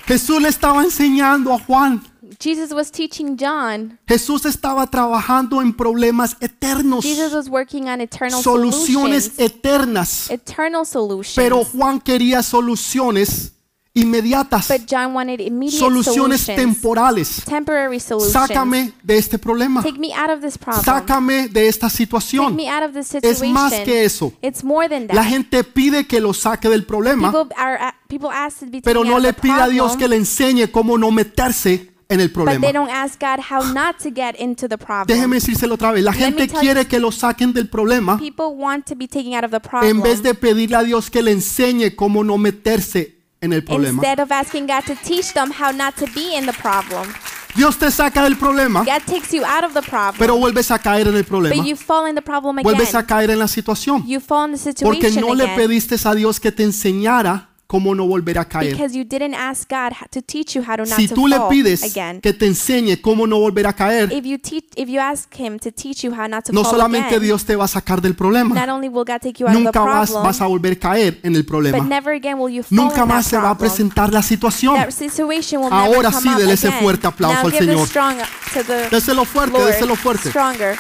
[SPEAKER 1] Jesús le estaba enseñando a Juan.
[SPEAKER 2] Jesus was teaching John.
[SPEAKER 1] Jesús estaba trabajando en problemas eternos,
[SPEAKER 2] Jesus was working on eternal
[SPEAKER 1] soluciones
[SPEAKER 2] solutions.
[SPEAKER 1] eternas.
[SPEAKER 2] Eternal solutions.
[SPEAKER 1] Pero Juan quería soluciones inmediatas,
[SPEAKER 2] but John wanted immediate
[SPEAKER 1] soluciones
[SPEAKER 2] solutions.
[SPEAKER 1] temporales.
[SPEAKER 2] Temporary solutions.
[SPEAKER 1] Sácame de este problema.
[SPEAKER 2] Take me out of this problem.
[SPEAKER 1] Sácame de esta
[SPEAKER 2] Take
[SPEAKER 1] situación.
[SPEAKER 2] me out of this
[SPEAKER 1] Es
[SPEAKER 2] situation.
[SPEAKER 1] más que eso.
[SPEAKER 2] It's more than
[SPEAKER 1] La
[SPEAKER 2] that.
[SPEAKER 1] gente pide que lo saque del problema.
[SPEAKER 2] People are a- people ask to be
[SPEAKER 1] pero
[SPEAKER 2] taken
[SPEAKER 1] no
[SPEAKER 2] out
[SPEAKER 1] le
[SPEAKER 2] of the
[SPEAKER 1] pida a Dios
[SPEAKER 2] problem,
[SPEAKER 1] que le enseñe cómo no meterse en el
[SPEAKER 2] but
[SPEAKER 1] problema.
[SPEAKER 2] they don't ask God how not to get into the problem.
[SPEAKER 1] Déjeme decírselo otra vez. La
[SPEAKER 2] Let me
[SPEAKER 1] gente
[SPEAKER 2] tell
[SPEAKER 1] quiere que lo saquen del problema
[SPEAKER 2] People want to be taken out of the problem
[SPEAKER 1] en vez de pedirle a Dios que le enseñe cómo no meterse en el problema.
[SPEAKER 2] instead of asking God to teach them how not to be in the problem.
[SPEAKER 1] Dios te saca del problema,
[SPEAKER 2] God takes you out of the problem,
[SPEAKER 1] Ah. pero vuelves a caer en el problema.
[SPEAKER 2] but you fall in the problem again.
[SPEAKER 1] Vuelves a caer en la situación.
[SPEAKER 2] You fall in the
[SPEAKER 1] Porque
[SPEAKER 2] situation
[SPEAKER 1] no le
[SPEAKER 2] again
[SPEAKER 1] pediste a Dios que te enseñara cómo no volver a caer.
[SPEAKER 2] because you didn't ask God how to teach you how to not
[SPEAKER 1] Si
[SPEAKER 2] to
[SPEAKER 1] tú le
[SPEAKER 2] fall
[SPEAKER 1] pides
[SPEAKER 2] again.
[SPEAKER 1] que te enseñe cómo no volver a caer,
[SPEAKER 2] If you teach, if you ask Him to teach you how not to
[SPEAKER 1] no
[SPEAKER 2] fall
[SPEAKER 1] solamente
[SPEAKER 2] again,
[SPEAKER 1] Dios te va a sacar del problema,
[SPEAKER 2] not only will God take you out of the
[SPEAKER 1] nunca vas,
[SPEAKER 2] problem,
[SPEAKER 1] vas a volver a caer en el
[SPEAKER 2] but
[SPEAKER 1] problema.
[SPEAKER 2] never again will you fall
[SPEAKER 1] Nunca
[SPEAKER 2] in that
[SPEAKER 1] más se va a
[SPEAKER 2] problem.
[SPEAKER 1] presentar la situación.
[SPEAKER 2] That situation will
[SPEAKER 1] Ahora
[SPEAKER 2] never come
[SPEAKER 1] sí,
[SPEAKER 2] up
[SPEAKER 1] dele ese
[SPEAKER 2] again.
[SPEAKER 1] fuerte aplauso
[SPEAKER 2] Now
[SPEAKER 1] al
[SPEAKER 2] give the
[SPEAKER 1] Señor.
[SPEAKER 2] strong to the
[SPEAKER 1] Déselo fuerte,
[SPEAKER 2] Lord.
[SPEAKER 1] déselo fuerte.
[SPEAKER 2] Stronger.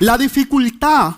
[SPEAKER 1] La dificultad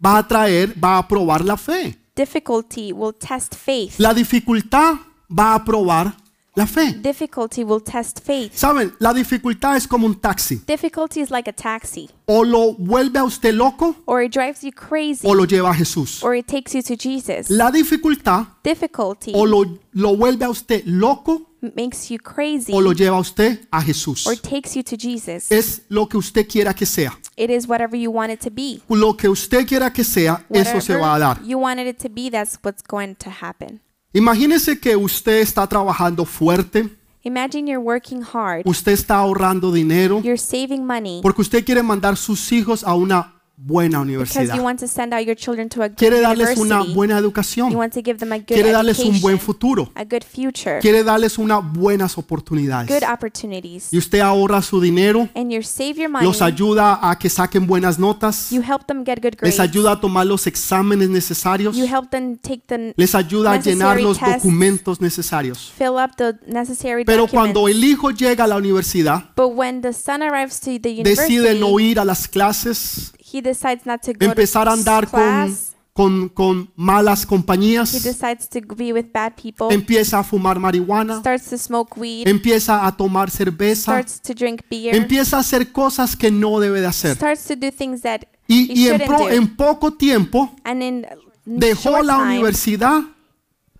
[SPEAKER 1] va a traer, va a probar la fe.
[SPEAKER 2] Difficulty will test faith.
[SPEAKER 1] La dificultad va a probar la fe.
[SPEAKER 2] Difficulty will test faith.
[SPEAKER 1] Saben, la dificultad es como un taxi.
[SPEAKER 2] Difficulty is like a taxi,
[SPEAKER 1] O lo vuelve a usted loco
[SPEAKER 2] or it drives you crazy,
[SPEAKER 1] o lo lleva a Jesús.
[SPEAKER 2] or it takes you to Jesus.
[SPEAKER 1] La dificultad
[SPEAKER 2] Difficulty
[SPEAKER 1] o lo, lo vuelve a usted loco
[SPEAKER 2] makes you crazy
[SPEAKER 1] o lo lleva a usted a Jesús.
[SPEAKER 2] or takes you to Jesus.
[SPEAKER 1] Es lo que usted quiera que sea.
[SPEAKER 2] It is whatever you want it to be.
[SPEAKER 1] Lo que usted quiera que sea, eso se va a dar.
[SPEAKER 2] Whatever you wanted it to be, that's what's going to happen.
[SPEAKER 1] Imagínese que usted está trabajando fuerte,
[SPEAKER 2] Imagine you're working hard,
[SPEAKER 1] usted está ahorrando dinero,
[SPEAKER 2] you're saving money
[SPEAKER 1] porque usted quiere mandar sus hijos a una buena
[SPEAKER 2] because you
[SPEAKER 1] universidad.
[SPEAKER 2] want to send out your children to a good
[SPEAKER 1] Quiere darles una
[SPEAKER 2] university.
[SPEAKER 1] buena
[SPEAKER 2] You
[SPEAKER 1] educación,
[SPEAKER 2] want to give them a good
[SPEAKER 1] quiere darles un buen
[SPEAKER 2] education,
[SPEAKER 1] futuro,
[SPEAKER 2] a good future,
[SPEAKER 1] quiere darles unas buenas oportunidades.
[SPEAKER 2] good opportunities.
[SPEAKER 1] Y usted ahorra su dinero,
[SPEAKER 2] And you save your money.
[SPEAKER 1] los ayuda a que saquen buenas notas,
[SPEAKER 2] You help them get good
[SPEAKER 1] les
[SPEAKER 2] grades.
[SPEAKER 1] ayuda a tomar los exámenes necesarios,
[SPEAKER 2] You help them take the
[SPEAKER 1] les ayuda a llenar
[SPEAKER 2] necessary
[SPEAKER 1] los
[SPEAKER 2] tests.
[SPEAKER 1] documentos necesarios.
[SPEAKER 2] fill up the necessary
[SPEAKER 1] Pero
[SPEAKER 2] documents.
[SPEAKER 1] cuando el hijo llega a la universidad,
[SPEAKER 2] but when the son arrives to the university,
[SPEAKER 1] decide no ir a las clases,
[SPEAKER 2] he decides not to go
[SPEAKER 1] empezar
[SPEAKER 2] to
[SPEAKER 1] a andar con,
[SPEAKER 2] class.
[SPEAKER 1] con, con malas
[SPEAKER 2] He
[SPEAKER 1] compañías,
[SPEAKER 2] decides to be with bad people.
[SPEAKER 1] empieza a fumar marihuana,
[SPEAKER 2] starts to smoke weed.
[SPEAKER 1] empieza a tomar cerveza,
[SPEAKER 2] starts to drink beer.
[SPEAKER 1] empieza a hacer cosas que no debe de hacer.
[SPEAKER 2] starts to do things that
[SPEAKER 1] Y,
[SPEAKER 2] he
[SPEAKER 1] y en,
[SPEAKER 2] shouldn't
[SPEAKER 1] pro-
[SPEAKER 2] do.
[SPEAKER 1] en poco tiempo
[SPEAKER 2] and in
[SPEAKER 1] dejó
[SPEAKER 2] short
[SPEAKER 1] la
[SPEAKER 2] time,
[SPEAKER 1] universidad,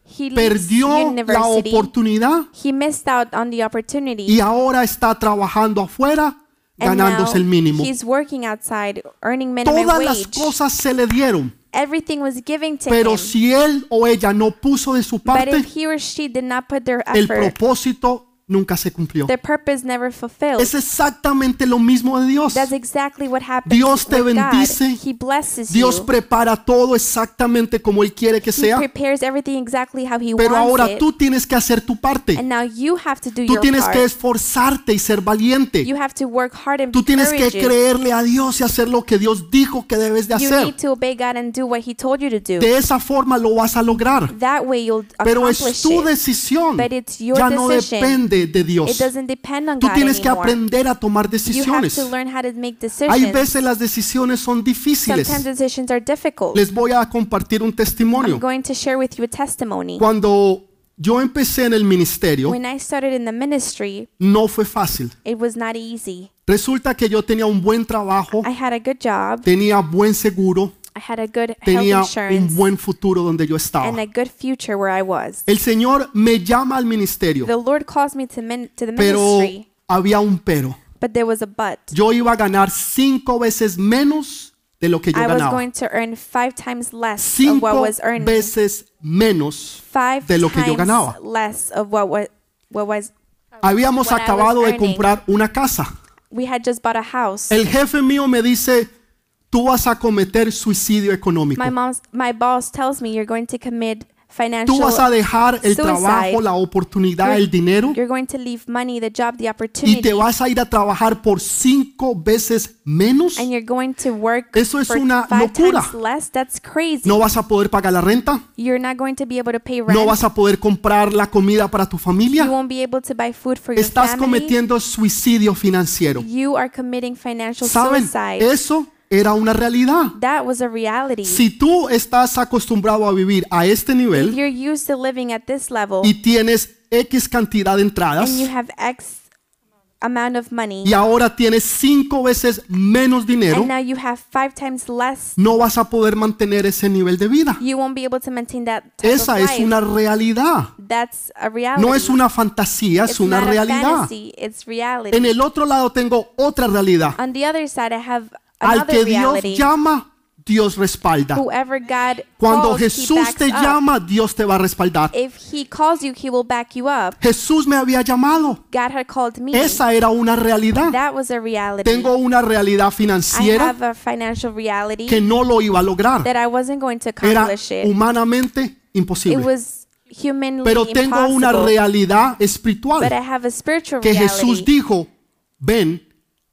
[SPEAKER 2] he leaves
[SPEAKER 1] perdió la
[SPEAKER 2] university.
[SPEAKER 1] oportunidad
[SPEAKER 2] he missed out on the opportunity.
[SPEAKER 1] y ahora está trabajando afuera
[SPEAKER 2] and now
[SPEAKER 1] ganándose el mínimo.
[SPEAKER 2] he's working outside, earning minimum
[SPEAKER 1] Todas las
[SPEAKER 2] wage.
[SPEAKER 1] cosas se le dieron,
[SPEAKER 2] Everything was given to
[SPEAKER 1] pero
[SPEAKER 2] him.
[SPEAKER 1] si él o ella no puso de su
[SPEAKER 2] but
[SPEAKER 1] parte,
[SPEAKER 2] if he or she did not put their
[SPEAKER 1] el
[SPEAKER 2] effort,
[SPEAKER 1] propósito nunca se cumplió.
[SPEAKER 2] their purpose never fulfilled.
[SPEAKER 1] Es exactamente lo mismo de Dios.
[SPEAKER 2] That's exactly what happens
[SPEAKER 1] Dios te
[SPEAKER 2] with God.
[SPEAKER 1] bendice.
[SPEAKER 2] He blesses
[SPEAKER 1] Dios
[SPEAKER 2] you.
[SPEAKER 1] prepara todo exactamente como Él quiere que
[SPEAKER 2] he
[SPEAKER 1] sea,
[SPEAKER 2] prepares everything exactly how he
[SPEAKER 1] pero
[SPEAKER 2] wants
[SPEAKER 1] ahora
[SPEAKER 2] it.
[SPEAKER 1] tú tienes que hacer tu parte.
[SPEAKER 2] and now you have to do
[SPEAKER 1] Tú
[SPEAKER 2] your
[SPEAKER 1] tienes
[SPEAKER 2] part.
[SPEAKER 1] que esforzarte y ser valiente.
[SPEAKER 2] you have to work hard and
[SPEAKER 1] Tú tienes que
[SPEAKER 2] courageous.
[SPEAKER 1] creerle a Dios y hacer lo que Dios dijo que debes de
[SPEAKER 2] You
[SPEAKER 1] hacer.
[SPEAKER 2] need to obey God and do what he told you to do.
[SPEAKER 1] De esa forma lo vas a lograr.
[SPEAKER 2] that way you'll
[SPEAKER 1] Pero es
[SPEAKER 2] accomplish
[SPEAKER 1] tu
[SPEAKER 2] it.
[SPEAKER 1] decisión.
[SPEAKER 2] But it's your
[SPEAKER 1] Ya no
[SPEAKER 2] decision.
[SPEAKER 1] depende de
[SPEAKER 2] It
[SPEAKER 1] Dios.
[SPEAKER 2] doesn't depend on
[SPEAKER 1] Tú
[SPEAKER 2] God
[SPEAKER 1] tienes que
[SPEAKER 2] anymore.
[SPEAKER 1] aprender a tomar
[SPEAKER 2] you have
[SPEAKER 1] decisiones.
[SPEAKER 2] to learn how to make
[SPEAKER 1] Hay
[SPEAKER 2] decisions.
[SPEAKER 1] veces las decisiones son difíciles.
[SPEAKER 2] Sometimes decisions are difficult.
[SPEAKER 1] Les voy a compartir un
[SPEAKER 2] I'm
[SPEAKER 1] testimonio.
[SPEAKER 2] going to share with you a testimony.
[SPEAKER 1] Cuando yo empecé en el ministerio,
[SPEAKER 2] When I started in the ministry,
[SPEAKER 1] no fue fácil.
[SPEAKER 2] it was not easy.
[SPEAKER 1] Resulta que yo tenía un buen trabajo,
[SPEAKER 2] I had a good job,
[SPEAKER 1] tenía buen seguro,
[SPEAKER 2] I had a good health
[SPEAKER 1] tenía un
[SPEAKER 2] insurance,
[SPEAKER 1] buen futuro donde yo
[SPEAKER 2] and
[SPEAKER 1] estaba.
[SPEAKER 2] a good future where I was.
[SPEAKER 1] El Señor me llama al ministerio,
[SPEAKER 2] The Lord calls me to, min- to the
[SPEAKER 1] pero
[SPEAKER 2] ministry,
[SPEAKER 1] había un pero.
[SPEAKER 2] but there was a but.
[SPEAKER 1] Yo iba a ganar cinco veces menos de lo que yo
[SPEAKER 2] I was
[SPEAKER 1] ganaba.
[SPEAKER 2] going to earn five times less of what
[SPEAKER 1] Cinco
[SPEAKER 2] was earning.
[SPEAKER 1] veces menos.
[SPEAKER 2] five
[SPEAKER 1] de lo que yo
[SPEAKER 2] times
[SPEAKER 1] ganaba.
[SPEAKER 2] less of what was, what was
[SPEAKER 1] Habíamos
[SPEAKER 2] What I was
[SPEAKER 1] acabado de
[SPEAKER 2] earning.
[SPEAKER 1] comprar una casa.
[SPEAKER 2] we had just bought a house.
[SPEAKER 1] El jefe mío me dice, tú vas a cometer suicidio económico.
[SPEAKER 2] my mom's my boss tells me you're going to commit financial
[SPEAKER 1] Tú vas a dejar el
[SPEAKER 2] suicide.
[SPEAKER 1] trabajo, la oportunidad,
[SPEAKER 2] You're-
[SPEAKER 1] el dinero
[SPEAKER 2] You're going to leave money, the job, the
[SPEAKER 1] y
[SPEAKER 2] opportunity,
[SPEAKER 1] te vas a ir a trabajar por cinco veces menos.
[SPEAKER 2] and you're going to work
[SPEAKER 1] Eso es
[SPEAKER 2] for
[SPEAKER 1] una
[SPEAKER 2] five
[SPEAKER 1] locura.
[SPEAKER 2] times less. That's crazy.
[SPEAKER 1] No vas a poder pagar la renta,
[SPEAKER 2] You're not going to be able to pay rent.
[SPEAKER 1] no vas a poder comprar la comida para tu
[SPEAKER 2] you
[SPEAKER 1] familia.
[SPEAKER 2] won't be able to buy food for your
[SPEAKER 1] Estás
[SPEAKER 2] family.
[SPEAKER 1] cometiendo suicidio financiero.
[SPEAKER 2] you are committing financial
[SPEAKER 1] ¿Saben?
[SPEAKER 2] suicide.
[SPEAKER 1] Eso era una realidad.
[SPEAKER 2] that was a reality.
[SPEAKER 1] Si tú estás acostumbrado a vivir a este
[SPEAKER 2] if
[SPEAKER 1] nivel
[SPEAKER 2] you're used to living at this level,
[SPEAKER 1] y tienes X cantidad de entradas
[SPEAKER 2] and you have X amount of money,
[SPEAKER 1] y ahora tienes cinco veces menos dinero,
[SPEAKER 2] and now you have five times less,
[SPEAKER 1] no vas a poder mantener ese nivel de vida.
[SPEAKER 2] you won't be able to maintain that type
[SPEAKER 1] Esa
[SPEAKER 2] of
[SPEAKER 1] es
[SPEAKER 2] life.
[SPEAKER 1] una realidad.
[SPEAKER 2] That's a reality.
[SPEAKER 1] No es una fantasía,
[SPEAKER 2] It's
[SPEAKER 1] es una
[SPEAKER 2] not a
[SPEAKER 1] realidad.
[SPEAKER 2] fantasy, it's reality.
[SPEAKER 1] En el otro lado tengo otra realidad.
[SPEAKER 2] On the other side, I have
[SPEAKER 1] Al
[SPEAKER 2] another
[SPEAKER 1] que Dios
[SPEAKER 2] reality.
[SPEAKER 1] llama, Dios respalda.
[SPEAKER 2] Whoever God
[SPEAKER 1] Cuando
[SPEAKER 2] calls, he
[SPEAKER 1] Jesús
[SPEAKER 2] backs
[SPEAKER 1] te
[SPEAKER 2] up.
[SPEAKER 1] llama, Dios te va a respaldar.
[SPEAKER 2] If He calls you, He will back you up.
[SPEAKER 1] Jesús me había llamado.
[SPEAKER 2] God had called me.
[SPEAKER 1] Esa era una realidad.
[SPEAKER 2] that was a reality.
[SPEAKER 1] Tengo una realidad
[SPEAKER 2] I
[SPEAKER 1] financiera
[SPEAKER 2] have a financial reality
[SPEAKER 1] que no lo iba a lograr.
[SPEAKER 2] that I wasn't going to
[SPEAKER 1] Era
[SPEAKER 2] accomplish it.
[SPEAKER 1] humanamente
[SPEAKER 2] It
[SPEAKER 1] imposible.
[SPEAKER 2] was humanly
[SPEAKER 1] Pero tengo una
[SPEAKER 2] impossible.
[SPEAKER 1] realidad
[SPEAKER 2] But I
[SPEAKER 1] espiritual
[SPEAKER 2] have a spiritual
[SPEAKER 1] que Jesús
[SPEAKER 2] reality
[SPEAKER 1] dijo, ven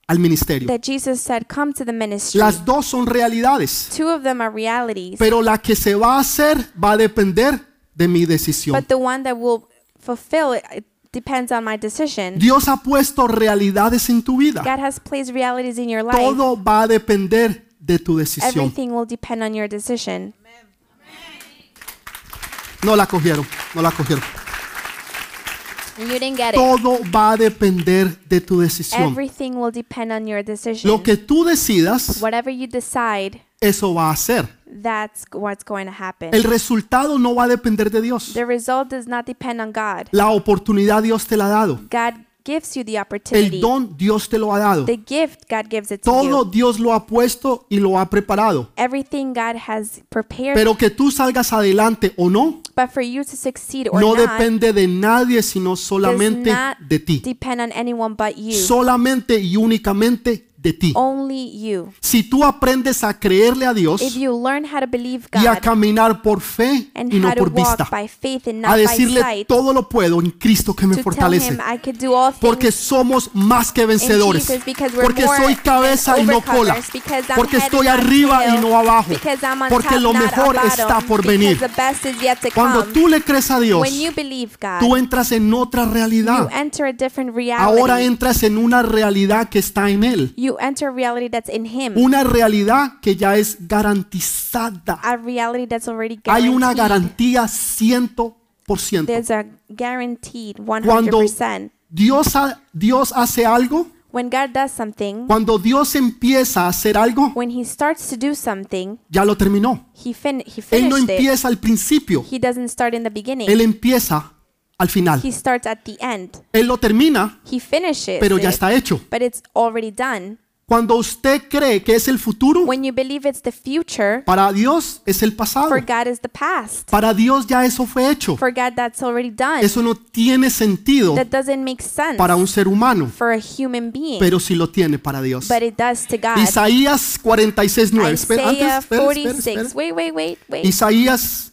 [SPEAKER 1] al ministerio.
[SPEAKER 2] that Jesus said, "Come to the ministry."
[SPEAKER 1] Las dos son realidades,
[SPEAKER 2] Two of them are realities,
[SPEAKER 1] pero la que se va a hacer va a depender de mi decisión.
[SPEAKER 2] but the one that will fulfill it, it depends on my decision.
[SPEAKER 1] Dios ha puesto realidades en tu vida.
[SPEAKER 2] God has placed realities in your life.
[SPEAKER 1] Todo va a depender de tu decisión.
[SPEAKER 2] Everything will depend on your decision.
[SPEAKER 1] No la cogieron, no la cogieron.
[SPEAKER 2] And you didn't get it.
[SPEAKER 1] Todo va a depender de tu decisión.
[SPEAKER 2] Everything will depend on your decision.
[SPEAKER 1] Lo que tú decidas,
[SPEAKER 2] Whatever you decide,
[SPEAKER 1] eso va a ser.
[SPEAKER 2] that's what's going to happen.
[SPEAKER 1] El resultado no va a depender de Dios.
[SPEAKER 2] the result does not depend on God.
[SPEAKER 1] La oportunidad Dios te la ha dado.
[SPEAKER 2] God gives you the opportunity.
[SPEAKER 1] El don Dios te lo ha dado.
[SPEAKER 2] the gift, God gives it to
[SPEAKER 1] Todo
[SPEAKER 2] you.
[SPEAKER 1] Dios lo ha puesto y lo ha preparado.
[SPEAKER 2] Everything God has prepared.
[SPEAKER 1] Pero que tú salgas adelante o no,
[SPEAKER 2] but for you to succeed or
[SPEAKER 1] no
[SPEAKER 2] not
[SPEAKER 1] depende de nadie sino solamente
[SPEAKER 2] does not
[SPEAKER 1] de ti.
[SPEAKER 2] depend on anyone but you. Oh.
[SPEAKER 1] Solamente y únicamente de ti.
[SPEAKER 2] Only you.
[SPEAKER 1] Si tú aprendes a creerle a Dios
[SPEAKER 2] If you learn how to believe
[SPEAKER 1] y a
[SPEAKER 2] God
[SPEAKER 1] caminar por fe
[SPEAKER 2] and
[SPEAKER 1] y no
[SPEAKER 2] how to
[SPEAKER 1] por vista,
[SPEAKER 2] walk by faith and
[SPEAKER 1] a
[SPEAKER 2] not by
[SPEAKER 1] decirle
[SPEAKER 2] sight,
[SPEAKER 1] todo lo puedo en Cristo que me
[SPEAKER 2] to tell
[SPEAKER 1] fortalece.
[SPEAKER 2] him I could do all
[SPEAKER 1] Porque
[SPEAKER 2] things
[SPEAKER 1] somos más que vencedores.
[SPEAKER 2] Jesus, because we're
[SPEAKER 1] Porque
[SPEAKER 2] more
[SPEAKER 1] soy cabeza y no
[SPEAKER 2] than
[SPEAKER 1] cola.
[SPEAKER 2] overcomers, because I'm
[SPEAKER 1] Porque
[SPEAKER 2] head
[SPEAKER 1] estoy
[SPEAKER 2] and not
[SPEAKER 1] arriba y
[SPEAKER 2] tail,
[SPEAKER 1] no abajo.
[SPEAKER 2] because I'm on
[SPEAKER 1] Porque
[SPEAKER 2] top,
[SPEAKER 1] lo
[SPEAKER 2] not
[SPEAKER 1] mejor
[SPEAKER 2] a bottom,
[SPEAKER 1] está por
[SPEAKER 2] because
[SPEAKER 1] venir.
[SPEAKER 2] the best is yet to
[SPEAKER 1] Cuando
[SPEAKER 2] come.
[SPEAKER 1] tú le crees a Dios,
[SPEAKER 2] When you believe God,
[SPEAKER 1] tú entras en otra
[SPEAKER 2] you
[SPEAKER 1] realidad.
[SPEAKER 2] enter a different reality.
[SPEAKER 1] Ahora entras en una realidad que está en Él.
[SPEAKER 2] you enter a reality that's in Him,
[SPEAKER 1] Una realidad que ya es garantizada.
[SPEAKER 2] a reality that's already
[SPEAKER 1] Hay una
[SPEAKER 2] guaranteed.
[SPEAKER 1] garantía 100%.
[SPEAKER 2] There's a guaranteed
[SPEAKER 1] Cuando
[SPEAKER 2] 100%.
[SPEAKER 1] Dios, ha- Dios hace algo,
[SPEAKER 2] When God does something,
[SPEAKER 1] cuando Dios empieza a hacer algo,
[SPEAKER 2] when He starts to do something,
[SPEAKER 1] ya lo terminó.
[SPEAKER 2] He, fin- he
[SPEAKER 1] Él no
[SPEAKER 2] finished it.
[SPEAKER 1] empieza al principio,
[SPEAKER 2] He doesn't start in the beginning.
[SPEAKER 1] Él empieza al final.
[SPEAKER 2] he starts at the end.
[SPEAKER 1] Él lo termina,
[SPEAKER 2] He finishes
[SPEAKER 1] pero ya
[SPEAKER 2] it,
[SPEAKER 1] está hecho.
[SPEAKER 2] but it's already done.
[SPEAKER 1] Cuando usted cree que es el futuro,
[SPEAKER 2] When you believe it's the future,
[SPEAKER 1] para Dios es el pasado.
[SPEAKER 2] for God is the past.
[SPEAKER 1] Para Dios ya eso fue hecho.
[SPEAKER 2] For God, that's already done.
[SPEAKER 1] Eso no tiene sentido
[SPEAKER 2] That doesn't make sense
[SPEAKER 1] para un ser humano,
[SPEAKER 2] for a human being,
[SPEAKER 1] pero sí lo tiene para Dios.
[SPEAKER 2] but it does to God.
[SPEAKER 1] Isaías 46.9. Espera, antes,
[SPEAKER 2] Isaiah
[SPEAKER 1] espera, espera,
[SPEAKER 2] 46.
[SPEAKER 1] espera.
[SPEAKER 2] Wait, wait, wait, wait.
[SPEAKER 1] Isaías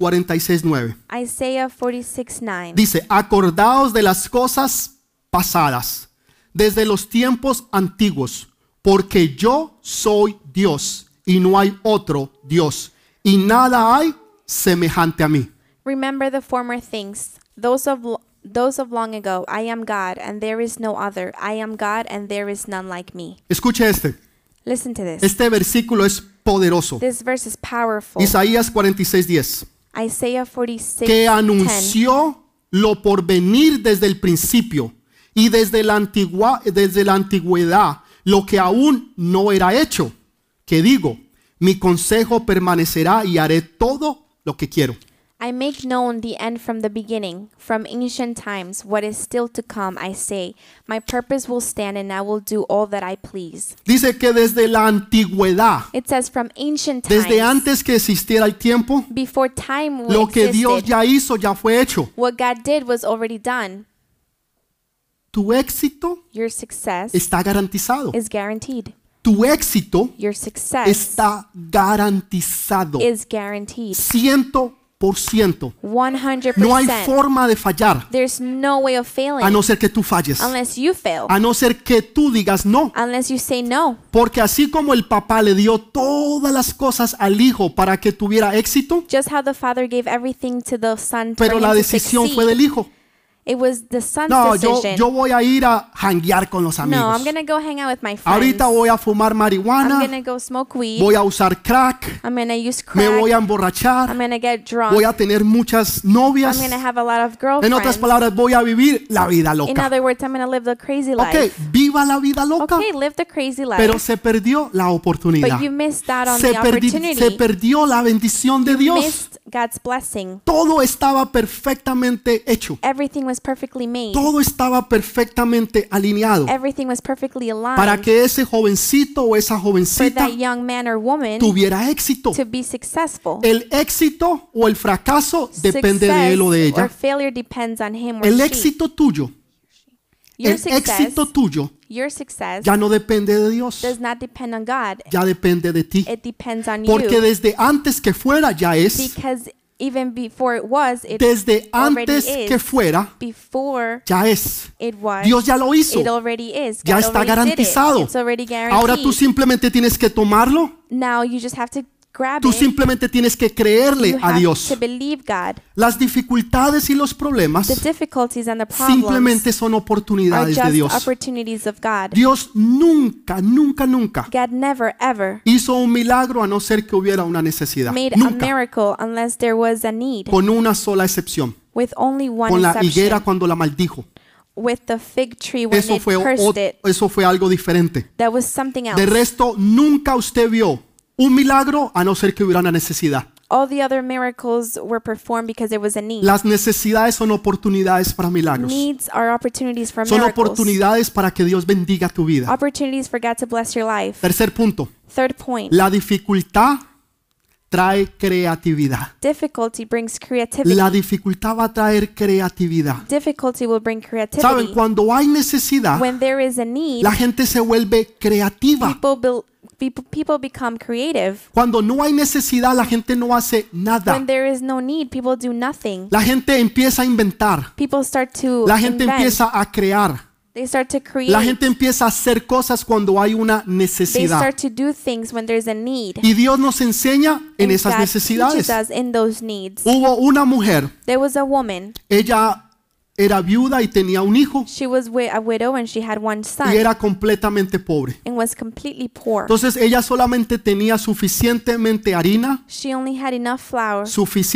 [SPEAKER 1] 46.9.
[SPEAKER 2] Isaiah 46 9.
[SPEAKER 1] Dice, acordaos de las cosas pasadas, desde los tiempos antiguos, porque yo soy Dios y no hay otro Dios, y nada hay semejante a mí.
[SPEAKER 2] Remember the former things, those of lo- those of long ago. I am God, and there is no other. I am God, and there is none like me.
[SPEAKER 1] Escuche este,
[SPEAKER 2] Listen to this.
[SPEAKER 1] este versículo es poderoso.
[SPEAKER 2] This verse is powerful.
[SPEAKER 1] Isaías 46:10,
[SPEAKER 2] Isaiah 46
[SPEAKER 1] que
[SPEAKER 2] 10.
[SPEAKER 1] anunció lo por venir desde el principio y desde la, antigua- desde la antigüedad, lo que aún no era hecho, que digo, mi consejo permanecerá y haré todo lo que quiero.
[SPEAKER 2] I make known the end from the beginning, from ancient times, what is still to come, I say. My purpose will stand, and I will do all that I please.
[SPEAKER 1] Dice que desde la antigüedad,
[SPEAKER 2] It says, from ancient times,
[SPEAKER 1] desde antes que existiera el tiempo,
[SPEAKER 2] before time was
[SPEAKER 1] lo que
[SPEAKER 2] existed,
[SPEAKER 1] Dios ya hizo ya fue hecho.
[SPEAKER 2] what God did was already done.
[SPEAKER 1] Tu éxito
[SPEAKER 2] Your success
[SPEAKER 1] está garantizado.
[SPEAKER 2] is guaranteed.
[SPEAKER 1] Tu éxito
[SPEAKER 2] Your success
[SPEAKER 1] está garantizado.
[SPEAKER 2] is guaranteed.
[SPEAKER 1] 100%.
[SPEAKER 2] 100%.
[SPEAKER 1] No hay forma de fallar
[SPEAKER 2] There's no way of failing
[SPEAKER 1] a no ser que tú falles,
[SPEAKER 2] unless you fail,
[SPEAKER 1] a no ser que tú digas no.
[SPEAKER 2] unless you say no.
[SPEAKER 1] Porque así como el papá le dio todas las cosas al hijo para que tuviera éxito,
[SPEAKER 2] Just how the father gave everything to the son for
[SPEAKER 1] pero
[SPEAKER 2] him
[SPEAKER 1] la
[SPEAKER 2] to
[SPEAKER 1] decisión
[SPEAKER 2] succeed,
[SPEAKER 1] fue del hijo.
[SPEAKER 2] It was the son's
[SPEAKER 1] No, yo,
[SPEAKER 2] decision.
[SPEAKER 1] yo voy a ir a janguear con los
[SPEAKER 2] no,
[SPEAKER 1] amigos.
[SPEAKER 2] I'm gonna go hang out with my friends.
[SPEAKER 1] Ahorita voy a fumar
[SPEAKER 2] I'm
[SPEAKER 1] marihuana,
[SPEAKER 2] gonna go smoke weed.
[SPEAKER 1] voy a usar crack,
[SPEAKER 2] I'm gonna use
[SPEAKER 1] me
[SPEAKER 2] crack.
[SPEAKER 1] voy a
[SPEAKER 2] I'm
[SPEAKER 1] emborrachar,
[SPEAKER 2] gonna get drunk.
[SPEAKER 1] voy a tener muchas
[SPEAKER 2] I'm
[SPEAKER 1] novias.
[SPEAKER 2] gonna have a lot of
[SPEAKER 1] En
[SPEAKER 2] girlfriends.
[SPEAKER 1] otras palabras, voy a vivir la vida
[SPEAKER 2] In
[SPEAKER 1] loca.
[SPEAKER 2] other words, I'm gonna live the crazy
[SPEAKER 1] Ok,
[SPEAKER 2] life.
[SPEAKER 1] viva la vida loca.
[SPEAKER 2] Okay, live the crazy life.
[SPEAKER 1] Pero se perdió la oportunidad.
[SPEAKER 2] but you missed out on
[SPEAKER 1] Se,
[SPEAKER 2] the
[SPEAKER 1] perdi-
[SPEAKER 2] opportunity.
[SPEAKER 1] se perdió la bendición de
[SPEAKER 2] You
[SPEAKER 1] Dios.
[SPEAKER 2] missed God's blessing.
[SPEAKER 1] Todo estaba perfectamente hecho.
[SPEAKER 2] Everything was perfectly made.
[SPEAKER 1] Todo estaba perfectamente alineado
[SPEAKER 2] Everything was perfectly aligned
[SPEAKER 1] para que ese jovencito o esa
[SPEAKER 2] for
[SPEAKER 1] jovencita
[SPEAKER 2] that young man or woman
[SPEAKER 1] tuviera éxito.
[SPEAKER 2] to be successful.
[SPEAKER 1] El éxito o el fracaso depende
[SPEAKER 2] Success
[SPEAKER 1] de él o de
[SPEAKER 2] or
[SPEAKER 1] ella.
[SPEAKER 2] failure depends on him or
[SPEAKER 1] El
[SPEAKER 2] she.
[SPEAKER 1] éxito tuyo,
[SPEAKER 2] Your
[SPEAKER 1] el
[SPEAKER 2] success,
[SPEAKER 1] éxito tuyo
[SPEAKER 2] your success
[SPEAKER 1] ya no depende de Dios,
[SPEAKER 2] does not depend on God.
[SPEAKER 1] ya depende de ti.
[SPEAKER 2] It depends on
[SPEAKER 1] Porque
[SPEAKER 2] you.
[SPEAKER 1] desde antes que fuera ya es,
[SPEAKER 2] Because even before it was, it
[SPEAKER 1] desde
[SPEAKER 2] already
[SPEAKER 1] antes
[SPEAKER 2] is.
[SPEAKER 1] que fuera
[SPEAKER 2] before
[SPEAKER 1] ya es.
[SPEAKER 2] it was,
[SPEAKER 1] Dios ya lo hizo.
[SPEAKER 2] it already is.
[SPEAKER 1] Ya
[SPEAKER 2] God
[SPEAKER 1] está
[SPEAKER 2] already did it.
[SPEAKER 1] garantizado.
[SPEAKER 2] It's already guaranteed.
[SPEAKER 1] Ahora tú simplemente tienes que tomarlo
[SPEAKER 2] now you just have to grab
[SPEAKER 1] Tú
[SPEAKER 2] it.
[SPEAKER 1] simplemente tienes que creerle
[SPEAKER 2] You
[SPEAKER 1] a
[SPEAKER 2] have to
[SPEAKER 1] Dios.
[SPEAKER 2] believe God.
[SPEAKER 1] Las dificultades y los
[SPEAKER 2] The
[SPEAKER 1] problemas
[SPEAKER 2] difficulties and the problems
[SPEAKER 1] simplemente son
[SPEAKER 2] are
[SPEAKER 1] oportunidades de
[SPEAKER 2] just
[SPEAKER 1] Dios.
[SPEAKER 2] opportunities of God.
[SPEAKER 1] Dios nunca, nunca, nunca
[SPEAKER 2] God never ever
[SPEAKER 1] hizo un milagro a no ser que hubiera una necesidad.
[SPEAKER 2] made a
[SPEAKER 1] Nunca.
[SPEAKER 2] miracle unless there was a need,
[SPEAKER 1] Con una sola excepción.
[SPEAKER 2] with only one
[SPEAKER 1] Con la higuera
[SPEAKER 2] exception.
[SPEAKER 1] cuando la maldijo.
[SPEAKER 2] With the fig tree when
[SPEAKER 1] Eso
[SPEAKER 2] it
[SPEAKER 1] fue, o-
[SPEAKER 2] cursed it,
[SPEAKER 1] eso fue algo diferente.
[SPEAKER 2] that was something
[SPEAKER 1] De
[SPEAKER 2] else.
[SPEAKER 1] resto, nunca usted vio un milagro a no ser que hubiera una necesidad.
[SPEAKER 2] All the other miracles were performed because there was a need.
[SPEAKER 1] Las necesidades son oportunidades para milagros.
[SPEAKER 2] Needs are opportunities for
[SPEAKER 1] Son
[SPEAKER 2] miracles.
[SPEAKER 1] oportunidades para que Dios bendiga tu vida.
[SPEAKER 2] Opportunities for God to bless your life.
[SPEAKER 1] Tercer punto.
[SPEAKER 2] Third point.
[SPEAKER 1] La dificultad trae creatividad.
[SPEAKER 2] Difficulty brings creativity.
[SPEAKER 1] La dificultad va a traer creatividad.
[SPEAKER 2] Difficulty will bring
[SPEAKER 1] Saben,
[SPEAKER 2] creativity.
[SPEAKER 1] cuando hay necesidad,
[SPEAKER 2] When there is a need,
[SPEAKER 1] la gente se vuelve creativa.
[SPEAKER 2] people, bel- people, people become creative.
[SPEAKER 1] Cuando no hay necesidad, la gente no hace nada.
[SPEAKER 2] When there is no need, people do nothing.
[SPEAKER 1] La gente empieza a inventar.
[SPEAKER 2] People start to
[SPEAKER 1] La gente
[SPEAKER 2] invent.
[SPEAKER 1] empieza a crear.
[SPEAKER 2] They start to
[SPEAKER 1] La
[SPEAKER 2] create.
[SPEAKER 1] gente empieza a hacer cosas cuando hay una
[SPEAKER 2] They
[SPEAKER 1] necesidad.
[SPEAKER 2] start to do things when there's a need.
[SPEAKER 1] Y Dios nos enseña en
[SPEAKER 2] And
[SPEAKER 1] esas
[SPEAKER 2] God teaches
[SPEAKER 1] necesidades.
[SPEAKER 2] us in those needs.
[SPEAKER 1] Hubo una mujer,
[SPEAKER 2] There was a woman.
[SPEAKER 1] ella era viuda y tenía un hijo
[SPEAKER 2] She was wi- a widow and she had one
[SPEAKER 1] y
[SPEAKER 2] son
[SPEAKER 1] era completamente pobre.
[SPEAKER 2] and was completely poor.
[SPEAKER 1] Entonces ella solamente tenía suficientemente harina,
[SPEAKER 2] She only had enough flour,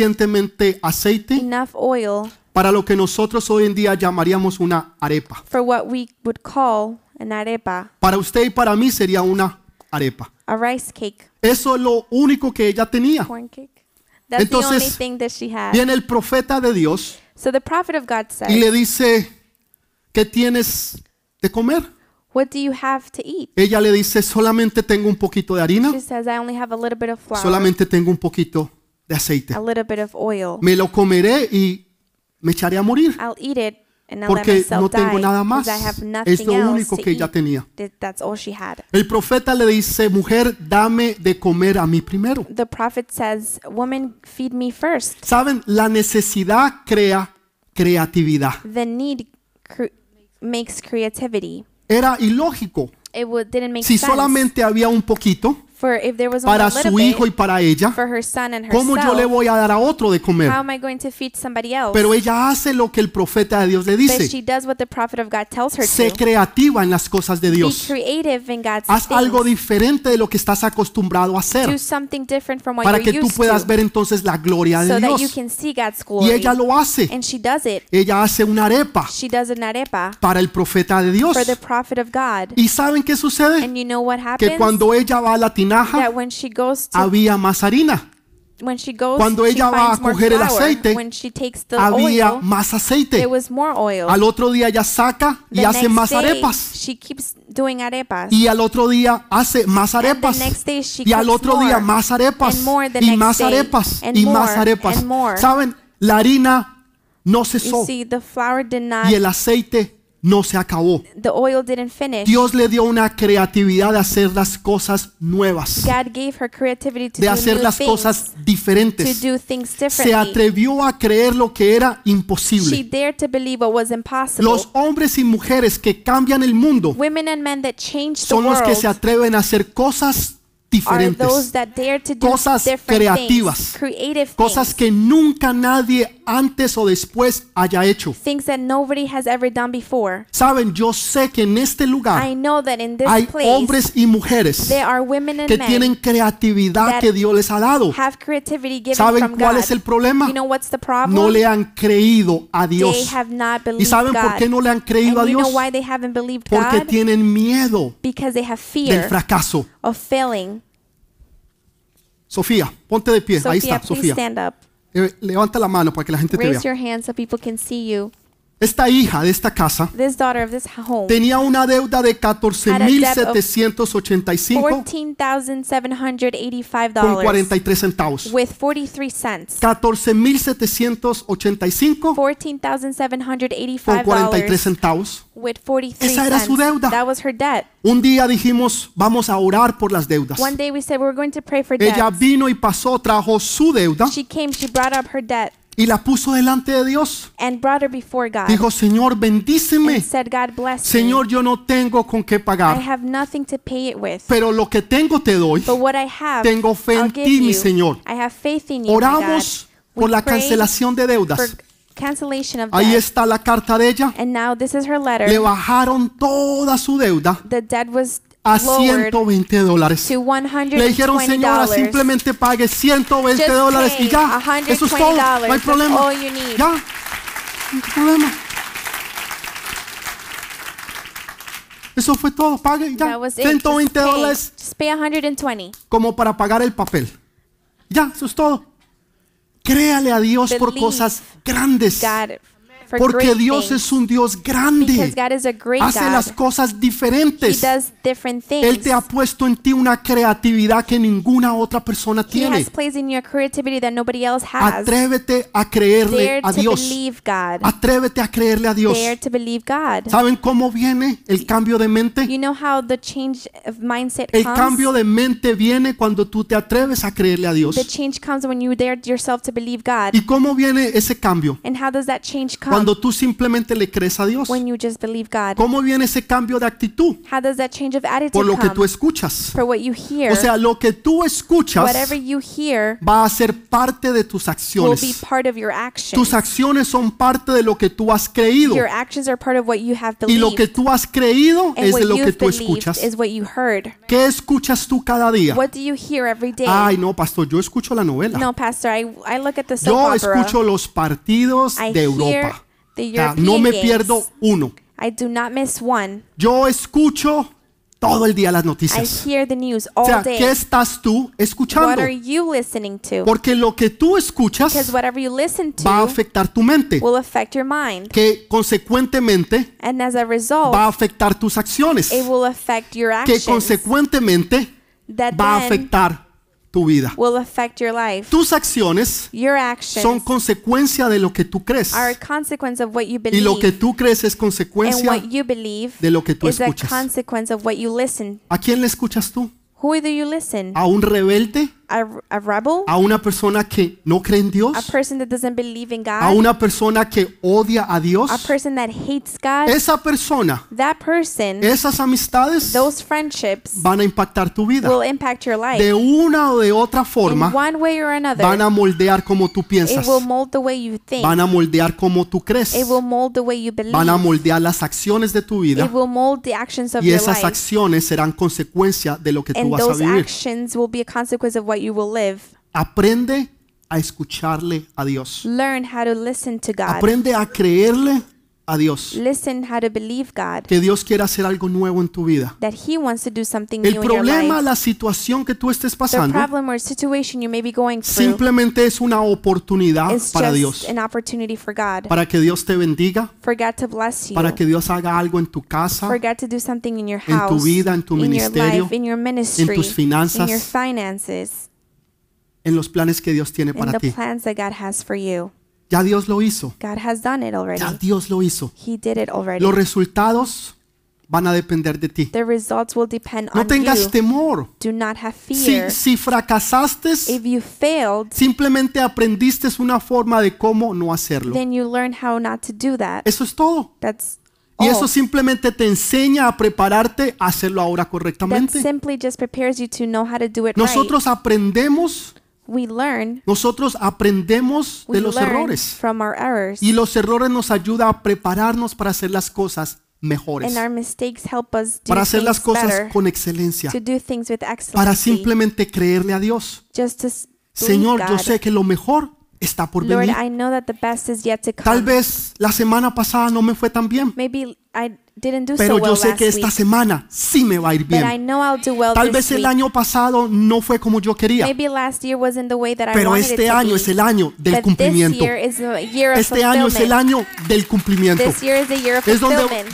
[SPEAKER 1] suficientemente aceite
[SPEAKER 2] enough oil
[SPEAKER 1] para lo que nosotros hoy en día llamaríamos una arepa.
[SPEAKER 2] for what we would call an arepa,
[SPEAKER 1] Para usted y para mí sería una arepa.
[SPEAKER 2] a rice cake,
[SPEAKER 1] Eso es lo único que ella tenía.
[SPEAKER 2] corn cake. That's the
[SPEAKER 1] Entonces,
[SPEAKER 2] only thing that she had.
[SPEAKER 1] Viene el profeta de Dios
[SPEAKER 2] So the prophet of God
[SPEAKER 1] y
[SPEAKER 2] said,
[SPEAKER 1] le dice, ¿qué tienes de comer?
[SPEAKER 2] What do you have to eat?
[SPEAKER 1] Ella le dice, solamente tengo un poquito de harina,
[SPEAKER 2] She says, I only have a little bit of flour,
[SPEAKER 1] solamente tengo un poquito de aceite.
[SPEAKER 2] a little bit of oil.
[SPEAKER 1] Me lo comeré y me echaré a morir
[SPEAKER 2] I'll eat it and I'll let
[SPEAKER 1] porque
[SPEAKER 2] myself
[SPEAKER 1] no tengo
[SPEAKER 2] die
[SPEAKER 1] nada más.
[SPEAKER 2] 'cause I have nothing
[SPEAKER 1] Es lo
[SPEAKER 2] else
[SPEAKER 1] único
[SPEAKER 2] to
[SPEAKER 1] que ella
[SPEAKER 2] eat."
[SPEAKER 1] tenía.
[SPEAKER 2] Th- That's all she had.
[SPEAKER 1] El profeta le dice, mujer, dame de comer a mí primero.
[SPEAKER 2] The prophet says, Woman, feed me first.
[SPEAKER 1] Saben, la necesidad crea creatividad.
[SPEAKER 2] The need cre- makes creativity.
[SPEAKER 1] Era ilógico.
[SPEAKER 2] It would, didn't make
[SPEAKER 1] Si
[SPEAKER 2] sense.
[SPEAKER 1] solamente había un poquito
[SPEAKER 2] For if there was only a
[SPEAKER 1] para
[SPEAKER 2] little
[SPEAKER 1] su hijo
[SPEAKER 2] bit
[SPEAKER 1] y para ella,
[SPEAKER 2] for her son and
[SPEAKER 1] ¿cómo yo le
[SPEAKER 2] herself,
[SPEAKER 1] voy a dar a otro de comer?
[SPEAKER 2] how am I going to feed somebody else?
[SPEAKER 1] Pero ella hace lo que el profeta de Dios le
[SPEAKER 2] But she
[SPEAKER 1] dice.
[SPEAKER 2] does what the prophet of God tells her
[SPEAKER 1] Sé
[SPEAKER 2] to.
[SPEAKER 1] creativa en las cosas de
[SPEAKER 2] Be
[SPEAKER 1] Dios.
[SPEAKER 2] creative in God's
[SPEAKER 1] Haz algo
[SPEAKER 2] things.
[SPEAKER 1] diferente de lo que estás acostumbrado a
[SPEAKER 2] Do
[SPEAKER 1] hacer
[SPEAKER 2] something different from what
[SPEAKER 1] para que
[SPEAKER 2] you're
[SPEAKER 1] tú
[SPEAKER 2] used
[SPEAKER 1] puedas
[SPEAKER 2] to.
[SPEAKER 1] ver entonces la gloria
[SPEAKER 2] so
[SPEAKER 1] de
[SPEAKER 2] that you
[SPEAKER 1] Dios.
[SPEAKER 2] can see God's
[SPEAKER 1] Y
[SPEAKER 2] glory.
[SPEAKER 1] ella lo hace.
[SPEAKER 2] and she does it.
[SPEAKER 1] Ella hace una arepa
[SPEAKER 2] She does an arepa
[SPEAKER 1] para el profeta de Dios.
[SPEAKER 2] for the prophet of God.
[SPEAKER 1] ¿Y saben qué sucede?
[SPEAKER 2] And you know what happens?
[SPEAKER 1] Que cuando ella va a la tinaja,
[SPEAKER 2] that when she goes to
[SPEAKER 1] había más harina.
[SPEAKER 2] when she goes
[SPEAKER 1] cuando
[SPEAKER 2] she
[SPEAKER 1] ella va
[SPEAKER 2] finds
[SPEAKER 1] a
[SPEAKER 2] more
[SPEAKER 1] coger el
[SPEAKER 2] flour.
[SPEAKER 1] aceite,
[SPEAKER 2] when she takes the
[SPEAKER 1] Había
[SPEAKER 2] oil,
[SPEAKER 1] más aceite.
[SPEAKER 2] there was more oil.
[SPEAKER 1] Al otro día ella saca
[SPEAKER 2] the
[SPEAKER 1] y hace
[SPEAKER 2] next
[SPEAKER 1] más
[SPEAKER 2] day,
[SPEAKER 1] arepas.
[SPEAKER 2] She keeps doing arepas.
[SPEAKER 1] Y al otro día hace más arepas.
[SPEAKER 2] And the next day she
[SPEAKER 1] y al
[SPEAKER 2] cooks
[SPEAKER 1] otro día
[SPEAKER 2] more.
[SPEAKER 1] más arepas
[SPEAKER 2] And more the
[SPEAKER 1] y
[SPEAKER 2] next
[SPEAKER 1] más
[SPEAKER 2] day.
[SPEAKER 1] arepas
[SPEAKER 2] And
[SPEAKER 1] y
[SPEAKER 2] more,
[SPEAKER 1] más arepas.
[SPEAKER 2] and more.
[SPEAKER 1] Saben, la harina no
[SPEAKER 2] you
[SPEAKER 1] cesó
[SPEAKER 2] see, the flour did not,
[SPEAKER 1] y el aceite no se acabó.
[SPEAKER 2] the oil didn't finish.
[SPEAKER 1] Dios le dio una creatividad de hacer las cosas nuevas,
[SPEAKER 2] God gave her creativity to
[SPEAKER 1] de
[SPEAKER 2] do
[SPEAKER 1] hacer
[SPEAKER 2] new
[SPEAKER 1] las
[SPEAKER 2] things,
[SPEAKER 1] cosas
[SPEAKER 2] to
[SPEAKER 1] diferentes.
[SPEAKER 2] do things
[SPEAKER 1] Se
[SPEAKER 2] differently.
[SPEAKER 1] atrevió a creer lo que era
[SPEAKER 2] She
[SPEAKER 1] imposible.
[SPEAKER 2] dared to believe what was impossible.
[SPEAKER 1] Los hombres y mujeres que cambian el mundo
[SPEAKER 2] Women and men that change the
[SPEAKER 1] son los
[SPEAKER 2] world
[SPEAKER 1] que se atreven a hacer cosas
[SPEAKER 2] are those
[SPEAKER 1] diferentes,
[SPEAKER 2] that dare to do
[SPEAKER 1] Cosas
[SPEAKER 2] different
[SPEAKER 1] creativas.
[SPEAKER 2] things, creative
[SPEAKER 1] cosas
[SPEAKER 2] things,
[SPEAKER 1] que nunca nadie antes o después haya hecho.
[SPEAKER 2] things that nobody has ever done before.
[SPEAKER 1] Saben, yo sé que en este
[SPEAKER 2] I
[SPEAKER 1] lugar
[SPEAKER 2] know that in this
[SPEAKER 1] Ah, hay
[SPEAKER 2] place
[SPEAKER 1] hombres y mujeres
[SPEAKER 2] there are women and
[SPEAKER 1] que tienen
[SPEAKER 2] men
[SPEAKER 1] creatividad
[SPEAKER 2] that
[SPEAKER 1] que Dios les ha dado.
[SPEAKER 2] have creativity given
[SPEAKER 1] ¿Saben
[SPEAKER 2] from
[SPEAKER 1] cuál
[SPEAKER 2] God.
[SPEAKER 1] es el problema?
[SPEAKER 2] You know what's the problem?
[SPEAKER 1] No le han creído a
[SPEAKER 2] they
[SPEAKER 1] Dios.
[SPEAKER 2] have not
[SPEAKER 1] ¿Y
[SPEAKER 2] believed
[SPEAKER 1] saben por
[SPEAKER 2] God.
[SPEAKER 1] qué no le han creído a
[SPEAKER 2] and you
[SPEAKER 1] Dios?
[SPEAKER 2] know why they haven't believed
[SPEAKER 1] Porque
[SPEAKER 2] God?
[SPEAKER 1] tienen miedo
[SPEAKER 2] because they have
[SPEAKER 1] del
[SPEAKER 2] fear
[SPEAKER 1] fracaso.
[SPEAKER 2] of failing.
[SPEAKER 1] Sofía, ponte de pie. Ahí
[SPEAKER 2] Sophia,
[SPEAKER 1] está,
[SPEAKER 2] please
[SPEAKER 1] Sofía.
[SPEAKER 2] stand up.
[SPEAKER 1] Eh, Levanta la mano para que la gente te
[SPEAKER 2] Raise
[SPEAKER 1] vea.
[SPEAKER 2] your hand so people can see you.
[SPEAKER 1] Esta hija de esta casa
[SPEAKER 2] This daughter of this home,
[SPEAKER 1] tenía una deuda de $14,785 con
[SPEAKER 2] $14,785
[SPEAKER 1] 43 centavos.
[SPEAKER 2] with 43 cents.
[SPEAKER 1] 14,785 con 43
[SPEAKER 2] $14,785
[SPEAKER 1] centavos.
[SPEAKER 2] with 43
[SPEAKER 1] Esa era su
[SPEAKER 2] cents.
[SPEAKER 1] deuda.
[SPEAKER 2] That was her debt.
[SPEAKER 1] Un día dijimos, vamos a orar por las deudas.
[SPEAKER 2] One day we said we were going to pray for
[SPEAKER 1] Ella
[SPEAKER 2] debt.
[SPEAKER 1] vino y pasó, trajo su deuda
[SPEAKER 2] She came, she brought up her debt,
[SPEAKER 1] y la puso delante de Dios.
[SPEAKER 2] and brought her before God
[SPEAKER 1] Dijo, Señor, bendíceme.
[SPEAKER 2] and said, God bless me.
[SPEAKER 1] Señor, yo no tengo con qué
[SPEAKER 2] I
[SPEAKER 1] pagar,
[SPEAKER 2] have nothing to pay it with,
[SPEAKER 1] pero lo que tengo te doy.
[SPEAKER 2] but what I have,
[SPEAKER 1] Tengo fe
[SPEAKER 2] I'll
[SPEAKER 1] en
[SPEAKER 2] give
[SPEAKER 1] ti, mi
[SPEAKER 2] you.
[SPEAKER 1] Señor.
[SPEAKER 2] I have faith in you, my God.
[SPEAKER 1] Oramos por
[SPEAKER 2] We
[SPEAKER 1] la
[SPEAKER 2] prayed
[SPEAKER 1] cancelación de
[SPEAKER 2] for
[SPEAKER 1] deudas.
[SPEAKER 2] cancellation of
[SPEAKER 1] Ahí
[SPEAKER 2] debt.
[SPEAKER 1] está la carta de ella.
[SPEAKER 2] And now this is her letter.
[SPEAKER 1] Le bajaron toda su deuda
[SPEAKER 2] the debt was
[SPEAKER 1] a
[SPEAKER 2] lowered
[SPEAKER 1] 120 dólares.
[SPEAKER 2] to 120
[SPEAKER 1] Le dijeron, señora, simplemente pague 120
[SPEAKER 2] Just
[SPEAKER 1] dólares y
[SPEAKER 2] pay
[SPEAKER 1] ya. Eso es todo. No hay
[SPEAKER 2] $120.
[SPEAKER 1] problema.
[SPEAKER 2] That's all you need.
[SPEAKER 1] Ya. No hay problema. Eso fue todo. Pague y ya.
[SPEAKER 2] That was it.
[SPEAKER 1] 120
[SPEAKER 2] Just pay.
[SPEAKER 1] dólares
[SPEAKER 2] Just pay 120.
[SPEAKER 1] como para pagar el papel. Ya, eso es todo. Créale a Dios por
[SPEAKER 2] Believe
[SPEAKER 1] cosas grandes.
[SPEAKER 2] God, for
[SPEAKER 1] Porque
[SPEAKER 2] great
[SPEAKER 1] Dios
[SPEAKER 2] things.
[SPEAKER 1] es un Dios
[SPEAKER 2] Because
[SPEAKER 1] grande.
[SPEAKER 2] God is a great
[SPEAKER 1] Hace
[SPEAKER 2] God.
[SPEAKER 1] las cosas
[SPEAKER 2] he
[SPEAKER 1] diferentes.
[SPEAKER 2] does different things.
[SPEAKER 1] Él te ha puesto en ti una creatividad que ninguna otra persona
[SPEAKER 2] he
[SPEAKER 1] tiene.
[SPEAKER 2] has placed in your creativity that nobody else has.
[SPEAKER 1] Atrévete a creerle
[SPEAKER 2] Dare
[SPEAKER 1] a
[SPEAKER 2] to
[SPEAKER 1] Dios.
[SPEAKER 2] believe God.
[SPEAKER 1] Atrévete a creerle a Dios.
[SPEAKER 2] Dare to believe God.
[SPEAKER 1] ¿Saben cómo viene el cambio de mente?
[SPEAKER 2] You know how the change of mindset
[SPEAKER 1] El
[SPEAKER 2] comes?
[SPEAKER 1] cambio de mente viene cuando tú te atreves a creerle a
[SPEAKER 2] the
[SPEAKER 1] Dios.
[SPEAKER 2] change comes when you dare yourself to believe God.
[SPEAKER 1] ¿Y cómo viene ese cambio?
[SPEAKER 2] And how does that change come?
[SPEAKER 1] Cuando tú simplemente le crees a Dios.
[SPEAKER 2] when you just believe God.
[SPEAKER 1] ¿Cómo viene ese cambio de actitud?
[SPEAKER 2] How does that change of attitude
[SPEAKER 1] Por lo que
[SPEAKER 2] come?
[SPEAKER 1] tú escuchas.
[SPEAKER 2] For what you hear,
[SPEAKER 1] O sea, lo que tú escuchas
[SPEAKER 2] whatever you hear
[SPEAKER 1] va a ser parte de tus
[SPEAKER 2] will be
[SPEAKER 1] acciones.
[SPEAKER 2] part of your actions.
[SPEAKER 1] Tus acciones son parte de lo que tú has creído.
[SPEAKER 2] Your actions are part of what you have
[SPEAKER 1] Y
[SPEAKER 2] believed.
[SPEAKER 1] lo que tú has creído
[SPEAKER 2] and
[SPEAKER 1] es
[SPEAKER 2] what
[SPEAKER 1] de lo que
[SPEAKER 2] you've
[SPEAKER 1] tú
[SPEAKER 2] believed
[SPEAKER 1] escuchas.
[SPEAKER 2] is what you heard.
[SPEAKER 1] ¿Qué escuchas tú cada día?
[SPEAKER 2] What do you hear every day?
[SPEAKER 1] Ay, no, pastor, yo escucho la novela.
[SPEAKER 2] no, Pastor, I, I look at the soap
[SPEAKER 1] Yo
[SPEAKER 2] opera.
[SPEAKER 1] escucho los partidos
[SPEAKER 2] I
[SPEAKER 1] de
[SPEAKER 2] hear
[SPEAKER 1] Europa.
[SPEAKER 2] the
[SPEAKER 1] O sea,
[SPEAKER 2] European
[SPEAKER 1] no me
[SPEAKER 2] games.
[SPEAKER 1] pierdo uno.
[SPEAKER 2] I do not miss one.
[SPEAKER 1] Yo escucho todo el día las
[SPEAKER 2] I
[SPEAKER 1] noticias.
[SPEAKER 2] hear the news all
[SPEAKER 1] O sea,
[SPEAKER 2] day.
[SPEAKER 1] ¿qué estás tú
[SPEAKER 2] what
[SPEAKER 1] escuchando?
[SPEAKER 2] are you listening to?
[SPEAKER 1] Porque lo que tú
[SPEAKER 2] Because
[SPEAKER 1] escuchas
[SPEAKER 2] whatever you listen to
[SPEAKER 1] va a afectar tu mente,
[SPEAKER 2] will affect your mind.
[SPEAKER 1] que consecuentemente
[SPEAKER 2] And as a result,
[SPEAKER 1] va a afectar tus acciones,
[SPEAKER 2] Oh. it will affect your
[SPEAKER 1] que
[SPEAKER 2] actions.
[SPEAKER 1] consecuentemente
[SPEAKER 2] that
[SPEAKER 1] va a
[SPEAKER 2] then
[SPEAKER 1] afectar tu vida.
[SPEAKER 2] will affect your life.
[SPEAKER 1] Tus acciones
[SPEAKER 2] Your actions
[SPEAKER 1] son consecuencia de lo que tú crees.
[SPEAKER 2] are a consequence of what you
[SPEAKER 1] Y
[SPEAKER 2] believe.
[SPEAKER 1] lo que tú crees es
[SPEAKER 2] and
[SPEAKER 1] consecuencia.
[SPEAKER 2] what you believe
[SPEAKER 1] de lo que tú
[SPEAKER 2] is a
[SPEAKER 1] escuchas.
[SPEAKER 2] consequence of what you listen.
[SPEAKER 1] ¿A quién le escuchas tú?
[SPEAKER 2] Who do you listen?
[SPEAKER 1] ¿A un rebelde?
[SPEAKER 2] A, a rebel?
[SPEAKER 1] ¿A una persona que no cree en
[SPEAKER 2] A
[SPEAKER 1] Dios?
[SPEAKER 2] person that doesn't believe in
[SPEAKER 1] ¿A
[SPEAKER 2] God?
[SPEAKER 1] una persona que odia a Dios?
[SPEAKER 2] a person that hates God?
[SPEAKER 1] Esa persona,
[SPEAKER 2] that person,
[SPEAKER 1] esas amistades
[SPEAKER 2] those friendships
[SPEAKER 1] van a impactar tu vida.
[SPEAKER 2] will impact your life.
[SPEAKER 1] De una o de otra
[SPEAKER 2] in
[SPEAKER 1] forma,
[SPEAKER 2] one way or another,
[SPEAKER 1] van a moldear como tú
[SPEAKER 2] it
[SPEAKER 1] piensas.
[SPEAKER 2] will mold the way you think.
[SPEAKER 1] Van a moldear como tú crees.
[SPEAKER 2] it will mold the way you believe.
[SPEAKER 1] Van a moldear las acciones de tu vida.
[SPEAKER 2] it will mold the actions of
[SPEAKER 1] Y
[SPEAKER 2] your
[SPEAKER 1] esas
[SPEAKER 2] life.
[SPEAKER 1] acciones serán consecuencia de lo que tú
[SPEAKER 2] And
[SPEAKER 1] vas a
[SPEAKER 2] those
[SPEAKER 1] vivir.
[SPEAKER 2] actions will be a consequence of what you will live.
[SPEAKER 1] Aprende a escucharle a Dios.
[SPEAKER 2] Learn how to listen to God.
[SPEAKER 1] Aprende a creerle a Dios.
[SPEAKER 2] Listen how to believe God.
[SPEAKER 1] Que Dios quiere hacer algo nuevo en tu vida.
[SPEAKER 2] That He wants to do something
[SPEAKER 1] El
[SPEAKER 2] new in your
[SPEAKER 1] problema,
[SPEAKER 2] life.
[SPEAKER 1] la situación que tú estés
[SPEAKER 2] The
[SPEAKER 1] pasando,
[SPEAKER 2] problem or situation you may be going through
[SPEAKER 1] simplemente es una oportunidad
[SPEAKER 2] is
[SPEAKER 1] para
[SPEAKER 2] just
[SPEAKER 1] Dios.
[SPEAKER 2] an opportunity for God.
[SPEAKER 1] Para que Dios te bendiga,
[SPEAKER 2] For God to bless you.
[SPEAKER 1] para que Dios haga algo en tu casa,
[SPEAKER 2] for God to do something in your
[SPEAKER 1] tu
[SPEAKER 2] house.
[SPEAKER 1] vida, en tu
[SPEAKER 2] in your
[SPEAKER 1] ministerio,
[SPEAKER 2] life, in your ministry.
[SPEAKER 1] tus finanzas,
[SPEAKER 2] in your finances.
[SPEAKER 1] en los planes que Dios tiene
[SPEAKER 2] In
[SPEAKER 1] para
[SPEAKER 2] the
[SPEAKER 1] ti.
[SPEAKER 2] plans that God has for you.
[SPEAKER 1] Ya Dios lo hizo.
[SPEAKER 2] God has done it already.
[SPEAKER 1] Ya Dios lo hizo.
[SPEAKER 2] He did it already.
[SPEAKER 1] Los resultados van a depender de ti.
[SPEAKER 2] the results will depend
[SPEAKER 1] No
[SPEAKER 2] on you.
[SPEAKER 1] tengas temor.
[SPEAKER 2] do not have fear.
[SPEAKER 1] Si, si fracasaste,
[SPEAKER 2] If you failed,
[SPEAKER 1] simplemente aprendiste una forma de cómo no hacerlo.
[SPEAKER 2] then you learn how not to do that.
[SPEAKER 1] Eso es todo.
[SPEAKER 2] That's
[SPEAKER 1] Y
[SPEAKER 2] all.
[SPEAKER 1] eso simplemente te enseña a prepararte a hacerlo ahora
[SPEAKER 2] That
[SPEAKER 1] correctamente.
[SPEAKER 2] simply just prepares you to know how to do it
[SPEAKER 1] Nosotros aprendemos,
[SPEAKER 2] right. We learn,
[SPEAKER 1] nosotros aprendemos
[SPEAKER 2] we
[SPEAKER 1] de los
[SPEAKER 2] learn
[SPEAKER 1] errores.
[SPEAKER 2] from our errors,
[SPEAKER 1] Y los errores nos ayuda a prepararnos para hacer las cosas mejores,
[SPEAKER 2] and our mistakes help us do
[SPEAKER 1] para hacer
[SPEAKER 2] things
[SPEAKER 1] las cosas
[SPEAKER 2] better,
[SPEAKER 1] con excelencia,
[SPEAKER 2] to do things with
[SPEAKER 1] para
[SPEAKER 2] excellence,
[SPEAKER 1] simplemente creerle a Dios.
[SPEAKER 2] just to s- believe
[SPEAKER 1] Señor, yo
[SPEAKER 2] God.
[SPEAKER 1] sé que lo mejor está por
[SPEAKER 2] Lord,
[SPEAKER 1] venir.
[SPEAKER 2] I know that the best is yet to come.
[SPEAKER 1] Tal vez la semana pasada no me fue tan bien,
[SPEAKER 2] Maybe I didn't do so
[SPEAKER 1] pero
[SPEAKER 2] well
[SPEAKER 1] yo sé
[SPEAKER 2] last
[SPEAKER 1] que esta
[SPEAKER 2] week,
[SPEAKER 1] semana sí me va a ir
[SPEAKER 2] but I
[SPEAKER 1] bien.
[SPEAKER 2] know I'll do well
[SPEAKER 1] Tal
[SPEAKER 2] this
[SPEAKER 1] vez el
[SPEAKER 2] week.
[SPEAKER 1] año pasado no fue como yo quería,
[SPEAKER 2] Maybe last year wasn't the way that I
[SPEAKER 1] pero
[SPEAKER 2] wanted it
[SPEAKER 1] este
[SPEAKER 2] to
[SPEAKER 1] año
[SPEAKER 2] be,
[SPEAKER 1] es el año del
[SPEAKER 2] but this
[SPEAKER 1] cumplimiento.
[SPEAKER 2] year is a year of
[SPEAKER 1] Este año es el
[SPEAKER 2] fulfillment.
[SPEAKER 1] año del cumplimiento.
[SPEAKER 2] This year is the year of
[SPEAKER 1] Es donde-
[SPEAKER 2] fulfillment.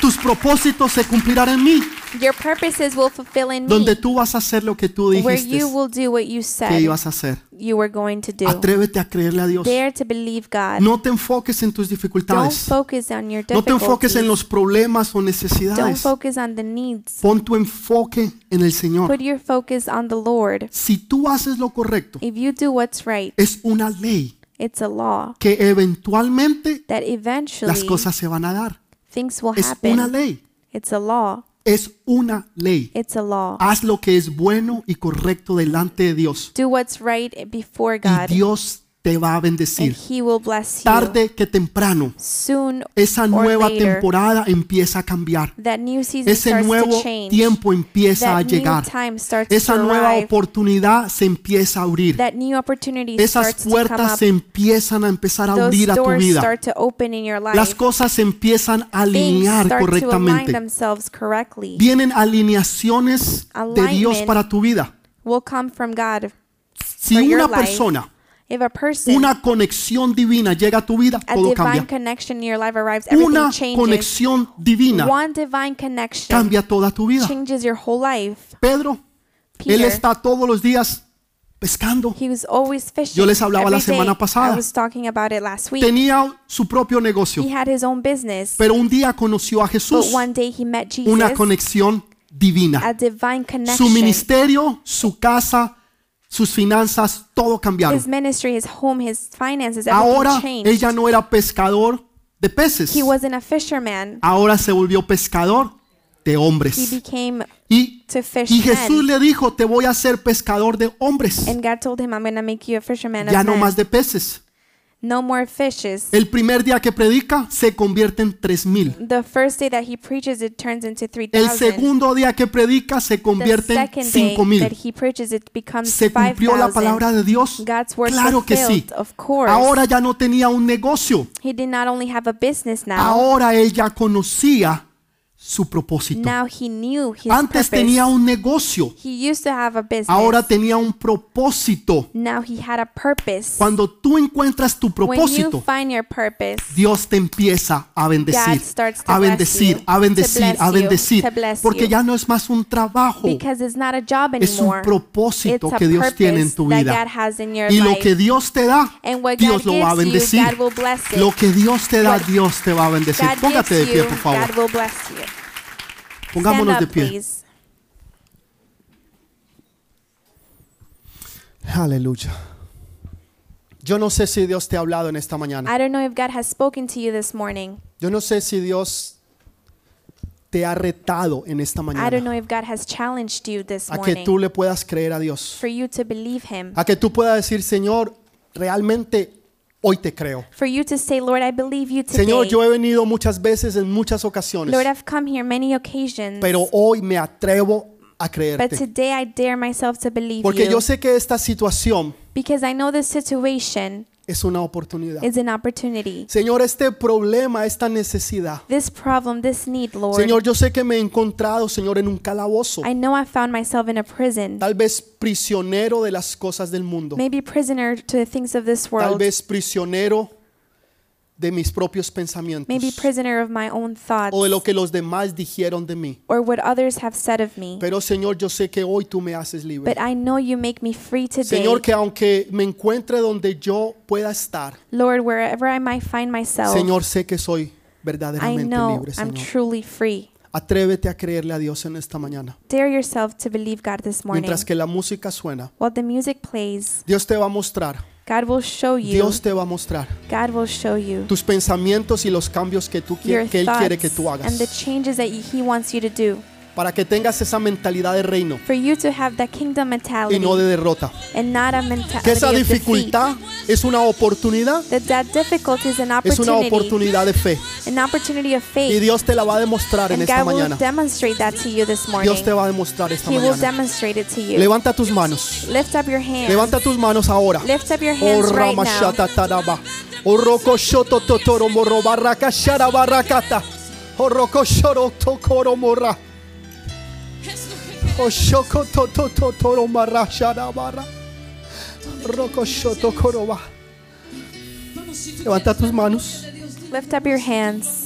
[SPEAKER 1] Tus propósitos se cumplirán en mí,
[SPEAKER 2] Your purposes will fulfill in
[SPEAKER 1] donde
[SPEAKER 2] me,
[SPEAKER 1] tú vas a hacer lo que tú
[SPEAKER 2] where
[SPEAKER 1] dijiste
[SPEAKER 2] you will do what you
[SPEAKER 1] que
[SPEAKER 2] said
[SPEAKER 1] ibas a hacer.
[SPEAKER 2] you were going to do.
[SPEAKER 1] Atrévete a creerle a Dios.
[SPEAKER 2] Dare to believe God.
[SPEAKER 1] No te enfoques en tus
[SPEAKER 2] Don't
[SPEAKER 1] dificultades.
[SPEAKER 2] focus on your
[SPEAKER 1] No te enfoques
[SPEAKER 2] difficulties.
[SPEAKER 1] en los problemas o
[SPEAKER 2] Don't
[SPEAKER 1] necesidades.
[SPEAKER 2] focus on the needs.
[SPEAKER 1] Pon tu enfoque en el Señor.
[SPEAKER 2] Put your focus on the Lord.
[SPEAKER 1] Si tú haces lo correcto,
[SPEAKER 2] If you do what's right,
[SPEAKER 1] es una ley
[SPEAKER 2] It's a law
[SPEAKER 1] que eventualmente
[SPEAKER 2] that eventually
[SPEAKER 1] las cosas se van a dar.
[SPEAKER 2] things will
[SPEAKER 1] Es una
[SPEAKER 2] happen.
[SPEAKER 1] ley,
[SPEAKER 2] It's a law.
[SPEAKER 1] es una ley.
[SPEAKER 2] It's a law.
[SPEAKER 1] Haz lo que es bueno y correcto delante de Dios
[SPEAKER 2] Do what's right before God,
[SPEAKER 1] y Dios te va a
[SPEAKER 2] and
[SPEAKER 1] bendecir.
[SPEAKER 2] He will bless you.
[SPEAKER 1] Tarde que temprano,
[SPEAKER 2] Soon
[SPEAKER 1] esa
[SPEAKER 2] or
[SPEAKER 1] nueva
[SPEAKER 2] later,
[SPEAKER 1] temporada empieza a cambiar.
[SPEAKER 2] that new season
[SPEAKER 1] Ese
[SPEAKER 2] starts
[SPEAKER 1] nuevo
[SPEAKER 2] to change.
[SPEAKER 1] tiempo empieza a
[SPEAKER 2] that new
[SPEAKER 1] llegar.
[SPEAKER 2] time starts
[SPEAKER 1] Esa
[SPEAKER 2] to
[SPEAKER 1] nueva
[SPEAKER 2] arrive.
[SPEAKER 1] oportunidad se empieza a abrir.
[SPEAKER 2] That new opportunity
[SPEAKER 1] Esas
[SPEAKER 2] starts to come
[SPEAKER 1] puertas
[SPEAKER 2] up.
[SPEAKER 1] se empiezan a empezar a
[SPEAKER 2] Those
[SPEAKER 1] abrir a tu
[SPEAKER 2] doors
[SPEAKER 1] vida.
[SPEAKER 2] start to open in your life.
[SPEAKER 1] Las cosas se empiezan a
[SPEAKER 2] Things
[SPEAKER 1] alinear
[SPEAKER 2] start to align
[SPEAKER 1] correctamente.
[SPEAKER 2] themselves correctly.
[SPEAKER 1] Vienen alineaciones de Dios
[SPEAKER 2] Alignment.
[SPEAKER 1] para tu vida.
[SPEAKER 2] Will come from God.
[SPEAKER 1] Si
[SPEAKER 2] for your
[SPEAKER 1] una
[SPEAKER 2] life.
[SPEAKER 1] persona,
[SPEAKER 2] If a person,
[SPEAKER 1] una conexión divina llega a tu vida,
[SPEAKER 2] a
[SPEAKER 1] todo
[SPEAKER 2] divine
[SPEAKER 1] cambia.
[SPEAKER 2] connection in your life arrives, everything
[SPEAKER 1] Una
[SPEAKER 2] changes.
[SPEAKER 1] conexión divina
[SPEAKER 2] One divine connection
[SPEAKER 1] cambia toda tu vida.
[SPEAKER 2] changes your whole life.
[SPEAKER 1] Pedro, él
[SPEAKER 2] Peter,
[SPEAKER 1] está todos los días pescando.
[SPEAKER 2] he was always fishing.
[SPEAKER 1] Yo les hablaba la
[SPEAKER 2] every day.
[SPEAKER 1] semana pasada.
[SPEAKER 2] I was talking about it last week.
[SPEAKER 1] Tenía su propio negocio,
[SPEAKER 2] He had his own business,
[SPEAKER 1] pero un día conoció a Jesús.
[SPEAKER 2] but one day he met Jesus.
[SPEAKER 1] Una conexión divina.
[SPEAKER 2] a divine
[SPEAKER 1] Su
[SPEAKER 2] connection.
[SPEAKER 1] ministerio, su casa, sus finanzas, todo cambiaron.
[SPEAKER 2] His ministry, his home, his finances, everything
[SPEAKER 1] Ahora
[SPEAKER 2] changed.
[SPEAKER 1] ella no era pescador de peces.
[SPEAKER 2] He wasn't a fisherman.
[SPEAKER 1] Ahora se volvió pescador de
[SPEAKER 2] He
[SPEAKER 1] hombres.
[SPEAKER 2] became
[SPEAKER 1] Y,
[SPEAKER 2] to fish
[SPEAKER 1] y Jesús
[SPEAKER 2] men.
[SPEAKER 1] le dijo, te voy a hacer pescador de hombres.
[SPEAKER 2] And God told him, I'm going to make you a fisherman
[SPEAKER 1] Ya
[SPEAKER 2] of
[SPEAKER 1] no
[SPEAKER 2] men.
[SPEAKER 1] más de peces.
[SPEAKER 2] No more fishes.
[SPEAKER 1] El primer día que predica se convierte en tres mil.
[SPEAKER 2] The first day that he preaches, it turns into
[SPEAKER 1] El
[SPEAKER 2] 3,000.
[SPEAKER 1] segundo día que predica se
[SPEAKER 2] The
[SPEAKER 1] convierte en
[SPEAKER 2] second day
[SPEAKER 1] cinco
[SPEAKER 2] that
[SPEAKER 1] mil.
[SPEAKER 2] he preaches, it becomes
[SPEAKER 1] ¿Se cumplió la palabra
[SPEAKER 2] 5,000.
[SPEAKER 1] de Dios?
[SPEAKER 2] God's word
[SPEAKER 1] Claro que sí.
[SPEAKER 2] fulfilled, of course.
[SPEAKER 1] Ahora ya no tenía un negocio.
[SPEAKER 2] he did not only have a business now,
[SPEAKER 1] Ahora ella conocía su propósito.
[SPEAKER 2] now he knew his
[SPEAKER 1] Antes
[SPEAKER 2] purpose.
[SPEAKER 1] tenía un negocio.
[SPEAKER 2] he used to have a business.
[SPEAKER 1] Ahora tenía un propósito.
[SPEAKER 2] now he had a purpose.
[SPEAKER 1] Cuando tú encuentras tu
[SPEAKER 2] when you
[SPEAKER 1] propósito,
[SPEAKER 2] find your purpose,
[SPEAKER 1] Dios te empieza a bendecir,
[SPEAKER 2] starts to
[SPEAKER 1] a
[SPEAKER 2] bless
[SPEAKER 1] bendecir,
[SPEAKER 2] you,
[SPEAKER 1] a
[SPEAKER 2] to
[SPEAKER 1] bendecir,
[SPEAKER 2] bless
[SPEAKER 1] a
[SPEAKER 2] you,
[SPEAKER 1] bendecir.
[SPEAKER 2] to bless
[SPEAKER 1] Porque
[SPEAKER 2] you.
[SPEAKER 1] ya no es más un trabajo,
[SPEAKER 2] because it's not a job
[SPEAKER 1] es un
[SPEAKER 2] anymore,
[SPEAKER 1] propósito
[SPEAKER 2] it's a
[SPEAKER 1] que Dios tiene en
[SPEAKER 2] purpose
[SPEAKER 1] tu
[SPEAKER 2] that
[SPEAKER 1] vida.
[SPEAKER 2] God has in your
[SPEAKER 1] Y lo
[SPEAKER 2] life.
[SPEAKER 1] que Dios te da,
[SPEAKER 2] And what
[SPEAKER 1] Dios
[SPEAKER 2] God
[SPEAKER 1] lo va a
[SPEAKER 2] gives you,
[SPEAKER 1] bendecir.
[SPEAKER 2] God will bless it.
[SPEAKER 1] Lo que Dios te da,
[SPEAKER 2] What
[SPEAKER 1] Dios te va a bendecir.
[SPEAKER 2] God
[SPEAKER 1] Póngate de
[SPEAKER 2] gives
[SPEAKER 1] pie,
[SPEAKER 2] you,
[SPEAKER 1] por
[SPEAKER 2] God
[SPEAKER 1] favor.
[SPEAKER 2] will bless you. Stand
[SPEAKER 1] Pongámonos de
[SPEAKER 2] up,
[SPEAKER 1] pie.
[SPEAKER 2] please.
[SPEAKER 1] Aleluya. Yo no sé si Dios te ha hablado en esta mañana.
[SPEAKER 2] I don't know if God has spoken to you this morning.
[SPEAKER 1] Yo no sé si Dios te ha retado en esta
[SPEAKER 2] I don't
[SPEAKER 1] mañana
[SPEAKER 2] know if God has challenged you this
[SPEAKER 1] a que tú
[SPEAKER 2] morning
[SPEAKER 1] le puedas creer a Dios.
[SPEAKER 2] for you to believe Him.
[SPEAKER 1] A que tú puedas decir, Señor, realmente hoy te creo.
[SPEAKER 2] For you to say, Lord, I believe you today.
[SPEAKER 1] Señor, yo he venido muchas veces en muchas ocasiones,
[SPEAKER 2] Lord, I've come here many occasions,
[SPEAKER 1] pero hoy me atrevo a
[SPEAKER 2] but
[SPEAKER 1] creerte.
[SPEAKER 2] today I dare myself to believe
[SPEAKER 1] Porque
[SPEAKER 2] you
[SPEAKER 1] yo sé que esta situación
[SPEAKER 2] because I know this situation
[SPEAKER 1] es una oportunidad.
[SPEAKER 2] is an opportunity.
[SPEAKER 1] Señor, este problema, esta necesidad.
[SPEAKER 2] This problem, this need, Lord,
[SPEAKER 1] Señor, yo sé que me he encontrado, Señor, en un calabozo.
[SPEAKER 2] I know I found myself in a prison,
[SPEAKER 1] Tal vez prisionero de las cosas del mundo.
[SPEAKER 2] maybe prisoner to the things of this
[SPEAKER 1] Tal
[SPEAKER 2] world,
[SPEAKER 1] vez prisionero de mis propios pensamientos.
[SPEAKER 2] maybe prisoner of my own thoughts
[SPEAKER 1] O de lo que los demás dijeron de mí.
[SPEAKER 2] or what others have said of me.
[SPEAKER 1] Pero Señor, yo sé que hoy tú me haces libre.
[SPEAKER 2] But I know you make me free today.
[SPEAKER 1] Señor, que aunque me encuentre donde yo pueda estar,
[SPEAKER 2] Lord, wherever I might find myself,
[SPEAKER 1] Señor, sé que soy
[SPEAKER 2] Oh. I
[SPEAKER 1] verdaderamente
[SPEAKER 2] know
[SPEAKER 1] libre,
[SPEAKER 2] I'm
[SPEAKER 1] Señor.
[SPEAKER 2] truly free.
[SPEAKER 1] Atrévete a creerle a Dios en esta mañana.
[SPEAKER 2] Dare yourself to believe God this morning.
[SPEAKER 1] Mientras que la música suena,
[SPEAKER 2] While the music plays,
[SPEAKER 1] Dios te va a mostrar.
[SPEAKER 2] God will show you.
[SPEAKER 1] Dios te va a mostrar
[SPEAKER 2] God will show you
[SPEAKER 1] tus pensamientos y los cambios que tú
[SPEAKER 2] your
[SPEAKER 1] quieres que él
[SPEAKER 2] thoughts
[SPEAKER 1] quiere que tú
[SPEAKER 2] and the
[SPEAKER 1] hagas
[SPEAKER 2] changes that He wants you to do
[SPEAKER 1] para que tengas esa mentalidad de reino
[SPEAKER 2] for you to have that kingdom mentality
[SPEAKER 1] y no de derrota.
[SPEAKER 2] and not a mentality
[SPEAKER 1] Que esa
[SPEAKER 2] of defeat.
[SPEAKER 1] dificultad es una oportunidad,
[SPEAKER 2] That that difficulty is an
[SPEAKER 1] es una
[SPEAKER 2] opportunity,
[SPEAKER 1] oportunidad de fe
[SPEAKER 2] an opportunity of
[SPEAKER 1] y
[SPEAKER 2] faith,
[SPEAKER 1] Dios te la va a demostrar en
[SPEAKER 2] and
[SPEAKER 1] esta
[SPEAKER 2] God will
[SPEAKER 1] mañana.
[SPEAKER 2] demonstrate that to you this morning.
[SPEAKER 1] Dios te va a demostrar esta
[SPEAKER 2] He will
[SPEAKER 1] mañana.
[SPEAKER 2] demonstrate it to you.
[SPEAKER 1] Levanta tus manos.
[SPEAKER 2] Lift up your hands.
[SPEAKER 1] Levanta tus manos ahora.
[SPEAKER 2] Lift up your
[SPEAKER 1] Oh
[SPEAKER 2] hands right
[SPEAKER 1] Rama
[SPEAKER 2] now.
[SPEAKER 1] Shata Taraba. Oh Roko Shoto Totoro Morro Barraca Shara Barracata. Oh Roko Shoro Tokoro Morra. Oh Shoko Toto Totoro Marra Shara Barra. Roko Shoto Koroba. Levanta tus manos.
[SPEAKER 2] Lift up your hands.